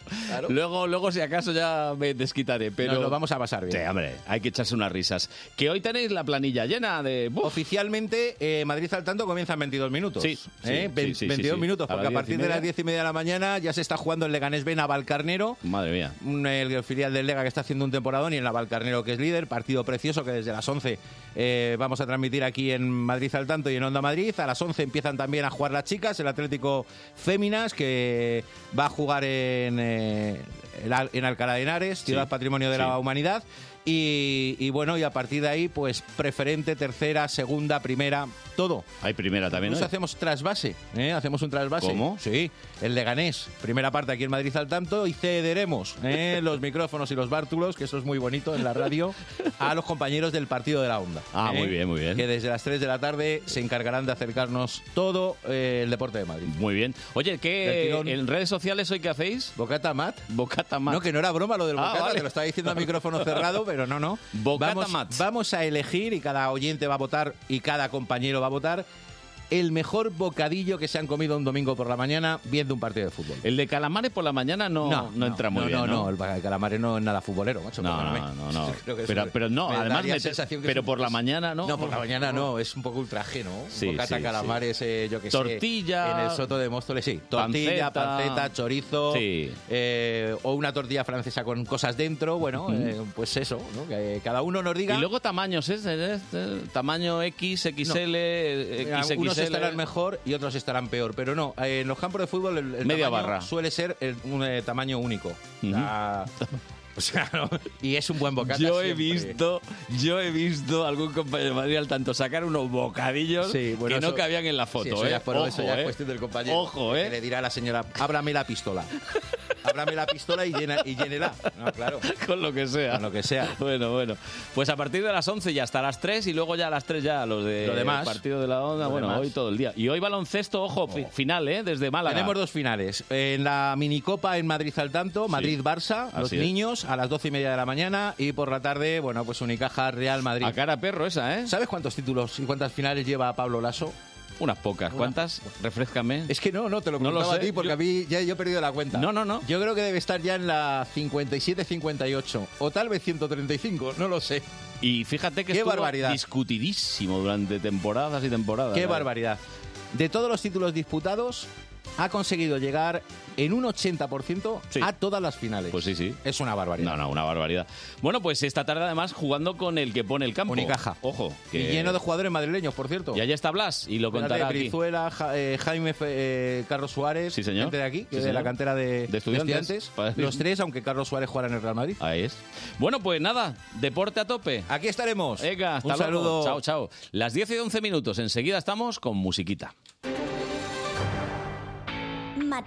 Speaker 1: Luego, luego si acaso ya me desquitaré, pero...
Speaker 28: Nos lo vamos a pasar bien.
Speaker 1: Sí, hombre, hay que echarse unas risas. Que hoy tenéis la planilla llena de... ¡Buf!
Speaker 28: Oficialmente, eh, Madrid al tanto comienza en 22 minutos.
Speaker 1: Sí, sí,
Speaker 28: ¿eh?
Speaker 1: sí,
Speaker 28: Ve-
Speaker 1: sí, sí,
Speaker 28: 22
Speaker 1: sí.
Speaker 28: minutos,
Speaker 1: A las
Speaker 28: porque a,
Speaker 1: diez y
Speaker 28: partir de las
Speaker 1: media.
Speaker 28: 10 y media de la mañana ya se está jugando el Leganés B Navalcarnero.
Speaker 1: Madre mía.
Speaker 28: un- el filial del Lega que está haciendo un temporadón y el Navalcarnero que es líder, partido precioso que desde las 11 eh, vamos a transmitir aquí en Madrid al tanto y en Onda Madrid. A las 11 empiezan también a jugar las chicas, el Atlético Féminas que va a jugar en, eh, el Al- en Alcalá de Henares, Ciudad Patrimonio de la
Speaker 1: sí.
Speaker 28: Humanidad. Y, y bueno, y a partir de ahí, pues preferente, tercera, segunda, primera, todo.
Speaker 1: Hay primera también,
Speaker 28: Incluso
Speaker 1: ¿no?
Speaker 28: hacemos trasvase, ¿eh? hacemos un trasvase.
Speaker 1: ¿Cómo?
Speaker 28: Sí, el Leganés. Primera parte aquí en Madrid al tanto y cederemos ¿eh? los micrófonos y los bártulos, que eso es muy bonito en la radio, a los compañeros del partido de la onda.
Speaker 1: Ah, muy bien, muy bien.
Speaker 28: ¿Eh? Que desde las 3 de la tarde se encargarán de acercarnos todo eh, el deporte de Madrid.
Speaker 1: Muy bien. Oye,
Speaker 28: Del
Speaker 1: ¿qué
Speaker 28: tirón.
Speaker 1: en redes sociales hoy qué hacéis?
Speaker 28: Bocata Mat.
Speaker 1: Bocata Mat.
Speaker 28: No, que no era broma lo del
Speaker 1: Ah,
Speaker 28: bocata,
Speaker 1: vale.
Speaker 28: te lo estaba diciendo a micrófono cerrado, pero no, no.
Speaker 1: Bocata
Speaker 28: vamos,
Speaker 1: Mat.
Speaker 28: Vamos a elegir, y cada oyente va a votar, y cada compañero va a votar, el mejor bocadillo que se han comido un domingo por la mañana viendo un partido de fútbol.
Speaker 1: El de calamares por la mañana no, no, entra muy
Speaker 28: no,
Speaker 1: bien.
Speaker 28: No,
Speaker 1: ¿no?
Speaker 28: no, el de calamares no es nada futbolero, macho.
Speaker 1: No,
Speaker 28: perdóname.
Speaker 1: no, no, no.
Speaker 28: Creo que es
Speaker 1: Pero,
Speaker 28: un-
Speaker 1: pero no,
Speaker 28: me
Speaker 1: además,
Speaker 28: daría
Speaker 1: me-
Speaker 28: sensación que es
Speaker 1: pero
Speaker 28: un- pues
Speaker 1: por la mañana no.
Speaker 28: No, por la mañana no, es un poco ultraje, ¿no?
Speaker 1: Sí,
Speaker 28: Bocata
Speaker 1: sí,
Speaker 28: calamares,
Speaker 1: sí.
Speaker 28: eh, yo que sé.
Speaker 1: Tortilla.
Speaker 28: En el soto de Móstoles, sí. Tortilla,
Speaker 1: Panceta.
Speaker 28: panceta, chorizo.
Speaker 1: Sí.
Speaker 28: eh, o una tortilla francesa con cosas dentro. Bueno,
Speaker 1: Ujú.
Speaker 28: eh, pues eso, ¿no? Que cada uno nos diga.
Speaker 1: Y luego tamaños, ¿eh? Eh, eh, Tamaño X, XL, eh,
Speaker 28: Mira,
Speaker 1: XXL.
Speaker 28: Unos estarán mejor y otros estarán peor, pero no, eh, en los campos de fútbol el, el
Speaker 1: Media
Speaker 28: tamaño
Speaker 1: barra.
Speaker 28: suele ser el- un eh, tamaño único. O sea, o sea, no, y es un buen bocata.
Speaker 1: Yo he
Speaker 28: siempre.
Speaker 1: visto, yo he visto a algún compañero de Madrid al tanto sacar unos bocadillos
Speaker 28: Sí, bueno,
Speaker 1: que no
Speaker 28: eso-
Speaker 1: cabían en la
Speaker 28: Sí,
Speaker 1: foto,
Speaker 28: eso
Speaker 1: ¿eh?
Speaker 28: ya, pero eso
Speaker 1: Ojo,
Speaker 28: ya
Speaker 1: ¿eh?
Speaker 28: es cuestión del compañero.
Speaker 1: Ojo,
Speaker 28: que
Speaker 1: ¿eh?
Speaker 28: le dirá a la señora, ábrame la pistola. Ábrame la pistola y, llena, y llénela. No, claro.
Speaker 1: Con lo que sea. Con
Speaker 28: lo que sea.
Speaker 1: Bueno, bueno. Pues a partir de las 11 ya hasta las 3 y luego ya a las 3 ya los de
Speaker 28: Lo demás.
Speaker 1: partido de la onda.
Speaker 28: Lo
Speaker 1: bueno,
Speaker 28: demás.
Speaker 1: hoy todo el día. Y hoy baloncesto, ojo, fi- final, ¿eh? Desde Málaga.
Speaker 28: Oh. Tenemos dos finales. En la minicopa en Madrid al tanto, Madrid-Barça, los
Speaker 1: Así es.
Speaker 28: niños, a las doce y media de la mañana. Y por la tarde, bueno, pues Unicaja Real Madrid.
Speaker 1: A cara perro esa, ¿eh?
Speaker 28: ¿Sabes cuántos títulos y cuántas finales lleva Pablo Lasso?
Speaker 1: Unas pocas. ¿Cuántas? Refrescame.
Speaker 28: Es que no, no, te lo
Speaker 1: No lo
Speaker 28: contaba a
Speaker 1: sé.
Speaker 28: ti porque
Speaker 1: Yo-
Speaker 28: a mí ya yo he perdido la cuenta.
Speaker 1: No, no, no.
Speaker 28: Yo creo que debe estar ya en la 57-58 o tal vez 135, no lo sé.
Speaker 1: Y fíjate que
Speaker 28: Qué
Speaker 1: estuvo
Speaker 28: barbaridad.
Speaker 1: discutidísimo durante temporadas y temporadas. ¿eh?
Speaker 28: Qué
Speaker 1: ¿verdad?
Speaker 28: barbaridad. De todos los títulos disputados, ha conseguido llegar en un 80% a todas las finales.
Speaker 1: Pues sí, sí.
Speaker 28: Es una barbaridad.
Speaker 1: No, no, una barbaridad. Bueno, pues esta tarde además jugando con el que pone el campo.
Speaker 28: Unicaja.
Speaker 1: Ojo. Que...
Speaker 28: Y lleno de jugadores madrileños, por cierto.
Speaker 1: Y allá está Blas y lo
Speaker 28: Espérate,
Speaker 1: contará aquí.
Speaker 28: Brizuela, Ja- eh, Jaime Fe- eh, Carlos Suárez,
Speaker 1: Sí, señor.
Speaker 28: gente de aquí, que
Speaker 1: Sí,
Speaker 28: de la
Speaker 1: señor.
Speaker 28: cantera de,
Speaker 1: De estudiantes. Parece-
Speaker 28: eh, Los tres, aunque Carlos Suárez juega en el Real Madrid.
Speaker 1: Ahí es. Bueno, pues nada, deporte a tope.
Speaker 28: Aquí estaremos.
Speaker 1: Venga, hasta
Speaker 28: Un
Speaker 1: luego.
Speaker 28: saludo.
Speaker 1: Chao, chao. Las 10 y 11 minutos. Enseguida estamos con musiquita.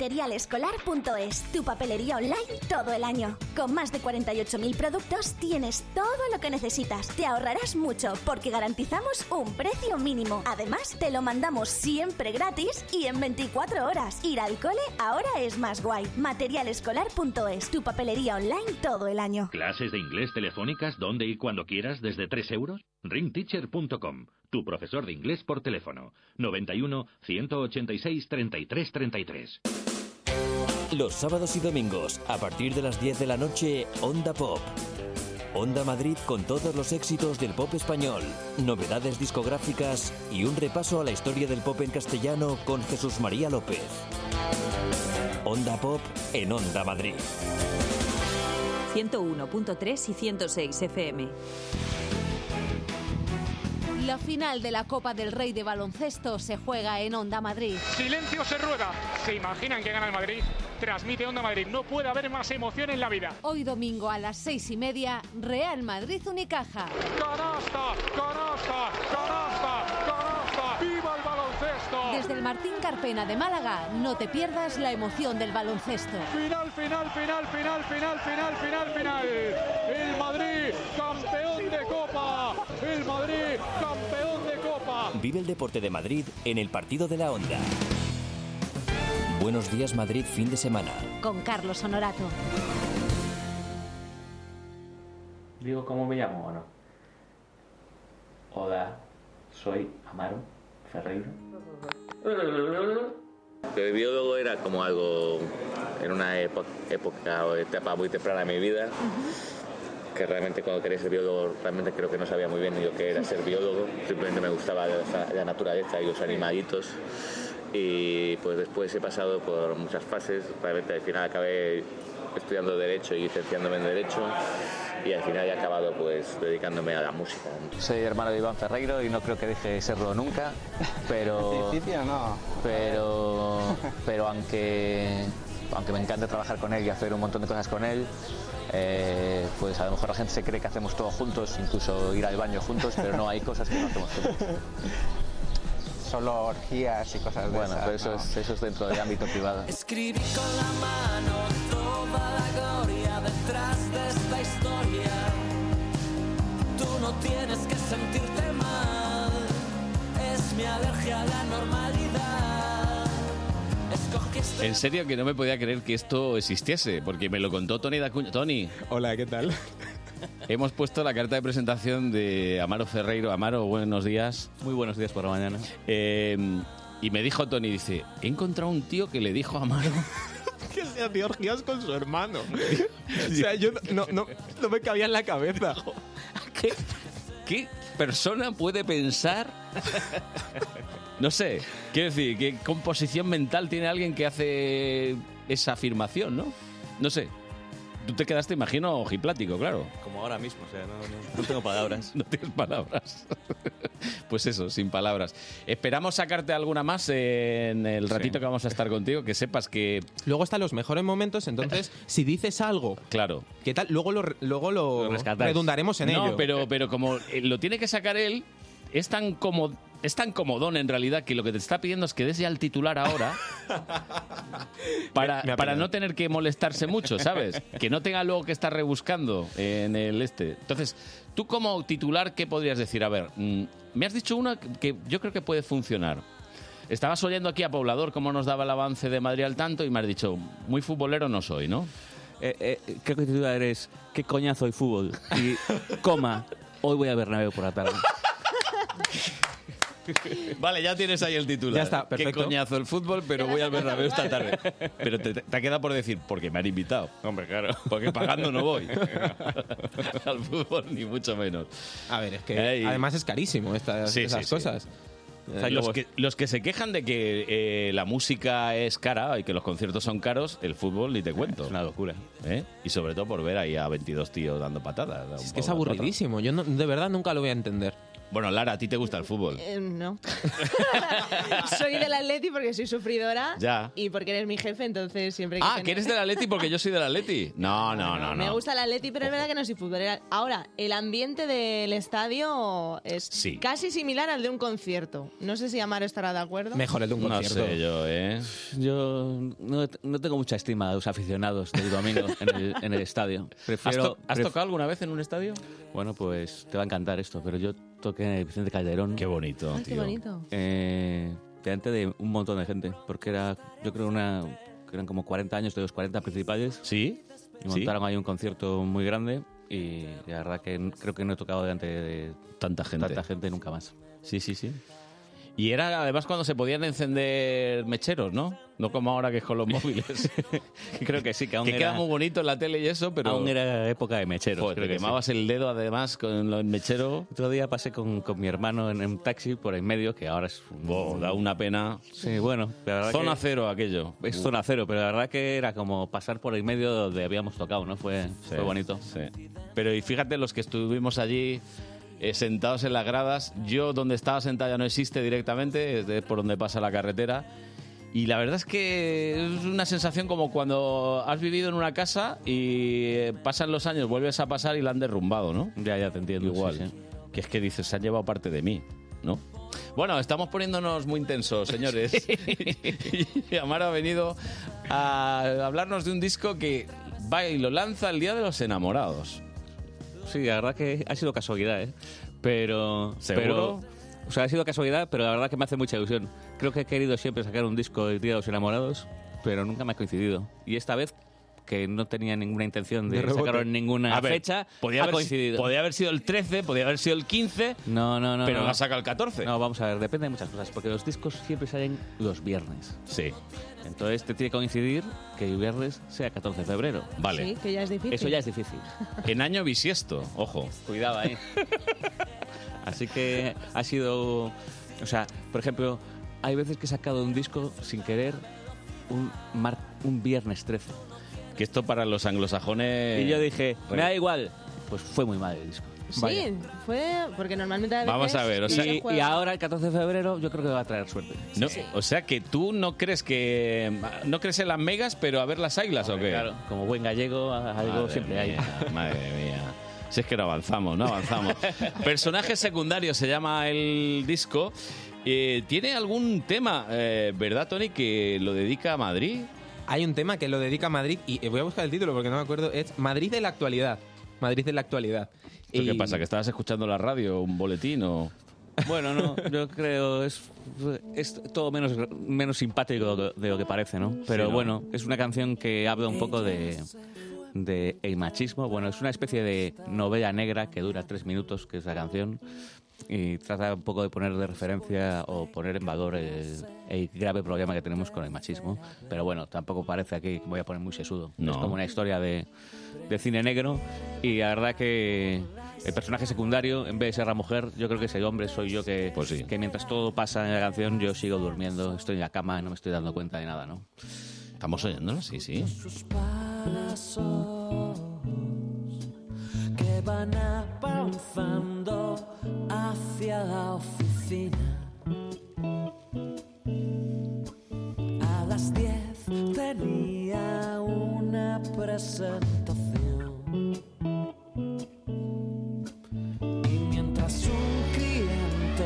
Speaker 15: Materialescolar.es, tu papelería online todo el año. Con más de 48.000 productos tienes todo lo que necesitas. Te ahorrarás mucho porque garantizamos un precio mínimo. Además, te lo mandamos siempre gratis y en 24 horas. Ir al cole ahora es más guay. Materialescolar.es, tu papelería online todo el año.
Speaker 9: Clases de inglés telefónicas donde y cuando quieras desde 3 euros. Ringteacher.com. Tu profesor de inglés por teléfono. 91 186 33 33.
Speaker 6: Los sábados y domingos, a partir de las 10 de la noche, Onda Pop. Onda Madrid con todos los éxitos del pop español, novedades discográficas y un repaso a la historia del pop en castellano con Jesús María López. Onda Pop en Onda Madrid.
Speaker 13: 101.3 y 106 FM.
Speaker 12: La final de la Copa del Rey de Baloncesto se juega en Onda Madrid.
Speaker 16: Silencio se rueda. ¿Se imaginan que gana el Madrid? Transmite Onda Madrid. No puede haber más emoción en la vida.
Speaker 12: Hoy domingo a las seis y media, Real Madrid Unicaja.
Speaker 16: ¡Canasta! ¡Canasta! ¡Canasta! ¡Canasta! ¡Viva el baloncesto!
Speaker 12: Desde el Martín Carpena de Málaga, no te pierdas la emoción del baloncesto.
Speaker 16: Final, final, final, final, final, final, final, final. El Madrid, campeón de Copa. El Madrid, campeón de Copa.
Speaker 6: Vive el deporte de Madrid en el partido de la Onda. Buenos días Madrid fin de semana.
Speaker 12: Con Carlos Honorato.
Speaker 7: Digo, ¿cómo me llamo o no? Hola, soy Amaro Ferreiro.
Speaker 14: El biólogo era como algo en una epo- época o etapa muy temprana de mi vida, que realmente cuando quería ser biólogo, realmente creo que no sabía muy bien ni lo que era ser biólogo, simplemente me gustaba la, la naturaleza y los animalitos. Y pues después he pasado por muchas fases, realmente al final acabé estudiando Derecho y licenciándome en Derecho y al final he acabado pues dedicándome a la música.
Speaker 7: Soy hermano de Iván Ferreiro y no creo que deje de serlo nunca, pero...
Speaker 14: no.
Speaker 7: pero pero aunque aunque me encanta trabajar con él y hacer un montón de cosas con él eh, pues a lo mejor la gente se cree que hacemos todo juntos incluso ir al baño juntos pero no hay cosas que no hacemos juntos
Speaker 14: Solo orgías y cosas
Speaker 7: bueno pero
Speaker 1: pues,
Speaker 7: eso es, eso es dentro del ámbito privado
Speaker 4: Escribí con la mano toda la gloria detrás de esta historia. Tú no tienes que sentirte mal, es mi alergia a la normalidad. Escogí este
Speaker 1: En serio que no me podía creer que esto existiese, porque me lo contó Tony Dacuña. Tony. Hola, ¿qué tal? Hemos puesto la carta de presentación de Amaro Ferreiro. Amaro, buenos días. Muy buenos días por la mañana. y me dijo Tony, dice, he encontrado un tío que le dijo a Amaro...
Speaker 2: que se hacía orgías con su hermano. o sea, yo no, no, no me cabía en la cabeza.
Speaker 1: ¿Qué, ¿Qué persona puede pensar? No sé, quiero decir, ¿qué composición mental tiene alguien que hace esa afirmación, no? No sé. Tú te quedaste, imagino, ojiplático, claro.
Speaker 11: Como ahora mismo, o sea, no, no- no tengo palabras.
Speaker 1: No tienes palabras. Pues eso, sin palabras. Esperamos sacarte alguna más en el ratito que vamos a estar contigo, que sepas que...
Speaker 2: Luego están los mejores momentos, entonces, si dices algo,
Speaker 1: claro.
Speaker 2: ¿qué tal? Luego lo, luego lo,
Speaker 1: rescatáis.
Speaker 2: redundaremos en
Speaker 1: no,
Speaker 2: ello.
Speaker 1: pero, pero como eh, lo tiene que sacar él, es tan como Es tan comodón en realidad que lo que te está pidiendo es que des ya el titular ahora para,
Speaker 2: Me- me ha
Speaker 1: para
Speaker 2: pillado.
Speaker 1: no tener que molestarse mucho, ¿sabes? Que no tenga luego que estar rebuscando en el este. Entonces, tú como titular, ¿qué podrías decir? A ver, mm, me has dicho una que- que yo creo que puede funcionar. Estabas oyendo aquí a Poblador cómo nos daba el avance de Madrid al tanto y me has dicho, muy futbolero no soy, ¿no?
Speaker 11: Eh, Creo que titular eres ¿Qué coñazo hay fútbol? Y coma, hoy voy a Bernabéu por la tarde.
Speaker 1: Vale, ya tienes ahí el titular.
Speaker 11: Ya está, perfecto.
Speaker 1: Qué coñazo el fútbol, pero voy al Bernabéu esta tarde. Pero te, te ha quedado por decir, porque me han invitado. Hombre, claro. Porque pagando no voy. al fútbol, ni mucho menos.
Speaker 2: A ver, es que
Speaker 1: Ey.
Speaker 2: además es carísimo estas,
Speaker 1: Sí,
Speaker 2: esas
Speaker 1: sí, sí.
Speaker 2: cosas.
Speaker 1: O sea, los, que, los que se quejan de que eh, la música es cara y que los conciertos son caros, el fútbol ni te cuento. Es una locura. Y sobre todo por ver ahí a 22 tíos dando patadas.
Speaker 2: Es que es aburridísimo. Yo no- de verdad nunca lo voy a entender.
Speaker 1: Bueno, Lara, ¿a ti te gusta el fútbol?
Speaker 3: Eh, no. soy del Atleti porque soy sufridora.
Speaker 1: Ya.
Speaker 3: Y porque eres mi jefe, entonces siempre
Speaker 1: Ah,
Speaker 3: tengo-
Speaker 1: que eres del Atleti porque yo soy del Atleti. No, no, no, no.
Speaker 3: Me gusta el Atleti, pero es verdad que no soy futbolera. Ahora, el ambiente del estadio es
Speaker 1: Sí.
Speaker 3: casi similar al de un concierto. No sé si Amaro estará de acuerdo.
Speaker 2: el de un
Speaker 1: No sé yo, ¿eh?
Speaker 11: Yo no, no tengo mucha estima de los aficionados del domingo en el, en el estadio. Prefiero,
Speaker 1: ¿Has, to- has
Speaker 11: pref-
Speaker 1: tocado alguna vez en un estadio?
Speaker 11: Bueno, pues te va a encantar esto, pero yo toqué en el Vicente Calderón. Qué
Speaker 1: bonito,
Speaker 3: Ay, qué tío. bonito.
Speaker 11: Eh, delante de un montón de gente, porque era, yo creo, una, que eran como 40 años de los 40 principales.
Speaker 1: Sí.
Speaker 11: Y
Speaker 1: sí.
Speaker 11: montaron ahí un concierto muy grande y la verdad que n- creo que no he tocado delante de
Speaker 1: tanta gente.
Speaker 11: Tanta gente nunca más.
Speaker 1: Sí, sí, sí. Y era además cuando se podían encender mecheros, ¿no? No como ahora que es con los móviles.
Speaker 11: Creo que sí, que aún
Speaker 1: que
Speaker 11: era-
Speaker 1: queda muy bonito en la tele y eso, pero...
Speaker 11: Aún era época de mecheros.
Speaker 1: Joder,
Speaker 11: creo
Speaker 1: te
Speaker 11: que sí.
Speaker 1: quemabas el dedo además con el mechero.
Speaker 11: Otro día pasé con, con mi hermano en un taxi por el medio, que ahora es...
Speaker 1: da una pena.
Speaker 11: Sí, bueno, la verdad
Speaker 1: Zona
Speaker 11: que-
Speaker 1: cero aquello.
Speaker 11: Es zona cero, pero la verdad que era como pasar por el medio donde habíamos tocado, ¿no? Fue, fue bonito.
Speaker 1: Pero y fíjate los que estuvimos allí eh, sentados en las gradas. Yo donde estaba sentado ya no existe directamente, es de- por donde pasa la carretera. Y la verdad es que es una sensación como cuando has vivido en una casa y eh, pasan los años, vuelves a pasar y la han derrumbado, ¿no?
Speaker 11: Ya, ya te entiendo.
Speaker 1: Igual.
Speaker 11: sí, sí.
Speaker 1: Que es que dices, se han llevado parte de mí, ¿no? Bueno, estamos poniéndonos muy intensos, señores. y Amaro ha venido a hablarnos de un disco que va y lo lanza el Día de los Enamorados.
Speaker 11: Sí, la verdad que ha sido casualidad, ¿eh? Pero...
Speaker 1: ¿Seguro?
Speaker 11: pero- o sea, ha sido casualidad, pero la verdad que me hace mucha ilusión. Creo que he querido siempre sacar un disco de Día de los Enamorados
Speaker 1: pero nunca me ha coincidido. Y esta vez que no tenía ninguna intención de,
Speaker 11: De rebote.
Speaker 1: sacarlo en ninguna
Speaker 11: A ver,
Speaker 1: fecha,
Speaker 11: podía
Speaker 1: ha
Speaker 11: haber-
Speaker 1: coincidido.
Speaker 11: podía haber sido el 13, podía haber sido el 15.
Speaker 1: No, no, no.
Speaker 11: Pero
Speaker 1: no.
Speaker 11: la saca el 14.
Speaker 1: No, vamos a ver, depende de muchas cosas, porque los discos siempre salen los viernes.
Speaker 11: Sí.
Speaker 1: Entonces te tiene que coincidir que el viernes sea 14 de febrero.
Speaker 11: Vale.
Speaker 3: Sí, que ya es difícil.
Speaker 1: Eso ya es difícil.
Speaker 11: En año bisiesto, ojo.
Speaker 1: Cuidado ahí. Así que ha sido. O sea, por ejemplo, hay veces que he sacado un disco sin querer un, mar- un viernes 13.
Speaker 11: Que esto para los anglosajones.
Speaker 1: Y yo dije, me da
Speaker 11: igual.
Speaker 1: Pues fue muy mal el disco.
Speaker 3: Sí, fue porque normalmente a veces
Speaker 11: Vamos a ver, o
Speaker 3: no
Speaker 11: sea-
Speaker 3: se
Speaker 11: Y- y
Speaker 3: juega.
Speaker 1: Ahora el 14 de febrero yo creo que va a traer suerte.
Speaker 11: No, O sea que tú no crees que. No crees en las megas, pero a ver las águilas o qué.
Speaker 1: claro, como buen gallego, algo
Speaker 11: Madre
Speaker 1: siempre hay.
Speaker 11: mía, Madre mía. Si es que no avanzamos, no avanzamos. Personajes secundarios se llama el disco. Eh, ¿Tiene algún tema, eh, verdad, Tony, que lo dedica a Madrid?
Speaker 2: Hay un tema que lo dedica a Madrid y eh, voy a buscar el título porque no me acuerdo. Es Madrid de la actualidad. Madrid de la actualidad.
Speaker 11: ¿Pero
Speaker 2: Y-
Speaker 11: ¿Qué pasa? ¿Que estabas escuchando la radio, un boletín o...?
Speaker 1: Bueno, no, yo creo es es todo menos menos simpático de lo que parece, ¿no? Pero
Speaker 11: Sí, ¿no?
Speaker 1: bueno, es una canción que habla un poco de de el machismo. Bueno, es una especie de novela negra que dura tres minutos, que es la canción y trata un poco de poner de referencia o poner en valor el, el grave problema que tenemos con el machismo. Pero bueno, tampoco parece aquí que me voy a poner muy sesudo.
Speaker 11: No.
Speaker 1: Es como una historia de, de cine negro y la verdad que el personaje secundario, en vez de ser la mujer, yo creo que es el hombre, soy yo que,
Speaker 11: Pues
Speaker 1: que mientras todo pasa en la canción yo sigo durmiendo, estoy en la cama, no me estoy dando cuenta de nada, ¿no?
Speaker 11: ¿Estamos oyéndolo? Sí, sí.
Speaker 4: sus palazos que van avanzando hacia la oficina. A las 10 tenía una presentación. Y mientras un cliente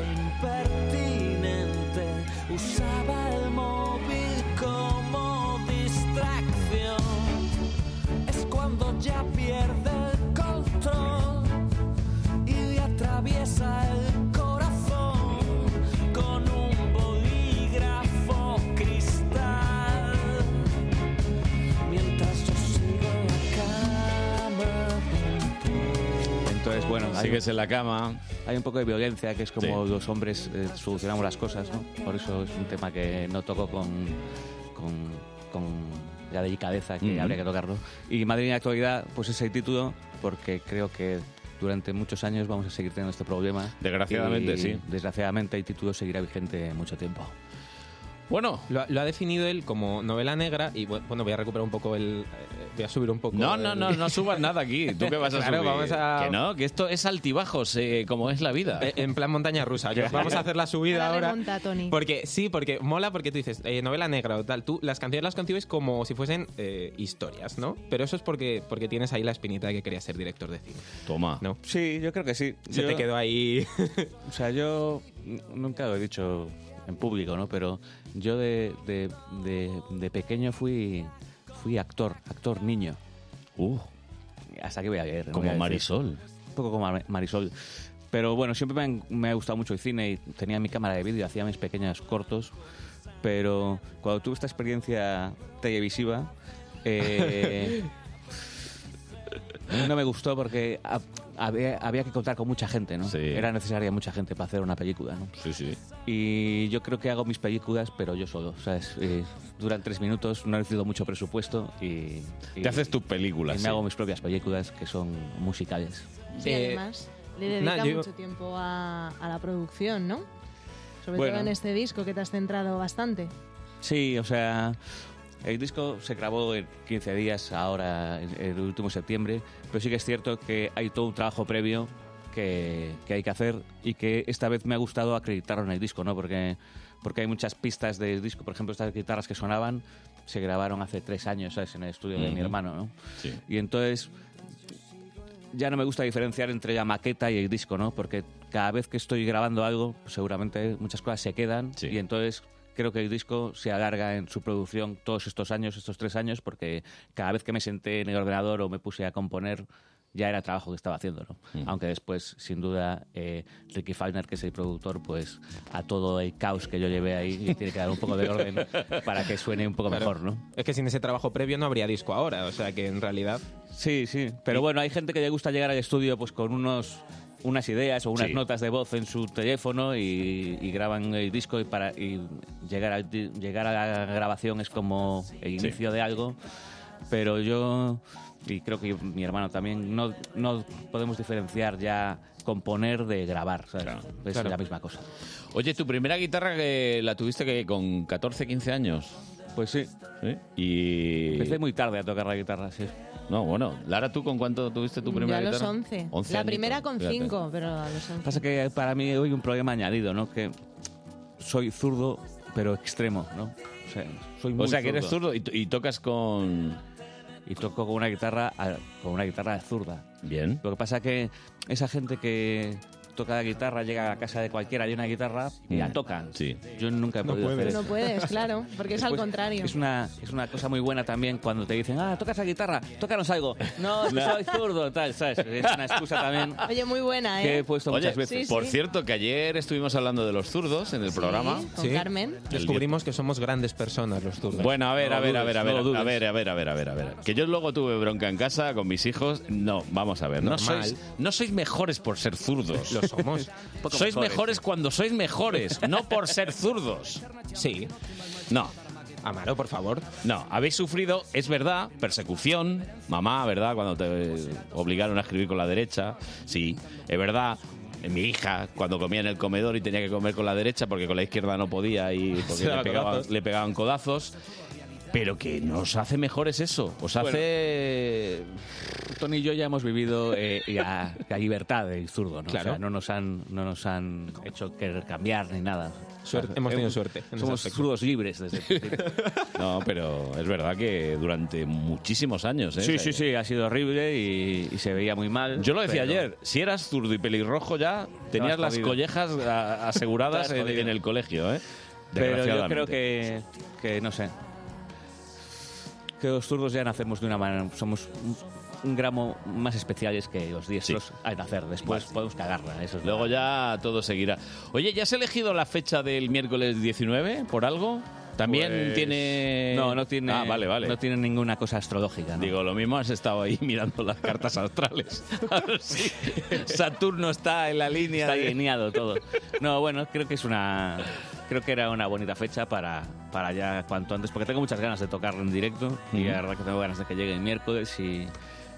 Speaker 4: impertinente usaba el móvil como distracción, es cuando ya pierde el control y le atraviesa el corazón con un bolígrafo cristal. Mientras yo sigo en la cama.
Speaker 1: Entonces, bueno, hay-
Speaker 11: Sigues en la cama.
Speaker 1: Hay un poco de violencia, que es como los hombres eh, solucionamos las cosas, ¿no? Por eso es un tema que no toco con, con, con la delicadeza que
Speaker 11: Ujú.
Speaker 1: habría que tocarlo. Y Madrid en la actualidad, pues es el título, porque creo que durante muchos años vamos a seguir teniendo este problema.
Speaker 11: Desgraciadamente,
Speaker 1: Y,
Speaker 11: sí.
Speaker 1: Desgraciadamente, el título seguirá vigente mucho tiempo.
Speaker 11: Bueno.
Speaker 2: Lo, lo ha definido él como novela negra y bu- bueno, voy a recuperar un poco el... eh, Voy a subir un poco
Speaker 11: No,
Speaker 2: el-
Speaker 11: no, no, no subas nada aquí. ¿Tú qué vas a
Speaker 2: Claro,
Speaker 11: subir?
Speaker 2: vamos a-
Speaker 11: Que no, que esto es altibajos, eh, como es la vida.
Speaker 2: Eh, En plan montaña rusa. Yo- Vamos a hacer la subida
Speaker 3: Ahora
Speaker 2: ahora.
Speaker 3: remonta, Tony.
Speaker 2: Porque sí, porque mola porque tú dices eh, novela negra o tal. Tú las canciones las concibes como si fuesen eh, historias, ¿no? Pero eso es porque, porque tienes ahí la espinita de que querías ser director de cine.
Speaker 11: Toma.
Speaker 2: ¿No?
Speaker 1: Sí, yo creo que sí.
Speaker 2: Se
Speaker 1: Yo-
Speaker 2: te quedó ahí.
Speaker 1: O sea, yo n- nunca lo he dicho en público, ¿no? Pero yo de, de- de- de pequeño fui, fui actor, actor niño.
Speaker 11: Uh.
Speaker 1: Hasta que voy a leer. no
Speaker 11: Como
Speaker 1: voy a decir.
Speaker 11: Marisol.
Speaker 1: Un poco como Mar- Marisol. Pero bueno, siempre me, han- me ha gustado mucho el cine y tenía mi cámara de vídeo, hacía mis pequeños cortos. Pero cuando tuve esta experiencia televisiva, eh, no me gustó porque ha- había, había que contar con mucha gente, ¿no? Era necesaria mucha gente para hacer una película, ¿no?
Speaker 11: Sí, sí.
Speaker 1: Y yo creo que hago mis películas, pero yo solo, ¿sabes? Eh, duran tres minutos, no necesito mucho presupuesto y...
Speaker 11: Te haces tus películas.
Speaker 1: y
Speaker 11: sí.
Speaker 1: me hago mis propias películas que son musicales.
Speaker 3: Sí, además, le dedica
Speaker 1: nada, eh, yo-
Speaker 3: mucho tiempo a, a la producción, ¿no? Sobre
Speaker 1: Bueno.
Speaker 3: todo en este disco que te has centrado bastante.
Speaker 1: Sí, o sea, el disco se grabó en 15 días, ahora en- el último septiembre, pero sí que es cierto que hay todo un trabajo previo que, que hay que hacer y que esta vez me ha gustado acreditarlo en el disco, ¿no? Porque, porque hay muchas pistas del disco, por ejemplo, estas guitarras que sonaban se grabaron hace tres años, ¿sabes? En el estudio de mi
Speaker 11: Ujú.
Speaker 1: hermano, ¿no?
Speaker 11: Sí.
Speaker 1: Y entonces ya no me gusta diferenciar entre la maqueta y el disco, ¿no? Porque cada vez que estoy grabando algo, pues seguramente muchas cosas se quedan y entonces creo que el disco se alarga en su producción todos estos años, estos tres años, porque cada vez que me senté en el ordenador o me puse a componer, ya era trabajo que estaba haciendo, ¿no? Aunque después, sin duda, eh, Ricky Faulkner, que es el productor, pues a todo el caos que yo llevé ahí, tiene que dar un poco de orden para que suene un poco
Speaker 2: Claro.
Speaker 1: mejor, ¿no?
Speaker 2: Es que sin ese trabajo previo no habría disco ahora, o sea que en realidad...
Speaker 1: Sí, sí, pero bueno, hay gente que le gusta llegar al estudio pues con unos unas ideas o unas
Speaker 6: Sí.
Speaker 1: notas de voz en su teléfono y, y graban el disco y para y llegar al di- llegar a la grabación es como el
Speaker 6: Sí.
Speaker 1: inicio de algo pero yo y creo que mi hermano también no, no podemos diferenciar ya componer de grabar ¿sabes? es
Speaker 6: claro.
Speaker 1: la misma cosa
Speaker 6: Oye, tu primera guitarra que la tuviste que con 14, 15 años.
Speaker 1: Pues sí.
Speaker 6: Y...
Speaker 1: Empecé muy tarde a tocar la guitarra, sí.
Speaker 6: No, bueno. Lara, ¿tú con cuánto tuviste tu
Speaker 3: Yo
Speaker 6: primera
Speaker 3: a los
Speaker 6: guitarra?
Speaker 3: 11. La
Speaker 6: añitos,
Speaker 3: primera con
Speaker 6: fíjate.
Speaker 3: 5, pero a los 11.
Speaker 1: Pasa que para mí hoy un problema añadido, ¿no? Que soy zurdo, pero extremo, ¿no? O sea, soy muy
Speaker 6: O sea, que eres zurdo y, y tocas con...
Speaker 1: Y toco con una guitarra a- con una guitarra zurda.
Speaker 6: Bien.
Speaker 1: Lo que pasa que esa gente que toca la guitarra, llega a la casa de cualquiera, hay una guitarra y la
Speaker 6: Mm.
Speaker 1: tocan.
Speaker 6: Sí.
Speaker 1: Yo nunca he podido hacer eso.
Speaker 3: No puedes, claro, porque es al
Speaker 1: Después,
Speaker 3: contrario.
Speaker 1: Es una, es una cosa muy buena también cuando te dicen, ah, tocas la guitarra, tócanos algo. No, es que
Speaker 6: No.
Speaker 1: soy zurdo, tal, ¿sabes? Es una excusa también.
Speaker 3: Oye, muy buena, ¿eh?
Speaker 1: que he puesto
Speaker 6: Oye,
Speaker 1: muchas veces.
Speaker 3: Sí, sí.
Speaker 6: por cierto, que ayer estuvimos hablando de los zurdos en el programa.
Speaker 3: con Carmen.
Speaker 2: Descubrimos que somos grandes personas los turcos.
Speaker 6: Bueno, a ver,
Speaker 2: No
Speaker 6: a
Speaker 2: lo
Speaker 6: ver, a
Speaker 2: dudes,
Speaker 6: ver, a
Speaker 2: no
Speaker 6: ver,
Speaker 2: lo
Speaker 6: a
Speaker 2: dudes.
Speaker 6: ver, a ver, a ver, a ver, a ver. Que yo luego tuve bronca en casa con mis hijos. No, vamos a ver. No
Speaker 2: Normal.
Speaker 6: sois, no sois mejores por ser zurdos.
Speaker 2: Lo somos. poco
Speaker 6: sois
Speaker 2: mejores,
Speaker 6: mejores cuando sois mejores, no por ser zurdos.
Speaker 2: Sí.
Speaker 6: No.
Speaker 2: Amaro, por favor.
Speaker 6: No, habéis sufrido, es verdad, persecución, mamá, ¿verdad? Cuando te obligaron a escribir con la derecha, sí, es verdad. Mi hija, cuando comía en el comedor y tenía que comer con la derecha porque con la izquierda no podía y porque
Speaker 1: Se daba
Speaker 6: le pegaban,
Speaker 1: codazos.
Speaker 6: le pegaban codazos. Pero que nos hace mejores eso. Os hace.
Speaker 1: Tony y yo ya hemos vivido eh, la, la libertad del zurdo, ¿no? O
Speaker 6: Claro.
Speaker 1: sea, no nos han, no nos han hecho querer cambiar ni nada.
Speaker 2: Suerte- hemos tenido suerte en ese
Speaker 1: Somos
Speaker 2: aspecto.
Speaker 1: zurdos libres desde el principio.
Speaker 6: No, pero es verdad que durante muchísimos años. ¿eh?
Speaker 1: Sí, sí, sí, ha sido horrible y, y se veía muy mal.
Speaker 6: Yo lo decía
Speaker 1: pero-
Speaker 6: ayer, si eras zurdo y pelirrojo ya, tenías las
Speaker 1: jodido.
Speaker 6: collejas a- aseguradas
Speaker 1: Estabas
Speaker 6: en,
Speaker 1: jodido.
Speaker 6: en el colegio, ¿eh?
Speaker 1: Pero yo creo
Speaker 6: Desgraciadamente.
Speaker 1: que, que, no sé, que los zurdos ya nacemos de una manera, somos un, un gramo más especiales que los diestros al nacer.
Speaker 6: Pues
Speaker 1: Después podemos cagarla, eso es
Speaker 6: Luego ya todo seguirá. Oye, ¿ya has elegido la fecha del miércoles 19 por algo? También
Speaker 1: Pues,
Speaker 6: tiene...
Speaker 1: no, no tiene-
Speaker 6: Ah, vale, vale.
Speaker 1: no tiene ninguna cosa astrológica.
Speaker 6: Digo, lo mismo has estado ahí mirando las cartas astrales. A ver si Saturno está en la línea.
Speaker 1: Está
Speaker 6: de-
Speaker 1: alineado todo. No, bueno, creo que es una. Creo que era una bonita fecha para, para ya cuanto antes, porque tengo muchas ganas de tocarlo en directo y
Speaker 6: Ujú.
Speaker 1: la verdad que tengo ganas de que llegue el miércoles y,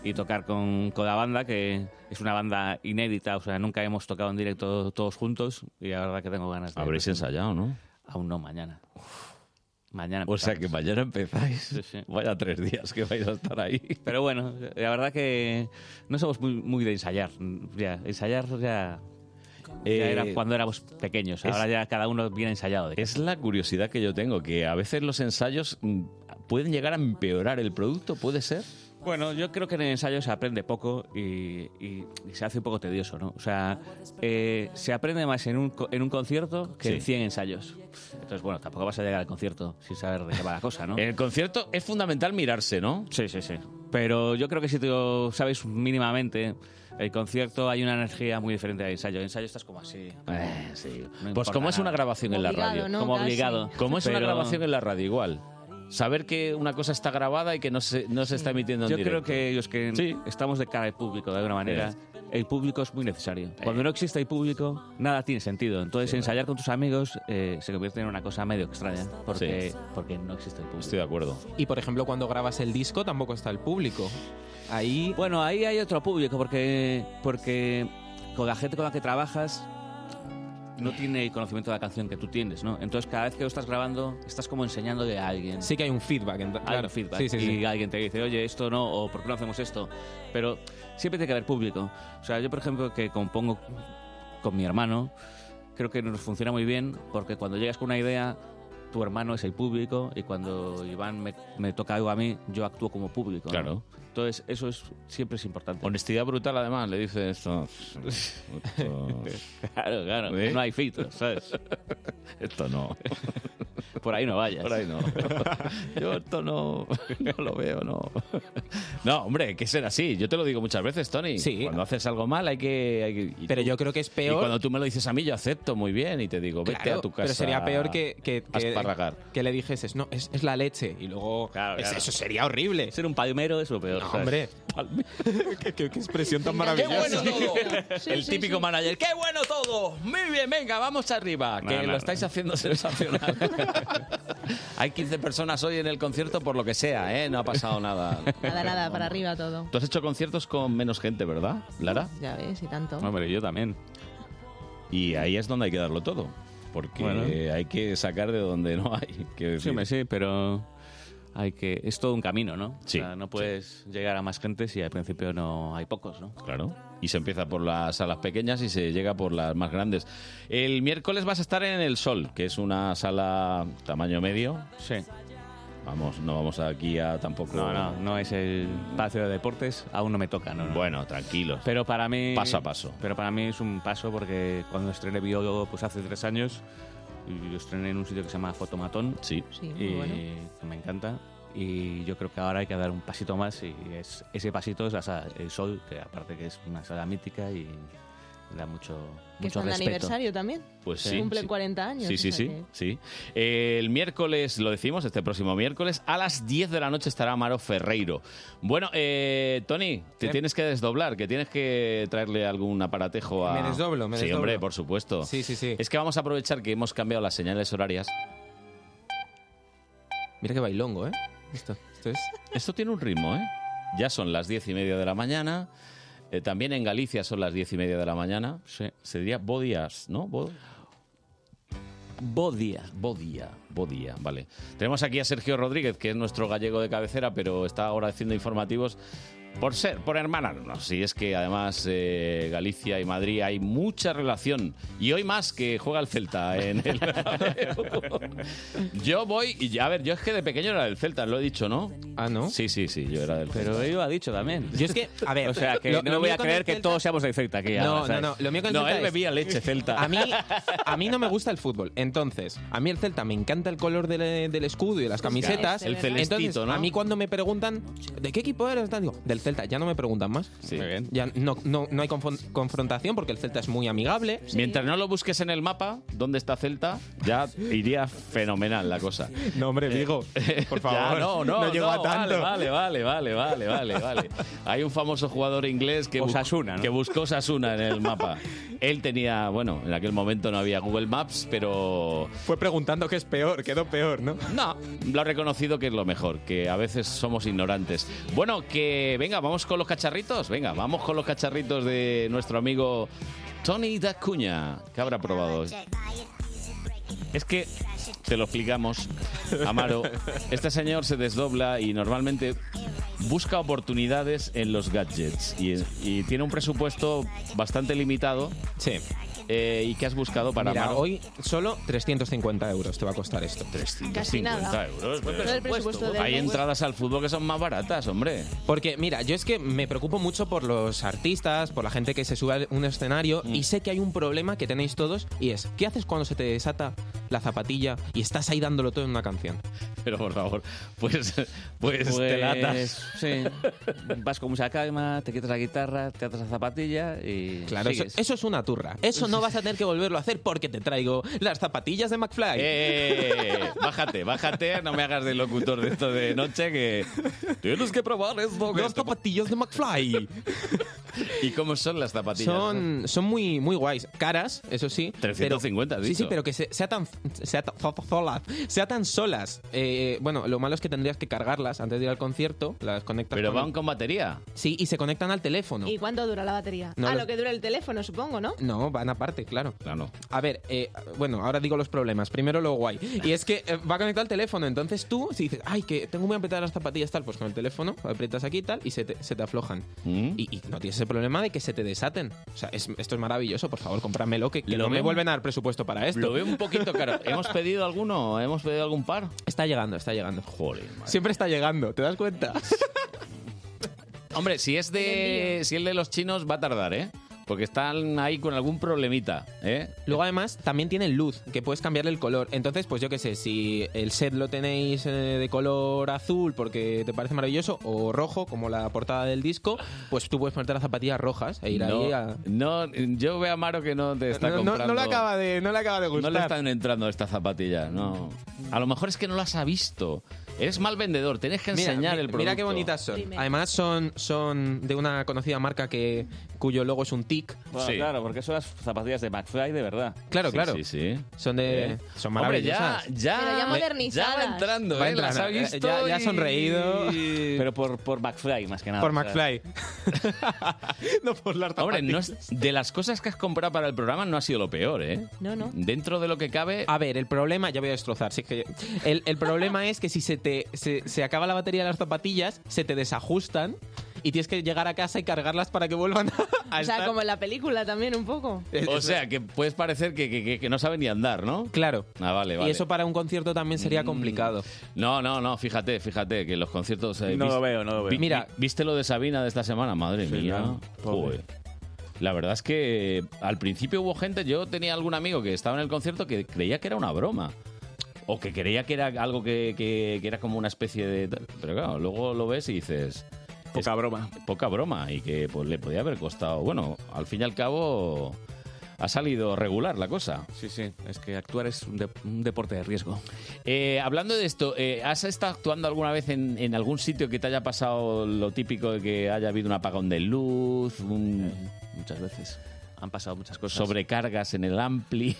Speaker 1: y tocar con, con la banda, que es una banda inédita, o sea, nunca hemos tocado en directo todos juntos y la verdad que tengo ganas de.
Speaker 6: Habréis ensayado, ¿no?
Speaker 1: pues, Aún no, mañana. Mañana.
Speaker 6: O sea
Speaker 1: empezamos.
Speaker 6: que mañana empezáis.
Speaker 1: sí.
Speaker 6: Vaya tres días que vais a estar ahí.
Speaker 1: Pero bueno, la verdad que no somos muy, muy de ensayar. Ya, ensayar ya, ya
Speaker 6: Eh,
Speaker 1: era cuando éramos pequeños.
Speaker 6: es-
Speaker 1: Ahora ya cada uno viene ensayado. de
Speaker 6: Es la curiosidad que yo tengo, que a veces los ensayos mm, pueden llegar a empeorar el producto, ¿puede ser?
Speaker 1: Bueno, yo creo que en el ensayo se aprende poco y, y- y se hace un poco tedioso, ¿no? O sea, eh, se aprende más en un, co- en un concierto que
Speaker 6: Sí.
Speaker 1: en 100 ensayos. Entonces, bueno, tampoco vas a llegar al concierto sin saber de qué va la cosa, ¿no?
Speaker 6: En el concierto es fundamental mirarse, ¿no?
Speaker 1: Sí, sí, sí. Pero yo creo que si te lo sabes mínimamente, el concierto hay una energía muy diferente al ensayo. El ensayo estás como así.
Speaker 6: Eh, sí.
Speaker 1: No
Speaker 6: pues
Speaker 1: importa
Speaker 6: como es una
Speaker 1: nada.
Speaker 6: grabación en la
Speaker 1: Obligado,
Speaker 6: radio.
Speaker 1: ¿no? Como Casi. obligado.
Speaker 6: Como es una
Speaker 1: Pero-
Speaker 6: grabación en la radio, igual. Saber que una cosa está grabada y que no se, no se está emitiendo en
Speaker 1: Yo
Speaker 6: directo.
Speaker 1: creo que los que estamos de cara al público, de alguna manera,
Speaker 6: Sí.
Speaker 1: el público es muy necesario. Cuando no existe el público, nada tiene sentido. Entonces, ensayar con tus amigos eh, se convierte en una cosa medio extraña, porque,
Speaker 2: Sí.
Speaker 1: porque no existe el público.
Speaker 6: Estoy de acuerdo.
Speaker 2: Y por ejemplo, cuando grabas el disco tampoco está el público.
Speaker 1: Ahí... Bueno, ahí hay otro público, porque, porque con la gente con la que trabajas no tiene el conocimiento de la canción que tú tienes, ¿no? Entonces, cada vez que lo estás grabando, estás como enseñándole a alguien.
Speaker 2: Sí que hay un feedback. ent-
Speaker 1: Hay
Speaker 2: claro.
Speaker 1: un feedback.
Speaker 2: Sí, sí, sí.
Speaker 1: y alguien te dice, oye, esto no, o por qué no hacemos esto. Pero siempre tiene que haber público. O sea, yo, por ejemplo, que compongo con mi hermano, creo que nos funciona muy bien porque cuando llegas con una idea, tu hermano es el público y cuando Iván me, me toca algo a mí, yo actúo como público. ¿no?
Speaker 6: Claro.
Speaker 1: Entonces, eso es, siempre es importante.
Speaker 6: Honestidad brutal, además, le dice esto. esto-
Speaker 1: Claro, claro.
Speaker 6: ¿Eh?
Speaker 1: No hay filtros, ¿sabes?
Speaker 6: Esto no.
Speaker 1: Por ahí no vayas. Por ahí no. Yo esto no, no lo veo, no. No, hombre, hay que ser así. Yo te lo digo muchas veces, Tony. Sí. Cuando haces algo mal hay que... hay que- y
Speaker 2: Pero
Speaker 1: tú-
Speaker 2: yo creo que es
Speaker 1: Y
Speaker 2: peor-
Speaker 1: cuando tú me lo dices a mí, yo acepto muy bien y te digo, vete
Speaker 2: Claro,
Speaker 1: a tu casa.
Speaker 2: Pero sería peor que, que,
Speaker 1: a
Speaker 2: que-
Speaker 1: esparragar.
Speaker 2: que le dijeses, no, es, es la leche. Y luego, es- eso sería Ah, horrible.
Speaker 11: Ser un palmero es lo peor.
Speaker 2: No,
Speaker 11: ¿sabes?
Speaker 2: hombre. qué, qué- qué expresión tan
Speaker 11: Venga,
Speaker 2: maravillosa.
Speaker 11: ¡Qué bueno todo! el
Speaker 1: sí,
Speaker 11: típico
Speaker 1: sí.
Speaker 11: manager. ¡Qué bueno todo! Muy bien, venga, vamos arriba.
Speaker 1: No,
Speaker 11: que
Speaker 1: no,
Speaker 11: lo
Speaker 1: no.
Speaker 11: estáis haciendo sensacional.
Speaker 1: Hay 15 personas hoy en el concierto por lo que sea, ¿eh? No ha pasado nada.
Speaker 3: Nada, nada, para arriba todo.
Speaker 1: Tú has hecho conciertos con menos gente, ¿verdad, Lara?
Speaker 3: Ya ves, y tanto.
Speaker 1: Hombre, yo también. Y ahí es donde hay que darlo todo. Porque
Speaker 11: Bueno.
Speaker 1: hay que sacar de donde no hay. Que
Speaker 11: Sí, hombre, sí, pero hay que es todo un camino, ¿no?
Speaker 1: Sí.
Speaker 11: O sea, no puedes llegar a más gente si al principio no hay pocos, ¿no?
Speaker 1: Claro. Y se empieza por las salas pequeñas y se llega por las más grandes. El miércoles vas a estar en El Sol, que es una sala tamaño medio.
Speaker 11: Sí.
Speaker 1: Vamos, no vamos aquí a tampoco.
Speaker 11: No, no, no es el Palacio de Deportes, aún no me toca, ¿no?
Speaker 1: Bueno, tranquilos.
Speaker 11: Pero para mí...
Speaker 1: Paso a paso.
Speaker 11: Pero para mí es un paso porque cuando estrené Biólogo, pues hace tres años, y lo estrené en un sitio que se llama Fotomatón.
Speaker 1: Sí.
Speaker 3: Sí, muy
Speaker 11: y
Speaker 3: bueno.
Speaker 11: que me encanta. Y yo creo que ahora hay que dar un pasito más y es, ese pasito es la sala El Sol, que aparte que es una sala mítica y da mucho,
Speaker 3: Que
Speaker 11: mucho
Speaker 3: están de
Speaker 11: respeto.
Speaker 3: aniversario también.
Speaker 1: Pues
Speaker 3: Se
Speaker 1: sí,
Speaker 3: Cumplen
Speaker 1: sí.
Speaker 3: 40 años.
Speaker 1: Sí, sí,
Speaker 3: o sea
Speaker 1: sí,
Speaker 3: que-
Speaker 1: sí. Eh, el miércoles, lo decimos, este próximo miércoles, a las 10 de la noche estará Amaro Ferreiro. Bueno, eh, Tony, te
Speaker 2: ¿Qué?
Speaker 1: tienes que desdoblar, que tienes que traerle algún aparatejo a...
Speaker 2: Me desdoblo, me
Speaker 1: Sí,
Speaker 2: desdoblo.
Speaker 1: hombre, por supuesto.
Speaker 2: Sí, sí, sí.
Speaker 1: Es que vamos a aprovechar que hemos cambiado las señales horarias.
Speaker 2: Mira qué bailongo, ¿eh? Esto, esto es...
Speaker 1: Esto tiene un ritmo, ¿eh? Ya son las diez y media de la mañana. Eh, también en Galicia son las diez y media de la mañana. Se diría Bodías, ¿no? Bo- Bodía. Bodía, Bodía, vale. Tenemos aquí a Sergio Rodríguez, que es nuestro gallego de cabecera, pero está ahora haciendo informativos por ser, por hermanarnos. Y es que además eh, Galicia y Madrid hay mucha relación. Y hoy más que juega el Celta en el... Yo voy, y a ver, yo es que de pequeño era del Celta, lo he dicho, ¿no?
Speaker 2: Ah, ¿no?
Speaker 1: Sí, sí, sí, yo era del Celta.
Speaker 11: Pero ello ha dicho también.
Speaker 2: Yo es que, a ver,
Speaker 11: o sea, que
Speaker 2: lo-
Speaker 11: no
Speaker 2: lo
Speaker 11: voy
Speaker 2: mío
Speaker 11: a
Speaker 2: con
Speaker 11: creer
Speaker 2: el
Speaker 11: que
Speaker 2: Celta-
Speaker 11: todos seamos del Celta aquí.
Speaker 2: No,
Speaker 11: ahora,
Speaker 2: no, no.
Speaker 11: ¿sabes?
Speaker 2: Lo mío con el
Speaker 11: No,
Speaker 2: Celta
Speaker 11: él
Speaker 2: es-
Speaker 11: bebía leche celta.
Speaker 2: A mí, a mí no me gusta el fútbol. Entonces, a mí el Celta me encanta el color del, del escudo y de las camisetas.
Speaker 1: El celestito,
Speaker 2: Entonces,
Speaker 1: ¿no?
Speaker 2: A mí cuando me preguntan, ¿de qué equipo eres? Tal, Digo, del Celta. Ya no me preguntan más. Ya no, no, no hay confon- confrontación porque el Celta es muy amigable.
Speaker 1: Mientras no lo busques en el mapa, dónde está Celta, ya iría fenomenal la cosa.
Speaker 2: No, hombre, Vigo, Eh, por
Speaker 1: Ya, no, no,
Speaker 11: llegó
Speaker 1: Vale, vale, vale, vale, vale, vale, vale. Hay un famoso jugador inglés que, bus-
Speaker 11: Osasuna, ¿no?
Speaker 1: que buscó Sasuna en el mapa. Él tenía, bueno, en aquel momento no había Google Maps, pero
Speaker 2: Fue preguntando qué es peor, quedó peor, ¿no?
Speaker 1: No, lo ha reconocido que es lo mejor, que a veces somos ignorantes. Bueno, que venga, vamos con los cacharritos. Venga, vamos con los cacharritos de nuestro amigo Tony Dacuña, que habrá probado. este Es que, te lo explicamos, Amaro, este señor se desdobla y normalmente busca oportunidades en los gadgets y, y tiene un presupuesto bastante limitado. eh,
Speaker 2: Sí.
Speaker 1: ¿Y qué has buscado para
Speaker 2: Mira,
Speaker 1: Amaro?
Speaker 2: hoy solo 350 euros te va a costar esto.
Speaker 1: 350 euros.
Speaker 3: Buen
Speaker 1: pero-
Speaker 3: presupuesto del
Speaker 1: Hay
Speaker 3: Google.
Speaker 1: entradas al fútbol que son más baratas, hombre.
Speaker 2: Porque, mira, yo es que me preocupo mucho por los artistas, por la gente que se sube a un escenario
Speaker 1: Mm.
Speaker 2: y sé que hay un problema que tenéis todos y es, ¿qué haces cuando se te desata la zapatilla y estás ahí dándolo todo en una canción?
Speaker 1: Pero por favor, pues, pues,
Speaker 11: Pues,
Speaker 1: te latas.
Speaker 11: Sí. Vas con mucha calma, te quitas la guitarra, te atas la zapatilla y.
Speaker 2: Claro, eso,
Speaker 11: sigues.
Speaker 2: eso es una turra. Eso no vas a tener que volverlo a hacer porque te traigo las zapatillas de McFly.
Speaker 1: Eh, bájate, bájate, Eh, no me hagas de locutor de esto de noche que tienes que probar esto. que
Speaker 2: las
Speaker 1: esto-
Speaker 2: zapatillas de McFly.
Speaker 1: ¿Y cómo son las zapatillas?
Speaker 2: Son, son muy, muy guays. Caras, eso sí. pero-
Speaker 1: 350 has
Speaker 2: Sí, sí,
Speaker 1: dicho.
Speaker 2: pero que se- sea tan, sea tan, solas. Sea tan solas. Eh, bueno, lo malo es que tendrías que cargarlas antes de ir al concierto. Las conectas
Speaker 1: Pero
Speaker 2: con el-
Speaker 1: van con batería.
Speaker 2: Sí, y se conectan al teléfono.
Speaker 3: ¿Y cuánto dura la batería?
Speaker 2: No
Speaker 3: ah,
Speaker 2: lo-
Speaker 3: lo que dura el teléfono, supongo, ¿no?
Speaker 2: No, van aparte, claro.
Speaker 1: Claro.
Speaker 2: A ver, eh, bueno, ahora digo los problemas. Primero lo guay. Y es que eh, va conectado al teléfono. Entonces tú, si dices, ay, que tengo muy apretadas las zapatillas, tal, pues con el teléfono aprietas aquí tal y se te, se te aflojan.
Speaker 1: Mm.
Speaker 2: Y, y no tienes el problema de que se te desaten. O sea, es- esto es maravilloso. Por favor, cómpramelo, que, que
Speaker 1: Lo
Speaker 2: no me
Speaker 1: veo-
Speaker 2: vuelven a dar presupuesto para esto.
Speaker 1: Lo veo un poquito caro. ¿Hemos pedido alguno? ¿Hemos pedido algún par?
Speaker 2: Está llegando, está llegando.
Speaker 1: Joder, madre.
Speaker 2: Siempre está llegando, ¿te das cuenta?
Speaker 1: Hombre, si es de si es de los chinos va a tardar, ¿eh? Porque están ahí con algún problemita, ¿eh?
Speaker 2: Luego además también tienen luz, que puedes cambiarle el color. Entonces, pues yo qué sé, si el set lo tenéis eh, de color azul porque te parece maravilloso, o rojo, como la portada del disco, pues tú puedes ponerte las zapatillas rojas e ir ahí a...
Speaker 1: No, yo veo a Maro que no te está
Speaker 2: No, no, no
Speaker 1: comprando.
Speaker 2: le acaba de, no le acaba de gustar.
Speaker 1: No le están entrando estas zapatillas, no. A lo mejor es que no las ha visto. Eres mal vendedor, tenés que
Speaker 2: Mira,
Speaker 1: enseñar
Speaker 2: mi-
Speaker 1: el producto.
Speaker 2: Mira qué bonitas son. Además son, son de una conocida marca que cuyo logo es un tic.
Speaker 1: Ah,
Speaker 11: Bueno, Claro, porque son las zapatillas de McFly de verdad.
Speaker 2: Claro,
Speaker 11: Sí,
Speaker 2: claro.
Speaker 11: sí,
Speaker 2: Son de.
Speaker 11: Eh.
Speaker 2: Son
Speaker 11: Hombre, ya-
Speaker 2: maravillosas.
Speaker 11: ya-
Speaker 17: Pero ya
Speaker 11: Le-
Speaker 17: modernizadas.
Speaker 1: ya va entrando,
Speaker 2: Va
Speaker 1: ¿eh? Las ha
Speaker 2: entrando,
Speaker 1: visto
Speaker 2: ya- ya ha
Speaker 1: y-
Speaker 2: sonreído.
Speaker 11: Pero por, por McFly, más que nada.
Speaker 2: Por
Speaker 11: o sea.
Speaker 2: McFly. no por las
Speaker 1: Hombre, no es- de las cosas que has comprado para el programa no ha sido lo peor, ¿eh?
Speaker 2: No, no.
Speaker 1: Dentro de lo que cabe...
Speaker 2: A ver, el problema, ya voy a destrozar. sí que el, el problema es que si se te se, se acaba la batería de las zapatillas, se te desajustan y tienes que llegar a casa y cargarlas para que vuelvan a, a
Speaker 3: O sea,
Speaker 2: estar.
Speaker 3: como en la película también un poco.
Speaker 1: O sea, que puedes parecer que, que- que- que no sabe ni andar, ¿no?
Speaker 2: Claro.
Speaker 1: Ah, vale, vale.
Speaker 2: Y eso para un concierto también sería complicado.
Speaker 1: No, no, no, fíjate, fíjate, que los conciertos... eh,
Speaker 11: No lo
Speaker 1: vis-
Speaker 11: veo, no lo veo.
Speaker 1: vi-
Speaker 11: Mira.
Speaker 1: vi- ¿Viste lo de Sabina de esta semana? Madre mía.
Speaker 11: claro. Pobre.
Speaker 1: Joder. La verdad es que eh, al principio hubo gente, yo tenía algún amigo que estaba en el concierto que creía que era una broma. O que creía que era algo que, que- que era como una especie de... tal. Pero claro, luego lo ves y dices... Poca
Speaker 11: broma.
Speaker 1: Poca broma y que pues, le podía haber costado... Bueno, al fin y al cabo ha salido regular la cosa.
Speaker 11: Sí, sí, es que actuar es un, de- un deporte de riesgo.
Speaker 1: Eh, hablando de esto, eh, ¿has estado actuando alguna vez en, en algún sitio que te haya pasado lo típico de que haya habido un apagón de luz?
Speaker 11: Eh, muchas veces. Han pasado muchas cosas.
Speaker 1: Sobrecargas en el ampli.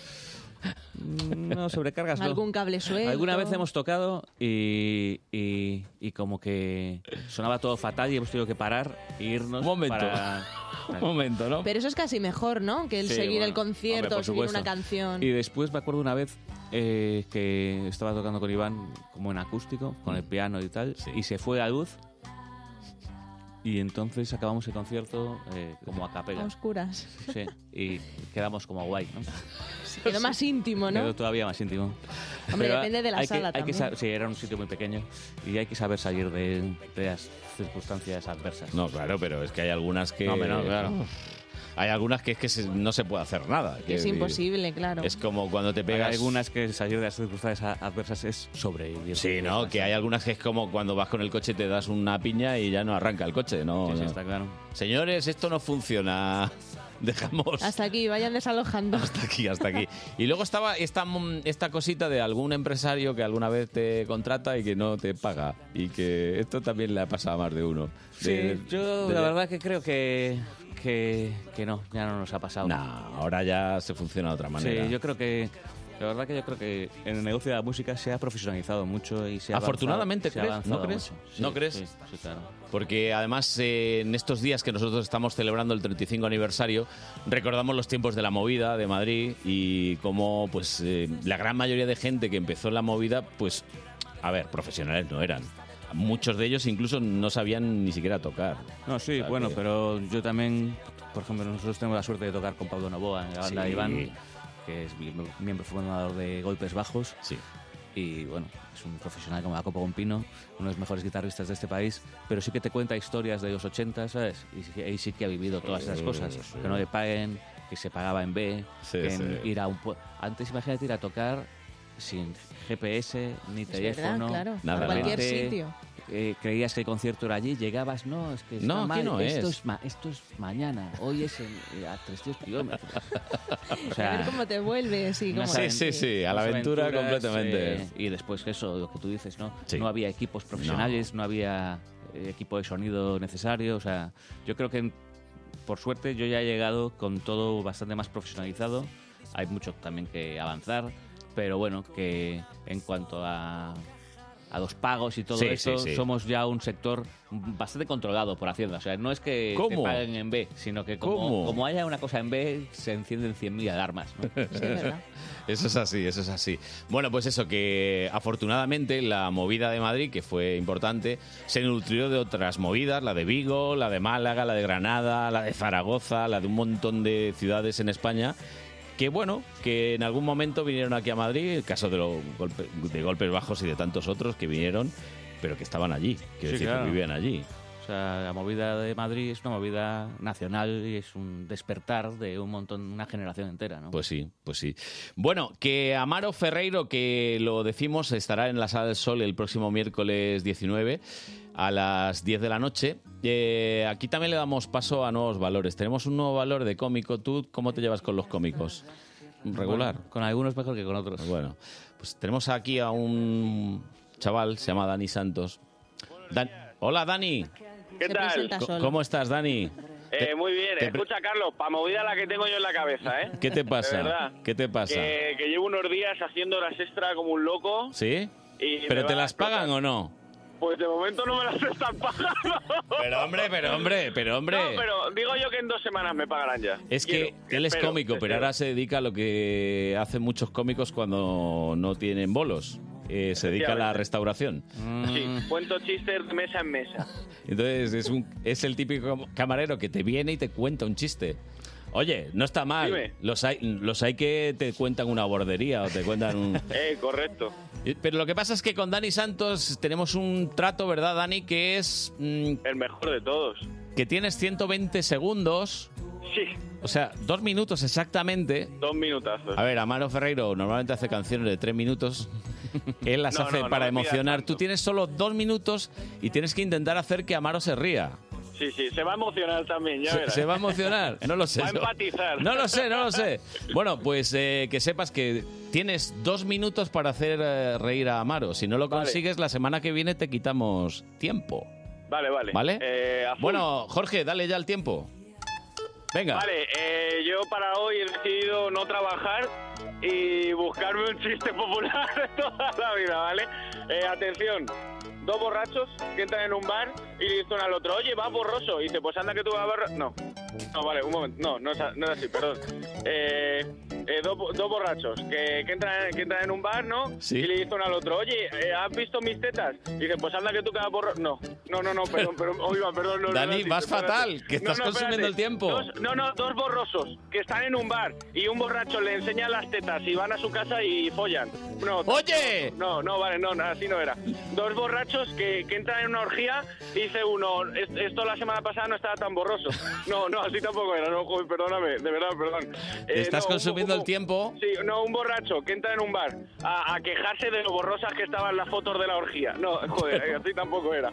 Speaker 11: Mm, No, sobrecargas no.
Speaker 3: Algún cable suelto.
Speaker 11: Alguna vez hemos tocado y, y- y como que sonaba todo fatal y hemos tenido que parar e irnos. Un
Speaker 1: momento.
Speaker 11: Un
Speaker 1: momento, ¿no?
Speaker 3: Pero eso es casi mejor, ¿no? Que el
Speaker 11: Sí,
Speaker 3: seguir
Speaker 11: bueno.
Speaker 3: el
Speaker 11: Hombre,
Speaker 3: concierto,
Speaker 11: por
Speaker 3: o seguir
Speaker 11: supuesto.
Speaker 3: una canción.
Speaker 11: Y después me acuerdo una vez eh, que estaba tocando con Iván como en acústico, con el
Speaker 1: Mm.
Speaker 11: piano y tal, y se fue la luz. Y entonces acabamos el concierto eh, como a
Speaker 3: A
Speaker 11: capela.
Speaker 3: oscuras.
Speaker 11: Sí, y quedamos como guay, ¿no?
Speaker 3: Quedó más íntimo, ¿no?
Speaker 11: Quedó todavía más íntimo.
Speaker 3: Hombre, depende de la
Speaker 11: hay
Speaker 3: sala
Speaker 11: que, hay que
Speaker 3: también.
Speaker 11: sa- sí, era un sitio muy pequeño y hay que saber salir de, de las circunstancias adversas.
Speaker 1: No, claro, pero es que hay algunas que...
Speaker 11: No, hombre, no, claro.
Speaker 1: Hay algunas que es que se- no se puede hacer nada.
Speaker 3: Que
Speaker 1: quiero
Speaker 3: es
Speaker 1: decir.
Speaker 3: imposible, claro.
Speaker 1: Es como cuando te
Speaker 11: Hay
Speaker 1: pegas...
Speaker 11: algunas que salir de las circunstancias a- adversas es sobrevivir.
Speaker 1: Sí, no, que hay algunas que es como cuando vas con el coche te das una piña y ya no arranca el coche, ¿no?
Speaker 11: Sí, sí,
Speaker 1: no.
Speaker 11: está claro.
Speaker 1: Señores, esto no funciona. Dejamos...
Speaker 3: Hasta aquí, vayan desalojando.
Speaker 1: aquí, hasta aquí. Y luego estaba esta, mm, esta cosita de algún empresario que alguna vez te contrata y que no te paga. Y que esto también le ha pasado a más de uno.
Speaker 11: Sí,
Speaker 1: De-
Speaker 11: yo
Speaker 1: de-
Speaker 11: la verdad que creo que, que, que no, ya no nos ha pasado.
Speaker 1: ahora ya se funciona de otra manera.
Speaker 11: Sí, yo creo que... La verdad que yo creo que en el negocio de la música se ha profesionalizado mucho y se ha avanzado-
Speaker 1: Afortunadamente,
Speaker 11: se ha
Speaker 1: ¿crees? ¿No
Speaker 11: avanzado
Speaker 1: crees?
Speaker 11: mucho. Sí,
Speaker 1: ¿No crees?
Speaker 11: sí, sí, claro.
Speaker 1: Porque además eh, en estos días que nosotros estamos celebrando el 35 aniversario, recordamos los tiempos de la movida de Madrid y cómo pues eh, la gran mayoría de gente que empezó en la movida, pues, a ver, profesionales no eran. Muchos de ellos incluso no sabían ni siquiera tocar.
Speaker 11: No, sí,
Speaker 1: sea
Speaker 11: bueno,
Speaker 1: que-
Speaker 11: pero yo también, por ejemplo, nosotros tenemos la suerte de tocar con Pablo Novoa en la banda
Speaker 1: Sí.
Speaker 11: de Iván, que es miembro- miembro fundador de Golpes Bajos.
Speaker 1: Sí.
Speaker 11: Y bueno, es un profesional como la Copa con Pino, uno de los mejores guitarristas de este país, pero sí que te cuenta historias de los 80, ¿sabes? Y sí, que- y sí que ha vivido todas esas
Speaker 1: Sí,
Speaker 11: cosas,
Speaker 1: sí.
Speaker 11: que no le paguen, que se pagaba en B,
Speaker 1: Sí,
Speaker 11: en
Speaker 1: sí.
Speaker 11: ir a un pue- Antes imagínate ir a tocar sin GPS, ni
Speaker 3: Es verdad,
Speaker 11: teléfono,
Speaker 3: claro. Nada, A cualquier
Speaker 11: gente,
Speaker 3: sitio.
Speaker 11: eh, creías que el concierto era allí, llegabas, no, es que está
Speaker 1: No, aquí
Speaker 11: mal,
Speaker 1: no
Speaker 11: esto
Speaker 1: es.
Speaker 11: ma- esto es mañana, hoy es en- eh, a 300 kilómetros. O
Speaker 3: a ver cómo te vuelves y cómo...
Speaker 11: unas
Speaker 1: Sí, sí,
Speaker 11: aven-
Speaker 1: sí, a la
Speaker 11: unas
Speaker 1: aventura
Speaker 11: aventuras,
Speaker 1: completamente.
Speaker 11: eh, y después eso, lo que tú dices, ¿no? No había equipos profesionales, no, había eh, equipo de sonido necesario, o sea, yo creo que por suerte yo ya he llegado con todo bastante más profesionalizado, hay mucho también que avanzar, pero bueno, que en cuanto a a los pagos y todo
Speaker 1: Sí,
Speaker 11: eso,
Speaker 1: sí, sí.
Speaker 11: somos ya un sector bastante controlado por Hacienda. O sea, no es que te
Speaker 1: ¿Cómo?
Speaker 11: paguen en B, sino que como,
Speaker 1: ¿Cómo?
Speaker 11: como haya una cosa en B, se encienden 100.000 alarmas. ¿no?
Speaker 1: Eso es así, eso es así. Bueno, pues eso, que afortunadamente la movida de Madrid, que fue importante, se nutrió de otras movidas, la de Vigo, la de Málaga, la de Granada, la de Zaragoza, la de un montón de ciudades en España, que bueno, que en algún momento vinieron aquí a Madrid, el caso de, los golpe- de Golpes Bajos y de tantos otros que vinieron, pero que estaban allí, que
Speaker 11: Sí, claro.
Speaker 1: vivían allí.
Speaker 29: O sea, la movida de Madrid es una movida nacional y es un despertar de un montón, una generación entera, ¿no?
Speaker 1: Pues sí, pues sí. Bueno, que Amaro Ferreiro, que lo decimos, estará en la Sala del Sol el próximo miércoles 19 a las 10 de la noche. Eh, aquí también le damos paso a nuevos valores. Tenemos un nuevo valor de cómico. ¿Tú cómo te llevas con los cómicos? Regular.
Speaker 29: Bueno, con algunos mejor que con otros.
Speaker 1: Bueno, pues tenemos aquí a un chaval, se llama Dani Santos. Dan- Hola, Dani.
Speaker 13: ¿Qué
Speaker 1: Co-
Speaker 13: tal?
Speaker 1: ¿Cómo estás, Dani?
Speaker 13: Eh, muy bien,
Speaker 1: te-
Speaker 13: escucha Carlos, para movida la que tengo yo en la cabeza, ¿eh?
Speaker 1: ¿Qué te
Speaker 13: De
Speaker 1: pasa?
Speaker 13: verdad.
Speaker 1: ¿Qué te pasa?
Speaker 13: Que, que llevo unos días haciendo horas extra como un loco.
Speaker 1: ¿Sí?
Speaker 13: Y
Speaker 1: ¿Pero
Speaker 13: me
Speaker 1: te
Speaker 13: va-
Speaker 1: las pagan o no?
Speaker 13: Pues de momento no me las están pagando.
Speaker 1: Pero hombre, pero hombre, pero hombre.
Speaker 13: No, pero digo yo que en dos semanas me pagarán ya.
Speaker 1: Es que
Speaker 13: Quiero,
Speaker 1: él es
Speaker 13: espero,
Speaker 1: cómico, pero
Speaker 13: espero.
Speaker 1: ahora se dedica a lo que hacen muchos cómicos cuando no tienen bolos. Eh, se dedica a la restauración.
Speaker 13: Sí, cuento chistes de mesa en mesa.
Speaker 1: Entonces es, un, es el típico camarero que te viene y te cuenta un chiste. Oye, no está mal.
Speaker 13: Dime.
Speaker 1: Los hay, los hay que te cuentan una bordería o te cuentan un...
Speaker 13: Eh, correcto.
Speaker 1: Eh, Pero lo que pasa es que con Dani Santos tenemos un trato, ¿verdad, Dani? Que es... el
Speaker 13: mejor de todos.
Speaker 1: Que tienes 120 segundos.
Speaker 13: Sí.
Speaker 1: O sea, dos minutos exactamente.
Speaker 13: Dos minutazos.
Speaker 1: A ver, Amaro Ferreiro normalmente hace canciones de tres minutos. Él las
Speaker 13: No,
Speaker 1: hace
Speaker 13: no, no
Speaker 1: para
Speaker 13: me pidas
Speaker 1: emocionar. Tú tienes solo dos minutos y tienes que intentar hacer que Amaro se ría.
Speaker 13: Sí, sí, se va a emocionar también, ya
Speaker 1: Se,
Speaker 13: verás.
Speaker 1: se va a emocionar? No lo sé.
Speaker 13: Va a
Speaker 1: yo.
Speaker 13: empatizar.
Speaker 1: No lo sé, no lo sé. Bueno, pues eh, que sepas que tienes dos minutos para hacer eh, reír a Amaro. Si no lo
Speaker 13: Vale.
Speaker 1: consigues, la semana que viene te quitamos tiempo.
Speaker 13: Vale, vale.
Speaker 1: ¿Vale?
Speaker 13: Eh, a full.
Speaker 1: Bueno, Jorge, dale ya el tiempo. Venga.
Speaker 13: Vale, eh, yo para hoy he decidido no trabajar y buscarme un chiste popular de toda la vida, ¿vale? Eh, atención, dos borrachos que entran en un bar y le dicen al otro, oye, vas borroso. Y dice, pues anda que tú vas borroso. No, no, vale, un momento, no, no es, a- no es así, perdón. Eh, eh, dos, bo- dos borrachos que, que entran, que entran en un bar, ¿no?
Speaker 1: Sí.
Speaker 13: Y le dicen al otro, oye, eh, ¿has visto mis tetas? Y dice, pues anda que tú que vas borroso. No, no, no, no, perdón, perdón, oiga, perdón. no, no,
Speaker 1: Dani,
Speaker 13: no,
Speaker 1: vas
Speaker 13: espérate.
Speaker 1: fatal, que estás consumiendo el tiempo.
Speaker 13: Dos- no, no, dos borrosos que están en un bar y un borracho le enseña las tetas y van a su casa y follan. No,
Speaker 1: ¡Oye!
Speaker 13: No, no, vale, no, no, así no era. Dos borrachos que, que entran en una orgía y dice uno, "Es- esto la semana pasada no estaba tan borroso. No, no, así tampoco era, no, joder, perdóname, de verdad, perdón. Eh,
Speaker 1: Estás
Speaker 13: no, un-
Speaker 1: consumiendo
Speaker 13: un-
Speaker 1: el tiempo.
Speaker 13: Sí, no, un borracho que entra en un bar a, a quejarse de lo borrosas que estaban las fotos de la orgía. No, joder, eh, así tampoco era.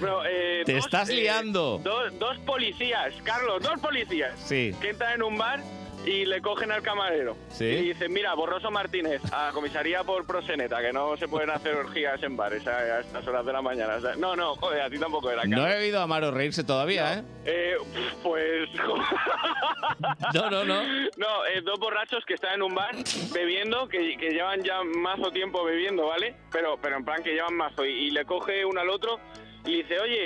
Speaker 13: Bueno, eh,
Speaker 1: Te estás liando.
Speaker 13: Dos, dos policías, Carlos, dos policías.
Speaker 1: Sí.
Speaker 13: Que entran en un bar y le cogen al camarero.
Speaker 1: Sí.
Speaker 13: Y dicen, mira, Borroso Martínez, a comisaría por proseneta, que no se pueden hacer orgías en bares a, a estas horas de la mañana. O sea, no, no, joder, a ti tampoco era,
Speaker 1: No
Speaker 13: Carlos.
Speaker 1: he oído a Amaro reírse todavía, ¿eh?
Speaker 13: Eh, pf, pues...
Speaker 1: No, no, no.
Speaker 13: No, eh, dos borrachos que están en un bar bebiendo, que, que llevan ya mazo tiempo bebiendo, ¿vale? Pero, pero en plan que llevan mazo. Y, y le coge uno al otro y dice, oye,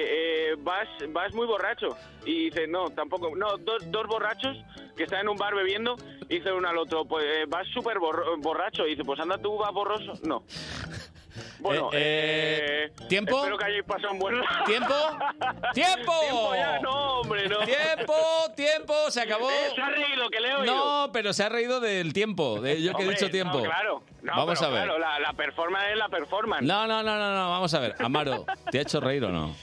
Speaker 13: eh, vas, vas muy borracho. Y dice, no, tampoco. No, dos, dos borrachos que están en un bar bebiendo y dice uno al otro, pues eh, vas súper borro- borracho. Y dice, pues anda tú, vas borroso. No. Bueno, eh,
Speaker 1: ¿tiempo?
Speaker 13: Espero que hayáis pasado un buen
Speaker 1: ¿Tiempo? ¡Tiempo!
Speaker 13: ¡Tiempo ya! No, hombre, no.
Speaker 1: ¡Tiempo! ¡Tiempo! ¡Se acabó!
Speaker 13: Eh, se ha reído, que le he oído.
Speaker 1: No, pero se ha reído del tiempo, de yo que he
Speaker 13: Hombre,
Speaker 1: dicho tiempo.
Speaker 13: no, claro. No,
Speaker 1: vamos
Speaker 13: pero
Speaker 1: a ver.
Speaker 13: Claro, la, la performance es la performance.
Speaker 1: No, no, no, no, no, vamos a ver. Amaro, ¿te ha hecho reír o no?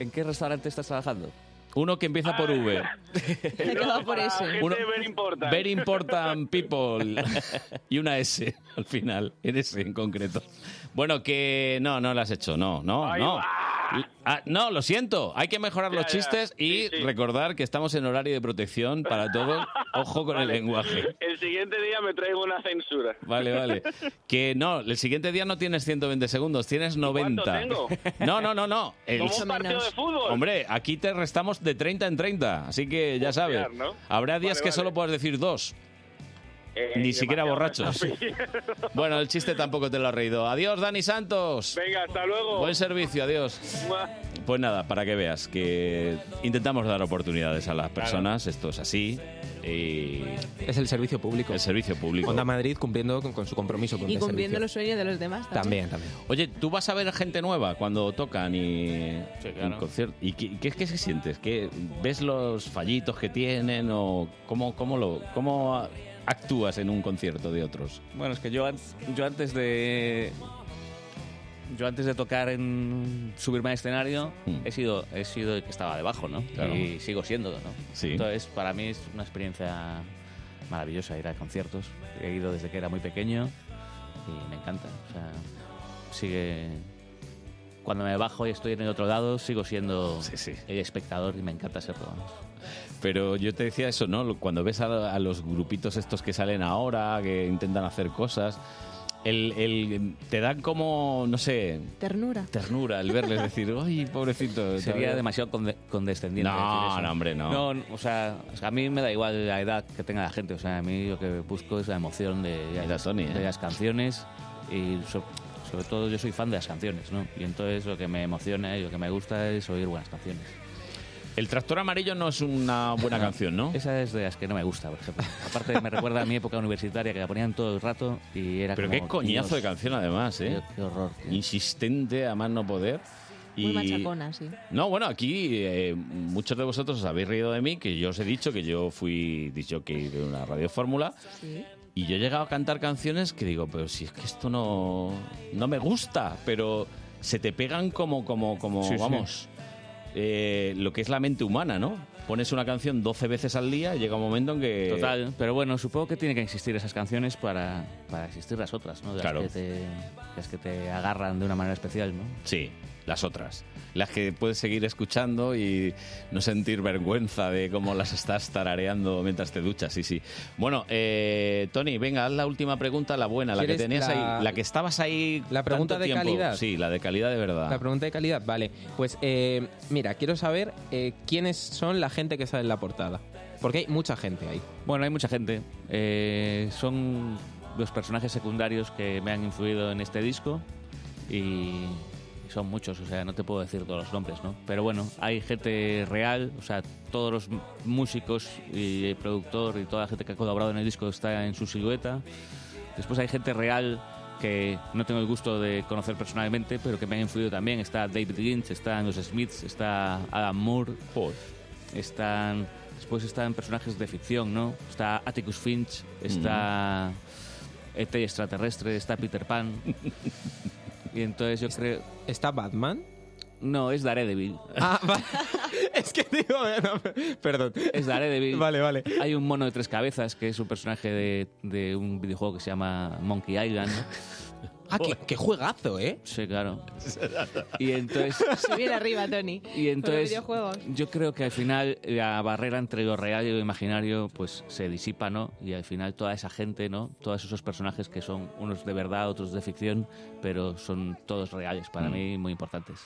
Speaker 1: ¿En qué restaurante estás trabajando? Uno que empieza por V.
Speaker 13: Ah, Me quedado por eso.
Speaker 1: Uno-
Speaker 13: very important.
Speaker 1: Very important people. Y una S al final, en S en concreto. Bueno, que no, no lo has hecho, no, no,
Speaker 13: Ay,
Speaker 1: no. Ah, no, lo siento, hay que mejorar los
Speaker 13: Ya, ya.
Speaker 1: chistes y
Speaker 13: Sí, sí.
Speaker 1: recordar que estamos en horario de protección para todos. Ojo con
Speaker 13: Vale.
Speaker 1: el lenguaje.
Speaker 13: El siguiente día me traigo una censura.
Speaker 1: Vale, vale. Que no, el siguiente día no tienes 120 segundos, tienes 90.
Speaker 13: tengo?
Speaker 1: No, no, no, no. El-
Speaker 13: Como un partido de fútbol.
Speaker 1: Hombre, aquí te restamos de 30 en 30, así que ya sabes.
Speaker 13: ¿no?
Speaker 1: Habrá días
Speaker 13: Vale, Eh,
Speaker 1: que
Speaker 13: vale.
Speaker 1: solo puedas decir dos. Ni siquiera
Speaker 13: demasiado
Speaker 1: borrachos. Bueno, el chiste tampoco te lo ha reído. Adiós, Dani Santos.
Speaker 13: Venga, hasta luego.
Speaker 1: Buen servicio, adiós.
Speaker 13: Mua.
Speaker 1: Pues nada, para que veas que intentamos dar oportunidades a las personas, esto es así. Y
Speaker 30: Es el servicio público.
Speaker 1: El servicio público.
Speaker 30: Onda Madrid cumpliendo con, con su compromiso con
Speaker 3: Y
Speaker 30: el
Speaker 3: cumpliendo
Speaker 30: servicio.
Speaker 3: los sueños de los demás también.
Speaker 1: Oye, ¿tú vas a ver gente nueva cuando tocan y
Speaker 3: claro.
Speaker 1: un concierto? ¿Y qué, qué es que se sientes? ¿Qué, ¿Ves los fallitos que tienen o cómo, cómo, lo, cómo actúas en un concierto de otros?
Speaker 29: Bueno, es que yo, an- yo antes de,
Speaker 1: yo antes de tocar en subirme al escenario he sido he sido el que estaba debajo, ¿no?
Speaker 28: Mm. Claro.
Speaker 1: Y sigo siendo, ¿no?
Speaker 28: Sí.
Speaker 1: Entonces, para mí es una experiencia maravillosa ir a conciertos. He ido desde que era muy pequeño y me encanta. O sea, sigue cuando me bajo y estoy en el otro lado, sigo siendo el espectador y me encanta serlo. vamos.
Speaker 28: Pero yo te decía eso, ¿no? Lo- Cuando ves a, a los grupitos estos que salen ahora, que intentan hacer cosas, el, el- te dan como, no sé,
Speaker 3: Ternura.
Speaker 28: ternura el verles decir, ¡ay, pobrecito!
Speaker 1: Sería demasiado conde- condescendiente.
Speaker 28: No,
Speaker 1: decir eso.
Speaker 28: no, hombre, no.
Speaker 1: No, o sea, o sea, a mí me da igual la edad que tenga la gente. O sea, a mí lo que busco es la emoción de,
Speaker 28: ¿eh?
Speaker 1: de las canciones y so- sobre todo yo soy fan de las canciones, ¿no? Y entonces lo que me emociona y lo que me gusta es oír buenas canciones.
Speaker 28: El tractor amarillo no es una buena canción, ¿no?
Speaker 1: Esa es de las que no me gusta, por ejemplo. Aparte me recuerda a mi época universitaria que la ponían todo el rato y era
Speaker 28: Pero
Speaker 1: como,
Speaker 28: qué coñazo de
Speaker 1: Dios,
Speaker 28: canción además, ¿eh?
Speaker 1: Qué, horror.
Speaker 28: Insistente a más no poder. Y...
Speaker 31: Muy machacona, sí.
Speaker 28: No, bueno, aquí eh, muchos de vosotros os habéis reído de mí, que yo os he dicho que yo fui dicho que de una radio fórmula. Y yo he llegado a cantar canciones que digo, pero si es que esto no, no me gusta, pero se te pegan como, como, como,
Speaker 1: Sí, sí.
Speaker 28: vamos, eh, lo que es la mente humana, ¿no? Pones una canción 12 veces al día y llega un momento en que...
Speaker 1: Total, pero bueno, supongo que tiene que existir esas canciones para, para existir las otras, ¿no? De
Speaker 28: Claro.
Speaker 1: Las que, te, las que te agarran de una manera especial, ¿no?
Speaker 28: Sí, las otras. Las que puedes seguir escuchando y no sentir vergüenza de cómo las estás tarareando mientras te duchas, sí, sí. Bueno, eh, Tony, venga, haz la última pregunta, la buena, la que
Speaker 2: ¿Quieres
Speaker 28: tenías
Speaker 2: la-
Speaker 28: ahí, la que estabas ahí.
Speaker 2: la pregunta
Speaker 28: tanto
Speaker 2: de
Speaker 28: tiempo.
Speaker 2: calidad?
Speaker 28: Sí, la de calidad de verdad.
Speaker 2: La pregunta de calidad, vale. Pues eh, mira, quiero saber eh, quiénes son la gente que sale en la portada. Porque hay mucha gente ahí.
Speaker 1: Bueno, hay mucha gente. Eh, son los personajes secundarios que me han influido en este disco y son muchos, o sea, no te puedo decir todos los nombres, ¿no? Pero bueno, hay gente real, o sea, todos los m- músicos y el productor y toda la gente que ha colaborado en el disco está en su silueta. Después hay gente real que no tengo el gusto de conocer personalmente, pero que me han influido también. Está David Lynch, están los Smiths, está Adam Moore, están después están personajes de ficción, ¿no? Está Atticus Finch, está ET extraterrestre, está Peter Pan. y entonces yo creo
Speaker 2: ¿Está Batman? Ah,
Speaker 1: No, es Daredevil.
Speaker 2: es que digo, perdón.
Speaker 1: Es Daredevil.
Speaker 2: Vale, vale.
Speaker 1: Hay un mono de tres cabezas que es un personaje de, de un videojuego que se llama Monkey Island.
Speaker 2: Ah, qué, juegazo, ¿eh?
Speaker 1: Sí, claro. Y entonces
Speaker 3: Subir arriba, Tony.
Speaker 1: Y entonces-
Speaker 3: Con los videojuegos.
Speaker 1: Yo creo que al final la barrera entre lo real y lo imaginario pues se disipa, ¿no? Y al final toda esa gente, ¿no? Todos esos personajes que son unos de verdad, otros de ficción, pero son todos reales para
Speaker 28: Mm.
Speaker 1: mí muy importantes.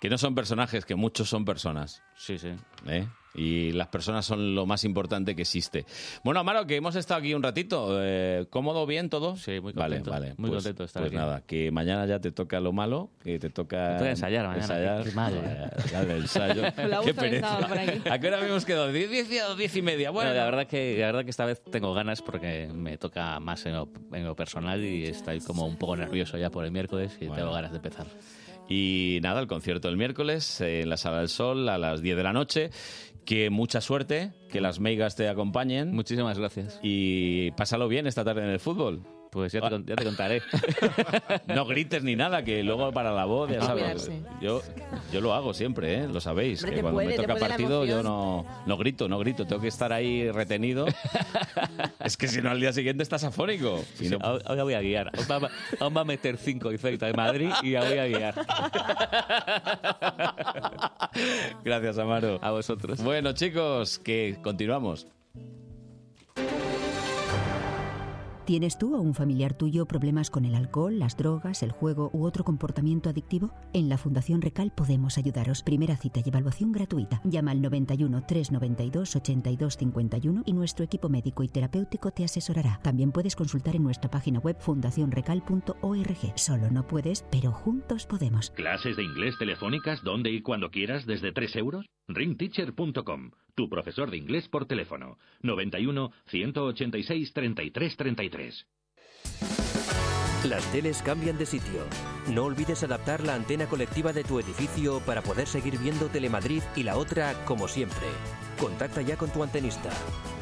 Speaker 28: Que no son personajes, que muchos son personas.
Speaker 1: Sí, sí.
Speaker 28: ¿eh? Y las personas son lo más importante que existe. Bueno, Amaro, que hemos estado aquí un ratito. eh, ¿Cómodo, bien todo? Sí, muy
Speaker 1: contento.
Speaker 28: Vale, vale.
Speaker 1: Muy
Speaker 28: pues,
Speaker 1: contento de estar
Speaker 28: Pues
Speaker 1: aquí.
Speaker 28: nada, que mañana ya te toca lo malo, que te toca...
Speaker 1: Me toca ensayar mañana, qué- qué mal, ¿eh?
Speaker 28: Ya, ya el ensayo.
Speaker 1: La
Speaker 28: qué
Speaker 1: uso que
Speaker 28: pereza.
Speaker 1: estaba por aquí.
Speaker 28: ¿A qué hora habíamos quedado? ¿Diez, diez, y- diez y media? Bueno,
Speaker 1: No, la verdad que la verdad que esta vez tengo ganas porque me toca más en lo, en lo personal y estoy como un poco nervioso ya por el miércoles y tengo ganas de empezar.
Speaker 28: Y nada, el concierto el miércoles eh, en la Sala del Sol a las 10 de la noche. Que mucha suerte, que las meigas te acompañen.
Speaker 1: Muchísimas gracias.
Speaker 28: Y pásalo bien esta tarde en el fútbol.
Speaker 1: Pues ya te, contaré.
Speaker 28: no grites ni nada, que luego para la voz,
Speaker 1: Hay
Speaker 28: ya
Speaker 1: que
Speaker 28: sabes.
Speaker 1: cuidarse.
Speaker 28: Yo, yo lo hago siempre, ¿eh? lo sabéis.
Speaker 1: Hombre,
Speaker 28: que
Speaker 1: te
Speaker 28: cuando
Speaker 1: puede,
Speaker 28: me
Speaker 1: te
Speaker 28: toca
Speaker 1: puede la
Speaker 28: partido yo
Speaker 1: emoción.
Speaker 28: no, no grito, no grito. Tengo que estar ahí retenido. es que si no al día siguiente estás afónico. Si no-
Speaker 1: Ahora ahora voy a guiar. Aún va, aún va a meter 5 y 30 de Madrid y ya voy a guiar.
Speaker 28: Gracias, Amaro. A vosotros. Bueno, chicos, que continuamos.
Speaker 14: ¿Tienes tú o un familiar tuyo problemas con el alcohol, las drogas, el juego u otro comportamiento adictivo? En la Fundación Recal podemos ayudaros. Primera cita y evaluación gratuita. Llama al 91 392 8251 y nuestro equipo médico y terapéutico te asesorará. También puedes consultar en nuestra página web fundacionrecal.org. Solo no puedes, pero juntos podemos.
Speaker 11: Clases de inglés telefónicas donde y cuando quieras desde 3 euros. Ringteacher.com, tu profesor de inglés por teléfono. 91 186 33 33.
Speaker 6: Las teles cambian de sitio. No olvides adaptar la antena colectiva de tu edificio para poder seguir viendo Telemadrid y la otra como siempre. Contacta ya con tu antenista.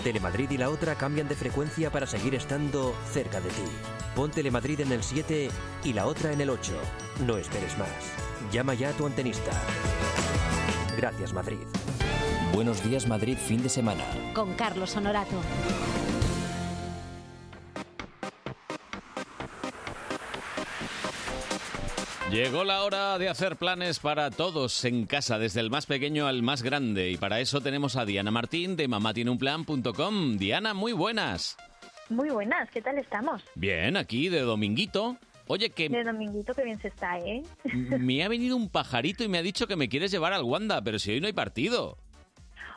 Speaker 6: Telemadrid y la otra cambian de frecuencia para seguir estando cerca de ti. Pon Telemadrid en el 7 y la otra en el 8. No esperes más. Llama ya a tu antenista. Gracias, Madrid. Buenos días, Madrid, fin de semana.
Speaker 12: Con Carlos Honorato.
Speaker 1: Llegó la hora de hacer planes para todos en casa, desde el más pequeño al más grande. Y para eso tenemos a Diana Martín de mamatieneunplan.com. Diana, muy buenas.
Speaker 18: Muy buenas, ¿qué tal estamos?
Speaker 1: Bien, aquí de dominguito. Oye, que
Speaker 18: De dominguito que bien se está, ¿eh?
Speaker 1: me ha venido un pajarito y me ha dicho que me quieres llevar al Wanda, pero si hoy no hay partido.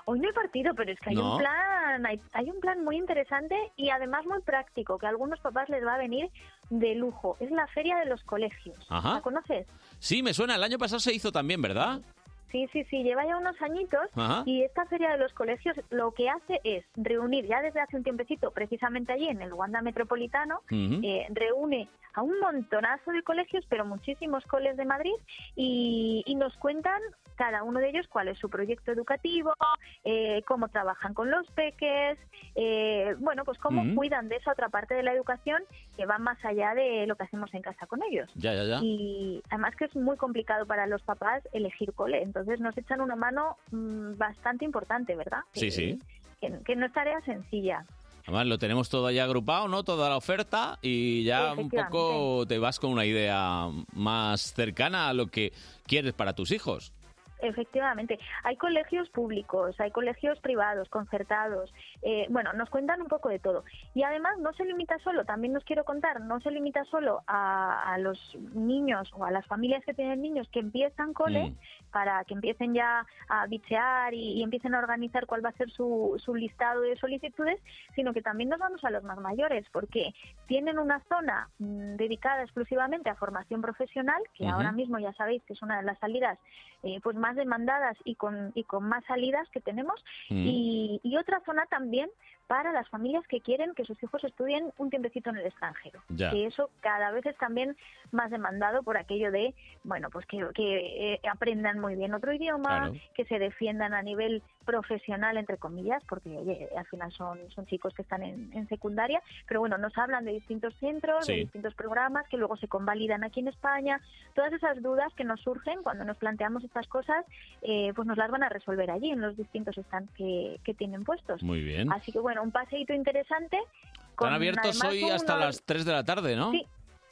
Speaker 18: Hoy no hay partido, pero es que hay
Speaker 1: No.
Speaker 18: un plan, hay, hay un plan muy interesante y además muy práctico que a algunos papás les va a venir de lujo. Es la feria de los colegios.
Speaker 1: Ajá.
Speaker 18: ¿La conoces?
Speaker 1: Sí, me suena, el año pasado se hizo también, ¿verdad?
Speaker 18: Sí, sí, sí, lleva ya unos añitos
Speaker 1: Ajá.
Speaker 18: y esta feria de los colegios lo que hace es reunir ya desde hace un tiempecito, precisamente allí en el Wanda Metropolitano,
Speaker 20: Ujú.
Speaker 18: eh, reúne a un montonazo de colegios, pero muchísimos coles de Madrid y, y nos cuentan cada uno de ellos cuál es su proyecto educativo, eh, cómo trabajan con los peques, eh, bueno, pues cómo
Speaker 1: Ujú.
Speaker 18: cuidan de esa otra parte de la educación que va más allá de lo que hacemos en casa con ellos.
Speaker 1: Ya, ya, ya.
Speaker 18: Y además que es muy complicado para los papás elegir cole, entonces nos echan una mano mm, bastante importante, ¿verdad?
Speaker 1: Sí, sí.
Speaker 18: Que, que no es tarea sencilla.
Speaker 1: Además, lo tenemos todo ya agrupado, ¿no? Toda la oferta y ya un
Speaker 18: Efectivamente.
Speaker 1: poco te vas con una idea más cercana a lo que quieres para tus hijos.
Speaker 18: Efectivamente, hay colegios públicos, hay colegios privados, concertados, eh, bueno, nos cuentan un poco de todo. Y además no se limita solo, también nos quiero contar, no se limita solo a, a los niños o a las familias que tienen niños que empiezan cole,
Speaker 21: Mm.
Speaker 18: para que empiecen ya a bichear y, y empiecen a organizar cuál va a ser su, su listado de solicitudes, sino que también nos vamos a los más mayores, porque tienen una zona mm, dedicada exclusivamente a formación profesional, que
Speaker 21: Ujú.
Speaker 18: ahora mismo ya sabéis que es una de las salidas eh, pues más demandadas y con, y con más salidas que tenemos,
Speaker 21: Mm.
Speaker 18: y, y otra zona también para las familias que quieren que sus hijos estudien un tiempecito en el extranjero.
Speaker 21: Ya.
Speaker 18: Que eso cada vez es también más demandado por aquello de, bueno, pues que, que, eh, aprendan muy bien otro idioma,
Speaker 21: Claro.
Speaker 18: que se defiendan a nivel profesional, entre comillas, porque oye, al final son, son chicos que están en, en secundaria, pero bueno, nos hablan de distintos centros, de
Speaker 21: Sí.
Speaker 18: distintos programas que luego se convalidan aquí en España. Todas esas dudas que nos surgen cuando nos planteamos estas cosas, eh, pues nos las van a resolver allí, en los distintos stands que, que tienen puestos.
Speaker 1: Muy bien.
Speaker 18: Así que bueno, un paseíto interesante. con,
Speaker 1: Están abiertos
Speaker 18: además,
Speaker 1: hoy hasta
Speaker 18: unos-
Speaker 1: las 3 de la tarde, ¿no?
Speaker 18: Sí,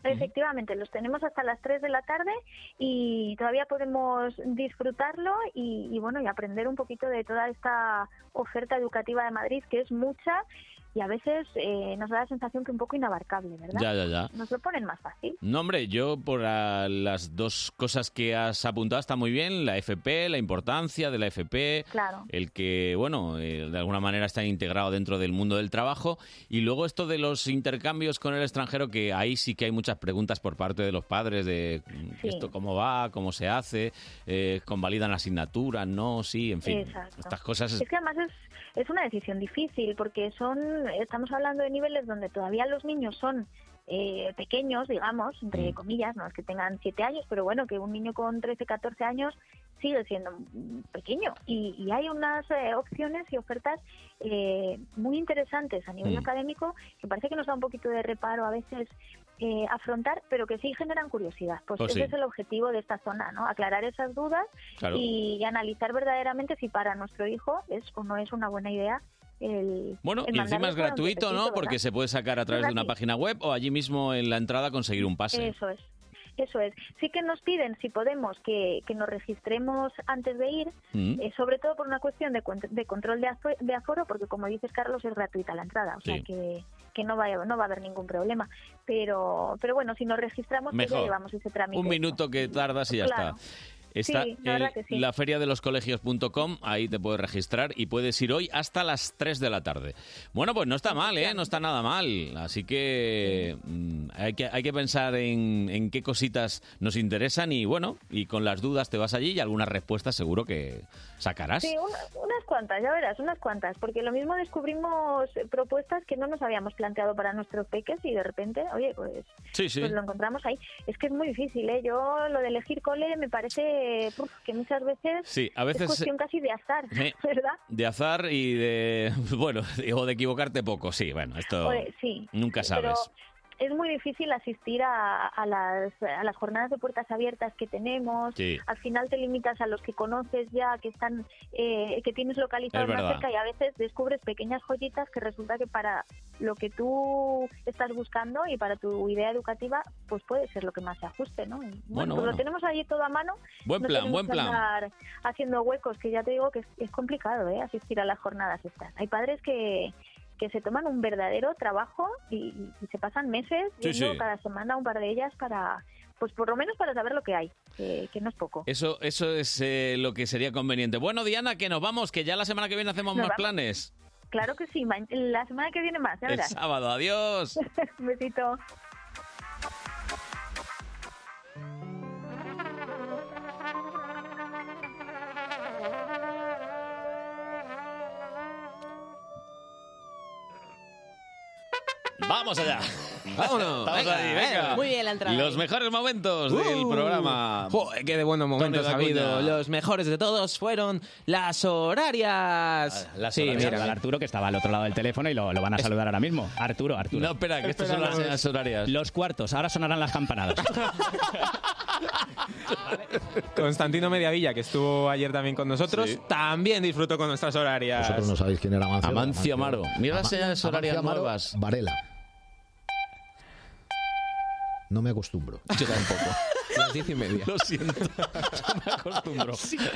Speaker 18: efectivamente, los tenemos hasta las 3 de la tarde y todavía podemos disfrutarlo y, y, bueno, y aprender un poquito de toda esta oferta educativa de Madrid, que es mucha y a veces eh, nos da la sensación que un poco inabarcable, ¿verdad?
Speaker 1: Ya, ya, ya.
Speaker 18: Nos lo ponen más fácil.
Speaker 1: No, hombre, yo por ah, las dos cosas que has apuntado está muy bien, la FP, la importancia de la FP,
Speaker 18: Claro.
Speaker 1: el que, bueno, eh, de alguna manera está integrado dentro del mundo del trabajo, y luego esto de los intercambios con el extranjero, que ahí sí que hay muchas preguntas por parte de los padres de mm,
Speaker 18: Sí.
Speaker 1: esto cómo va, cómo se hace, eh, convalidan asignaturas, no, sí, en fin,
Speaker 18: Exacto.
Speaker 1: estas cosas...
Speaker 18: Es que además es, es una decisión difícil porque son estamos hablando de niveles donde todavía los niños son eh, pequeños, digamos,
Speaker 1: Mm.
Speaker 18: entre comillas, no es que tengan 7 años, pero bueno, que un niño con 13, 14 años sigue siendo mm, pequeño y, y hay unas eh, opciones y ofertas eh, muy interesantes a nivel
Speaker 21: Mm.
Speaker 18: académico que parece que nos da un poquito de reparo a veces eh, afrontar, pero que sí generan curiosidad. Pues,
Speaker 1: Oh,
Speaker 21: Pues
Speaker 18: ese
Speaker 21: sí.
Speaker 18: es el objetivo de esta zona, ¿no? Aclarar esas dudas
Speaker 21: Claro.
Speaker 18: y analizar verdaderamente si para nuestro hijo es o no es una buena idea el
Speaker 1: Bueno,
Speaker 18: el
Speaker 1: y
Speaker 18: mandarle
Speaker 1: encima es
Speaker 18: fuera un
Speaker 1: gratuito, ¿no?
Speaker 18: tiempecito,
Speaker 1: Porque
Speaker 18: ¿verdad?
Speaker 1: se puede sacar a
Speaker 18: Es
Speaker 1: través de una
Speaker 18: gratis.
Speaker 1: página web o allí mismo en la entrada conseguir un pase.
Speaker 18: Eso es. Eso es. Sí que nos piden, si podemos, que, que nos registremos antes de ir,
Speaker 1: Mm.
Speaker 18: eh, sobre todo por una cuestión de, cuent- de control de, afo- de aforo, porque como dices, Carlos, es gratuita la entrada, o sea
Speaker 1: Sí.
Speaker 18: que, que no, va, a- no va a haber ningún problema. Pero, pero bueno, si nos registramos, pues ya
Speaker 1: Mejor.
Speaker 18: llevamos ese trámite.
Speaker 1: Un minuto que tardas y ya
Speaker 18: Claro.
Speaker 1: está. Está
Speaker 18: Sí, la verdad que sí.
Speaker 1: la feria de los colegios.com, ahí te puedes registrar y puedes ir hoy hasta las 3 de la tarde. Bueno, pues no está mal, ¿eh? No está nada mal. Así que, mm, hay, que hay que pensar en, en qué cositas nos interesan y bueno, y con las dudas te vas allí y algunas respuestas seguro que sacarás.
Speaker 18: Sí, un- unas cuantas, ya verás, unas cuantas, porque lo mismo descubrimos eh, propuestas que no nos habíamos planteado para nuestros peques y de repente, oye, pues,
Speaker 1: Sí, sí.
Speaker 18: pues lo encontramos ahí. Es que es muy difícil, ¿eh? Yo lo de elegir cole me parece puf, que muchas veces,
Speaker 1: Sí, a veces-
Speaker 18: es cuestión casi de azar,
Speaker 1: Sí.
Speaker 18: ¿verdad?
Speaker 1: De azar y de, bueno, o de equivocarte poco, sí, bueno, esto
Speaker 18: Oye, Pues, sí,
Speaker 1: nunca sabes.
Speaker 18: Pero es muy difícil asistir a, a las, a las jornadas de puertas abiertas que tenemos.
Speaker 1: Sí.
Speaker 18: Al final te limitas a los que conoces ya, que están eh, que tienes localizados
Speaker 1: Es
Speaker 18: más
Speaker 1: verdad.
Speaker 18: cerca y a veces descubres pequeñas joyitas que resulta que para lo que tú estás buscando y para tu idea educativa, pues puede ser lo que más se ajuste, ¿no? Y, bueno,
Speaker 1: Bueno,
Speaker 18: pues
Speaker 1: bueno.
Speaker 18: lo tenemos allí todo a mano.
Speaker 1: Buen
Speaker 18: No
Speaker 1: plan,
Speaker 18: tenemos
Speaker 1: buen
Speaker 18: que
Speaker 1: plan.
Speaker 18: andar haciendo huecos, que ya te digo que es, es complicado, ¿eh? Asistir a las jornadas estas. Hay padres que que se toman un verdadero trabajo y, y se pasan meses
Speaker 1: Sí,
Speaker 18: yendo
Speaker 1: sí.
Speaker 18: cada semana a un par de ellas para, pues por lo menos para saber lo que hay, que, que no es poco.
Speaker 1: Eso, eso es eh, lo que sería conveniente. Bueno, Diana, que nos vamos, que ya la semana que viene hacemos
Speaker 18: Nos vamos.
Speaker 1: más planes.
Speaker 18: Claro que sí, ma- la semana que viene más, ya
Speaker 1: El
Speaker 18: verás.
Speaker 1: sábado, adiós.
Speaker 18: Un besito.
Speaker 1: Vamos allá.
Speaker 2: Vámonos.
Speaker 1: Estamos
Speaker 2: Venga, Eh.
Speaker 1: ahí, venga.
Speaker 2: venga. Muy bien la entrada.
Speaker 1: Los mejores momentos del
Speaker 2: Uh,
Speaker 1: programa.
Speaker 2: Joder, qué de buenos momentos ha
Speaker 1: Tony Acuña.
Speaker 2: habido. Los mejores de todos fueron las horarias.
Speaker 1: Ah,
Speaker 20: Las
Speaker 2: sí,
Speaker 20: horarias.
Speaker 2: mira.
Speaker 20: Al Arturo que estaba al otro lado del teléfono y lo, lo van a saludar ahora mismo. Arturo, Arturo.
Speaker 1: No, espera, que estas son las señas horarias.
Speaker 20: Los cuartos, ahora sonarán las campanadas.
Speaker 2: Constantino Mediavilla, que estuvo ayer también con nosotros, también disfrutó con nuestras horarias.
Speaker 21: Vosotros no sabéis quién era Amancio.
Speaker 2: Amancio Amaro. Mira las
Speaker 21: Ama-
Speaker 2: señales horarias
Speaker 21: Amancio Amaro,
Speaker 2: nuevas.
Speaker 21: Varela. No me acostumbro. Yo tampoco.
Speaker 2: Las diez y media.
Speaker 1: Lo siento.
Speaker 21: me acostumbro.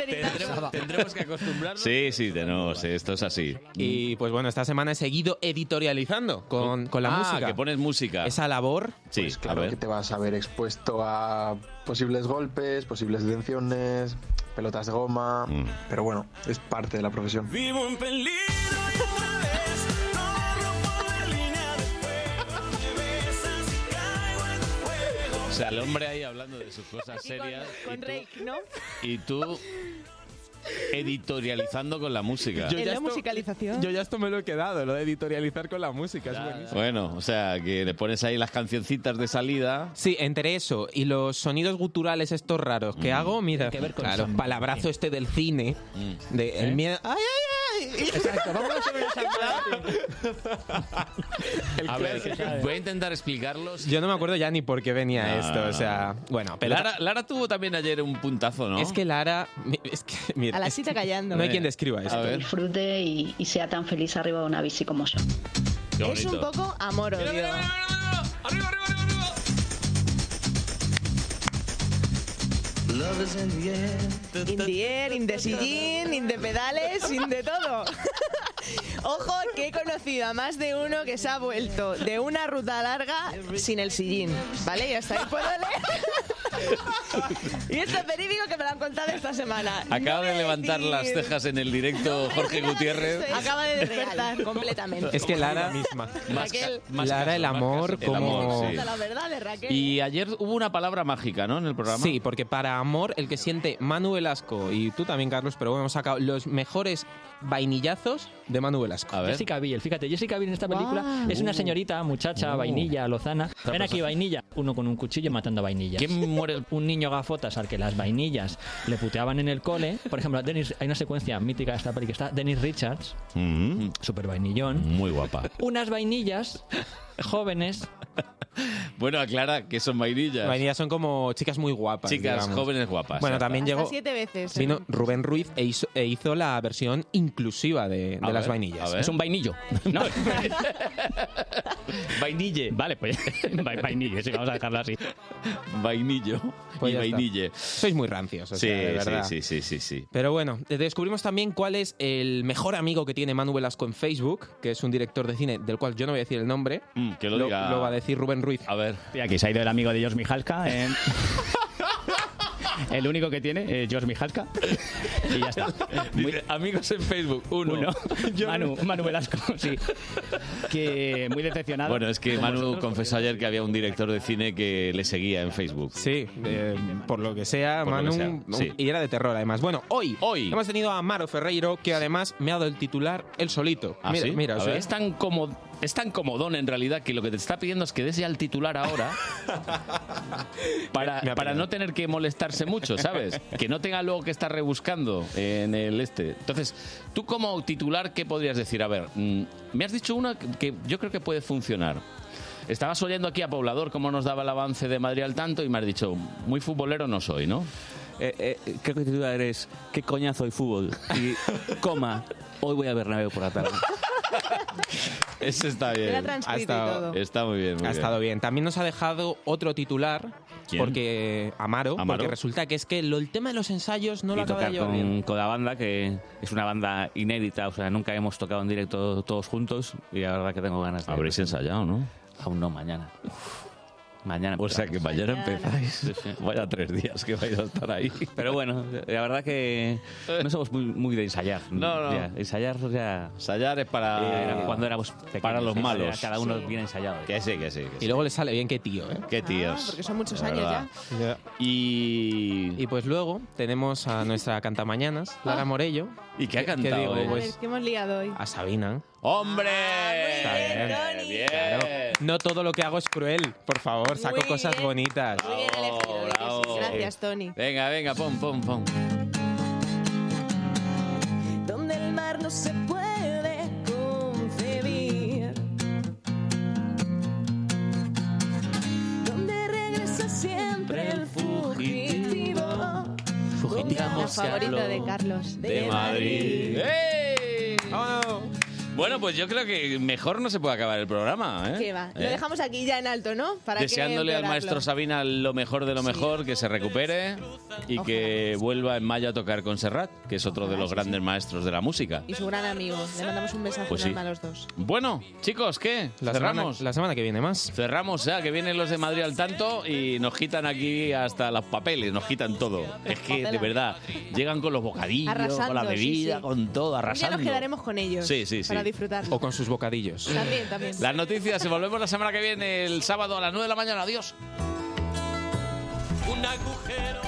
Speaker 1: Tendremos, tendremos que acostumbrarnos.
Speaker 2: Sí, sí, tenemos, esto es así. Y pues bueno, esta semana he seguido editorializando con, con la
Speaker 1: Ah,
Speaker 2: música.
Speaker 1: que pones música.
Speaker 2: Esa labor.
Speaker 1: Sí,
Speaker 23: Pues claro que te vas a ver expuesto a posibles golpes, posibles detenciones, pelotas de goma, pero bueno, es parte de la profesión.
Speaker 4: Vivo en peligro y otra vez corro por la línea de fuego. Me besas y caigo en tu juego.
Speaker 1: O sea, el hombre ahí hablando de sus cosas serias
Speaker 3: Con Rake, ¿no?
Speaker 1: y tú editorializando con la música.
Speaker 2: Yo
Speaker 3: en
Speaker 2: ya
Speaker 3: la
Speaker 2: esto-
Speaker 3: musicalización.
Speaker 2: Yo ya esto me lo he quedado, lo de editorializar con la música. es buenísimo.
Speaker 1: Bueno, o sea, que le pones ahí las cancioncitas de salida.
Speaker 2: Sí, entre eso y los sonidos guturales estos raros
Speaker 1: Mm.
Speaker 2: que hago, mira,
Speaker 1: que ver con
Speaker 2: claro,
Speaker 1: Samba.
Speaker 2: palabrazo este del cine,
Speaker 1: Mm.
Speaker 2: de el
Speaker 1: ¿Eh?
Speaker 2: miedo- ¡Ay, ay, ay!
Speaker 4: Exacto, vamos a hacer una
Speaker 1: a ver, voy a intentar explicarlos.
Speaker 2: Yo no me acuerdo ya ni por qué venía
Speaker 1: No,
Speaker 2: esto,
Speaker 1: no,
Speaker 2: o sea, bueno, Ah, pero
Speaker 1: Lara, Lara tuvo también ayer un puntazo, ¿no?
Speaker 2: es que Lara, mi- es que mira,
Speaker 24: A la
Speaker 2: es
Speaker 24: cita
Speaker 2: que
Speaker 24: callando. eh.
Speaker 2: No hay quien describa
Speaker 24: Que
Speaker 2: esto.
Speaker 24: disfrute y, y sea tan feliz arriba de una bici como yo.
Speaker 3: Es un poco amor-odio.
Speaker 4: Love is in the air.
Speaker 3: In the air, in the sillín, in the pedales, in de todo. Ojo, que he conocido a más de uno que se ha vuelto de una ruta larga sin el sillín. ¿Vale? Y hasta ahí puedo leer. y esto es verídico que me lo han contado esta semana.
Speaker 1: Acaba de levantar
Speaker 3: decir-
Speaker 1: las cejas en el directo Jorge Gutiérrez.
Speaker 3: Acaba de despertar completamente.
Speaker 2: Es que Lara
Speaker 1: misma.
Speaker 3: Raquel.
Speaker 2: Lara el amor
Speaker 1: El
Speaker 2: como
Speaker 1: amor, sí.
Speaker 3: La verdad de Raquel.
Speaker 1: Y ayer hubo una palabra mágica, ¿no? En el programa.
Speaker 2: Sí, porque para amor, el que siente Manu Velasco y tú también, Carlos, pero bueno, hemos sacado los mejores vainillazos de Manu Velasco. A
Speaker 25: Jessica Biel, fíjate, Jessica Biel en esta película
Speaker 2: Guau.
Speaker 25: es una señorita, muchacha,
Speaker 2: Uh.
Speaker 25: vainilla, lozana. Ven aquí, vainilla. Uno con un cuchillo matando a vainillas. ¿Quién muere? Un niño gafotas al que las vainillas le puteaban en el cole. Por ejemplo, a Dennis- hay una secuencia mítica de esta película. Está Dennis Richards,
Speaker 11: Mm.
Speaker 25: super vainillón.
Speaker 1: Mm-hmm. Muy guapa.
Speaker 25: Unas vainillas jóvenes
Speaker 1: Bueno, aclara que son vainillas.
Speaker 2: Vainillas son como chicas muy guapas.
Speaker 1: Chicas
Speaker 2: digamos.
Speaker 1: jóvenes guapas.
Speaker 2: Bueno, también
Speaker 3: Hasta
Speaker 2: llegó.
Speaker 3: siete veces. ¿eh?
Speaker 2: Vino Rubén Ruiz e hizo, e hizo la versión inclusiva de, de
Speaker 25: A
Speaker 2: las
Speaker 25: ver,
Speaker 2: vainillas.
Speaker 25: a ver. Es un
Speaker 2: vainillo.
Speaker 25: Vainille. Vale, pues vai- vainille, sí, vamos a dejarlo así.
Speaker 1: Vainillo
Speaker 2: Pues
Speaker 1: y vainille.
Speaker 2: Sois muy rancios, o
Speaker 1: Sí,
Speaker 2: sea, de
Speaker 1: sí,
Speaker 2: verdad.
Speaker 1: sí, sí, sí, sí.
Speaker 2: Pero bueno, eh, descubrimos también cuál es el mejor amigo que tiene Manu Velasco en Facebook, que es un director de cine del cual yo no voy a decir el nombre.
Speaker 1: Mm, que lo diga-
Speaker 2: va a decir Rubén Ruiz.
Speaker 1: A ver.
Speaker 25: Y aquí se ha ido el amigo de George Mijalka. eh. El único que tiene, eh, George Mijalka. Y ya está.
Speaker 1: Dice, amigos en Facebook, uno.
Speaker 25: Uno. Manu, Manu Velasco, sí. Que muy decepcionado.
Speaker 1: Bueno, es que
Speaker 25: con
Speaker 1: Manu
Speaker 25: vosotros.
Speaker 1: confesó ayer que había un director de cine que le seguía en Facebook.
Speaker 2: Sí,
Speaker 1: eh,
Speaker 2: por lo que sea,
Speaker 1: Por lo
Speaker 2: Manu,
Speaker 1: que sea,
Speaker 2: un-
Speaker 1: sí.
Speaker 2: y era de terror además. Bueno, hoy,
Speaker 1: Hoy.
Speaker 2: hemos tenido a Maro Ferreiro, que además me ha dado el titular él solito.
Speaker 1: ¿Ah,
Speaker 2: mira,
Speaker 1: sí?
Speaker 2: mira, o
Speaker 1: A
Speaker 2: sea,
Speaker 1: ver. es, tan como, es tan comodón en realidad que lo que te está pidiendo es que des ya el titular ahora para, para no tener que molestarse mucho, ¿sabes? Que no tenga luego que estar rebuscando en el este. Entonces, tú como titular, ¿qué podrías decir? A ver, mm, me has dicho una que- que yo creo que puede funcionar. Estabas oyendo aquí a Poblador cómo nos daba el avance de Madrid al tanto y me has dicho, muy futbolero no soy, ¿no?
Speaker 11: Eh, creo que titular es ¿Qué coñazo hay fútbol? Y coma, hoy voy a Bernabéu por la tarde.
Speaker 1: Ese está
Speaker 2: bien. Ha estado-
Speaker 1: Está muy bien. muy
Speaker 2: ha
Speaker 1: bien.
Speaker 2: estado bien. También nos ha dejado otro titular.
Speaker 1: ¿Quién?
Speaker 2: Porque Amaro,
Speaker 11: Amaro.
Speaker 2: porque resulta que es que lo- el tema de los ensayos no lo
Speaker 11: y
Speaker 2: acaba de
Speaker 11: tocar
Speaker 2: llevar bien.
Speaker 11: con, con la banda, que es una banda inédita, o sea, nunca hemos tocado en directo todos juntos y la verdad que tengo ganas de...
Speaker 1: Habréis ensayado, ¿no?
Speaker 11: Aún no, mañana. Mañana.
Speaker 1: O sea, que mañana empezáis. Vaya tres días que vais a estar ahí.
Speaker 11: Pero bueno, la verdad que no somos muy, muy de ensayar.
Speaker 1: No, no.
Speaker 11: Ya, ensayar, o sea...
Speaker 1: Ensayar es para...
Speaker 11: Era cuando éramos
Speaker 1: Para
Speaker 11: pequeños, ¿eh?
Speaker 1: los
Speaker 11: ensayar,
Speaker 1: malos.
Speaker 11: Cada uno bien ensayado.
Speaker 1: Que sí, que sí.
Speaker 2: Y luego le sale bien qué tío, ¿eh?
Speaker 1: Qué tíos.
Speaker 3: Ah, porque son muchos
Speaker 1: La
Speaker 3: años
Speaker 1: verdad.
Speaker 2: Y... pues luego tenemos a nuestra cantamañanas, Lara
Speaker 3: Ah.
Speaker 2: Morello.
Speaker 1: ¿Y qué ha
Speaker 3: A
Speaker 2: Que digo,
Speaker 1: eh.
Speaker 3: ver,
Speaker 2: pues,
Speaker 3: ¿qué hemos liado hoy?
Speaker 2: a Sabina.
Speaker 1: ¡Hombre!
Speaker 2: Está bien. Claro. No todo lo que hago es cruel, por favor, saco cosas bonitas.
Speaker 3: Gracias, Tony.
Speaker 1: Venga, venga, pom, pom, pom.
Speaker 3: donde el mar no se puede concebir, donde regresa siempre el fugitivo. La favorita de Carlos.
Speaker 1: De Madrid. ¡Ey! Bueno, pues yo creo que mejor no se puede acabar el programa. ¿eh?
Speaker 3: ¿Qué va? Lo
Speaker 1: ¿Eh?
Speaker 3: dejamos aquí ya en alto, ¿no? Para que
Speaker 1: Deseándole al
Speaker 3: empeorarlo.
Speaker 1: maestro Sabina lo mejor de lo mejor, que se recupere y que vuelva en mayo a tocar con Serrat, que es otro de los grandes maestros de la música.
Speaker 3: Y su gran amigo. Le mandamos un besazo
Speaker 1: Pues sí.
Speaker 3: enorme a los dos.
Speaker 1: Bueno, chicos, ¿qué?
Speaker 2: La
Speaker 1: Cerramos.
Speaker 2: semana- la semana que viene más.
Speaker 1: Cerramos ya, que vienen los de Madrid al tanto y nos quitan aquí hasta los papeles, nos quitan todo. Es que, de verdad, llegan con los bocadillos, con la
Speaker 3: Arrasando, sí,
Speaker 1: bebida,
Speaker 3: sí.
Speaker 1: con todo,
Speaker 3: Un día
Speaker 1: arrasando.
Speaker 3: nos quedaremos con ellos.
Speaker 1: Sí, sí, sí.
Speaker 3: Para disfrutar.
Speaker 2: O con sus bocadillos.
Speaker 3: También, también.
Speaker 1: Las noticias, y volvemos la semana que viene, el sábado a las 9 de la mañana. Adiós.
Speaker 4: Un agujero.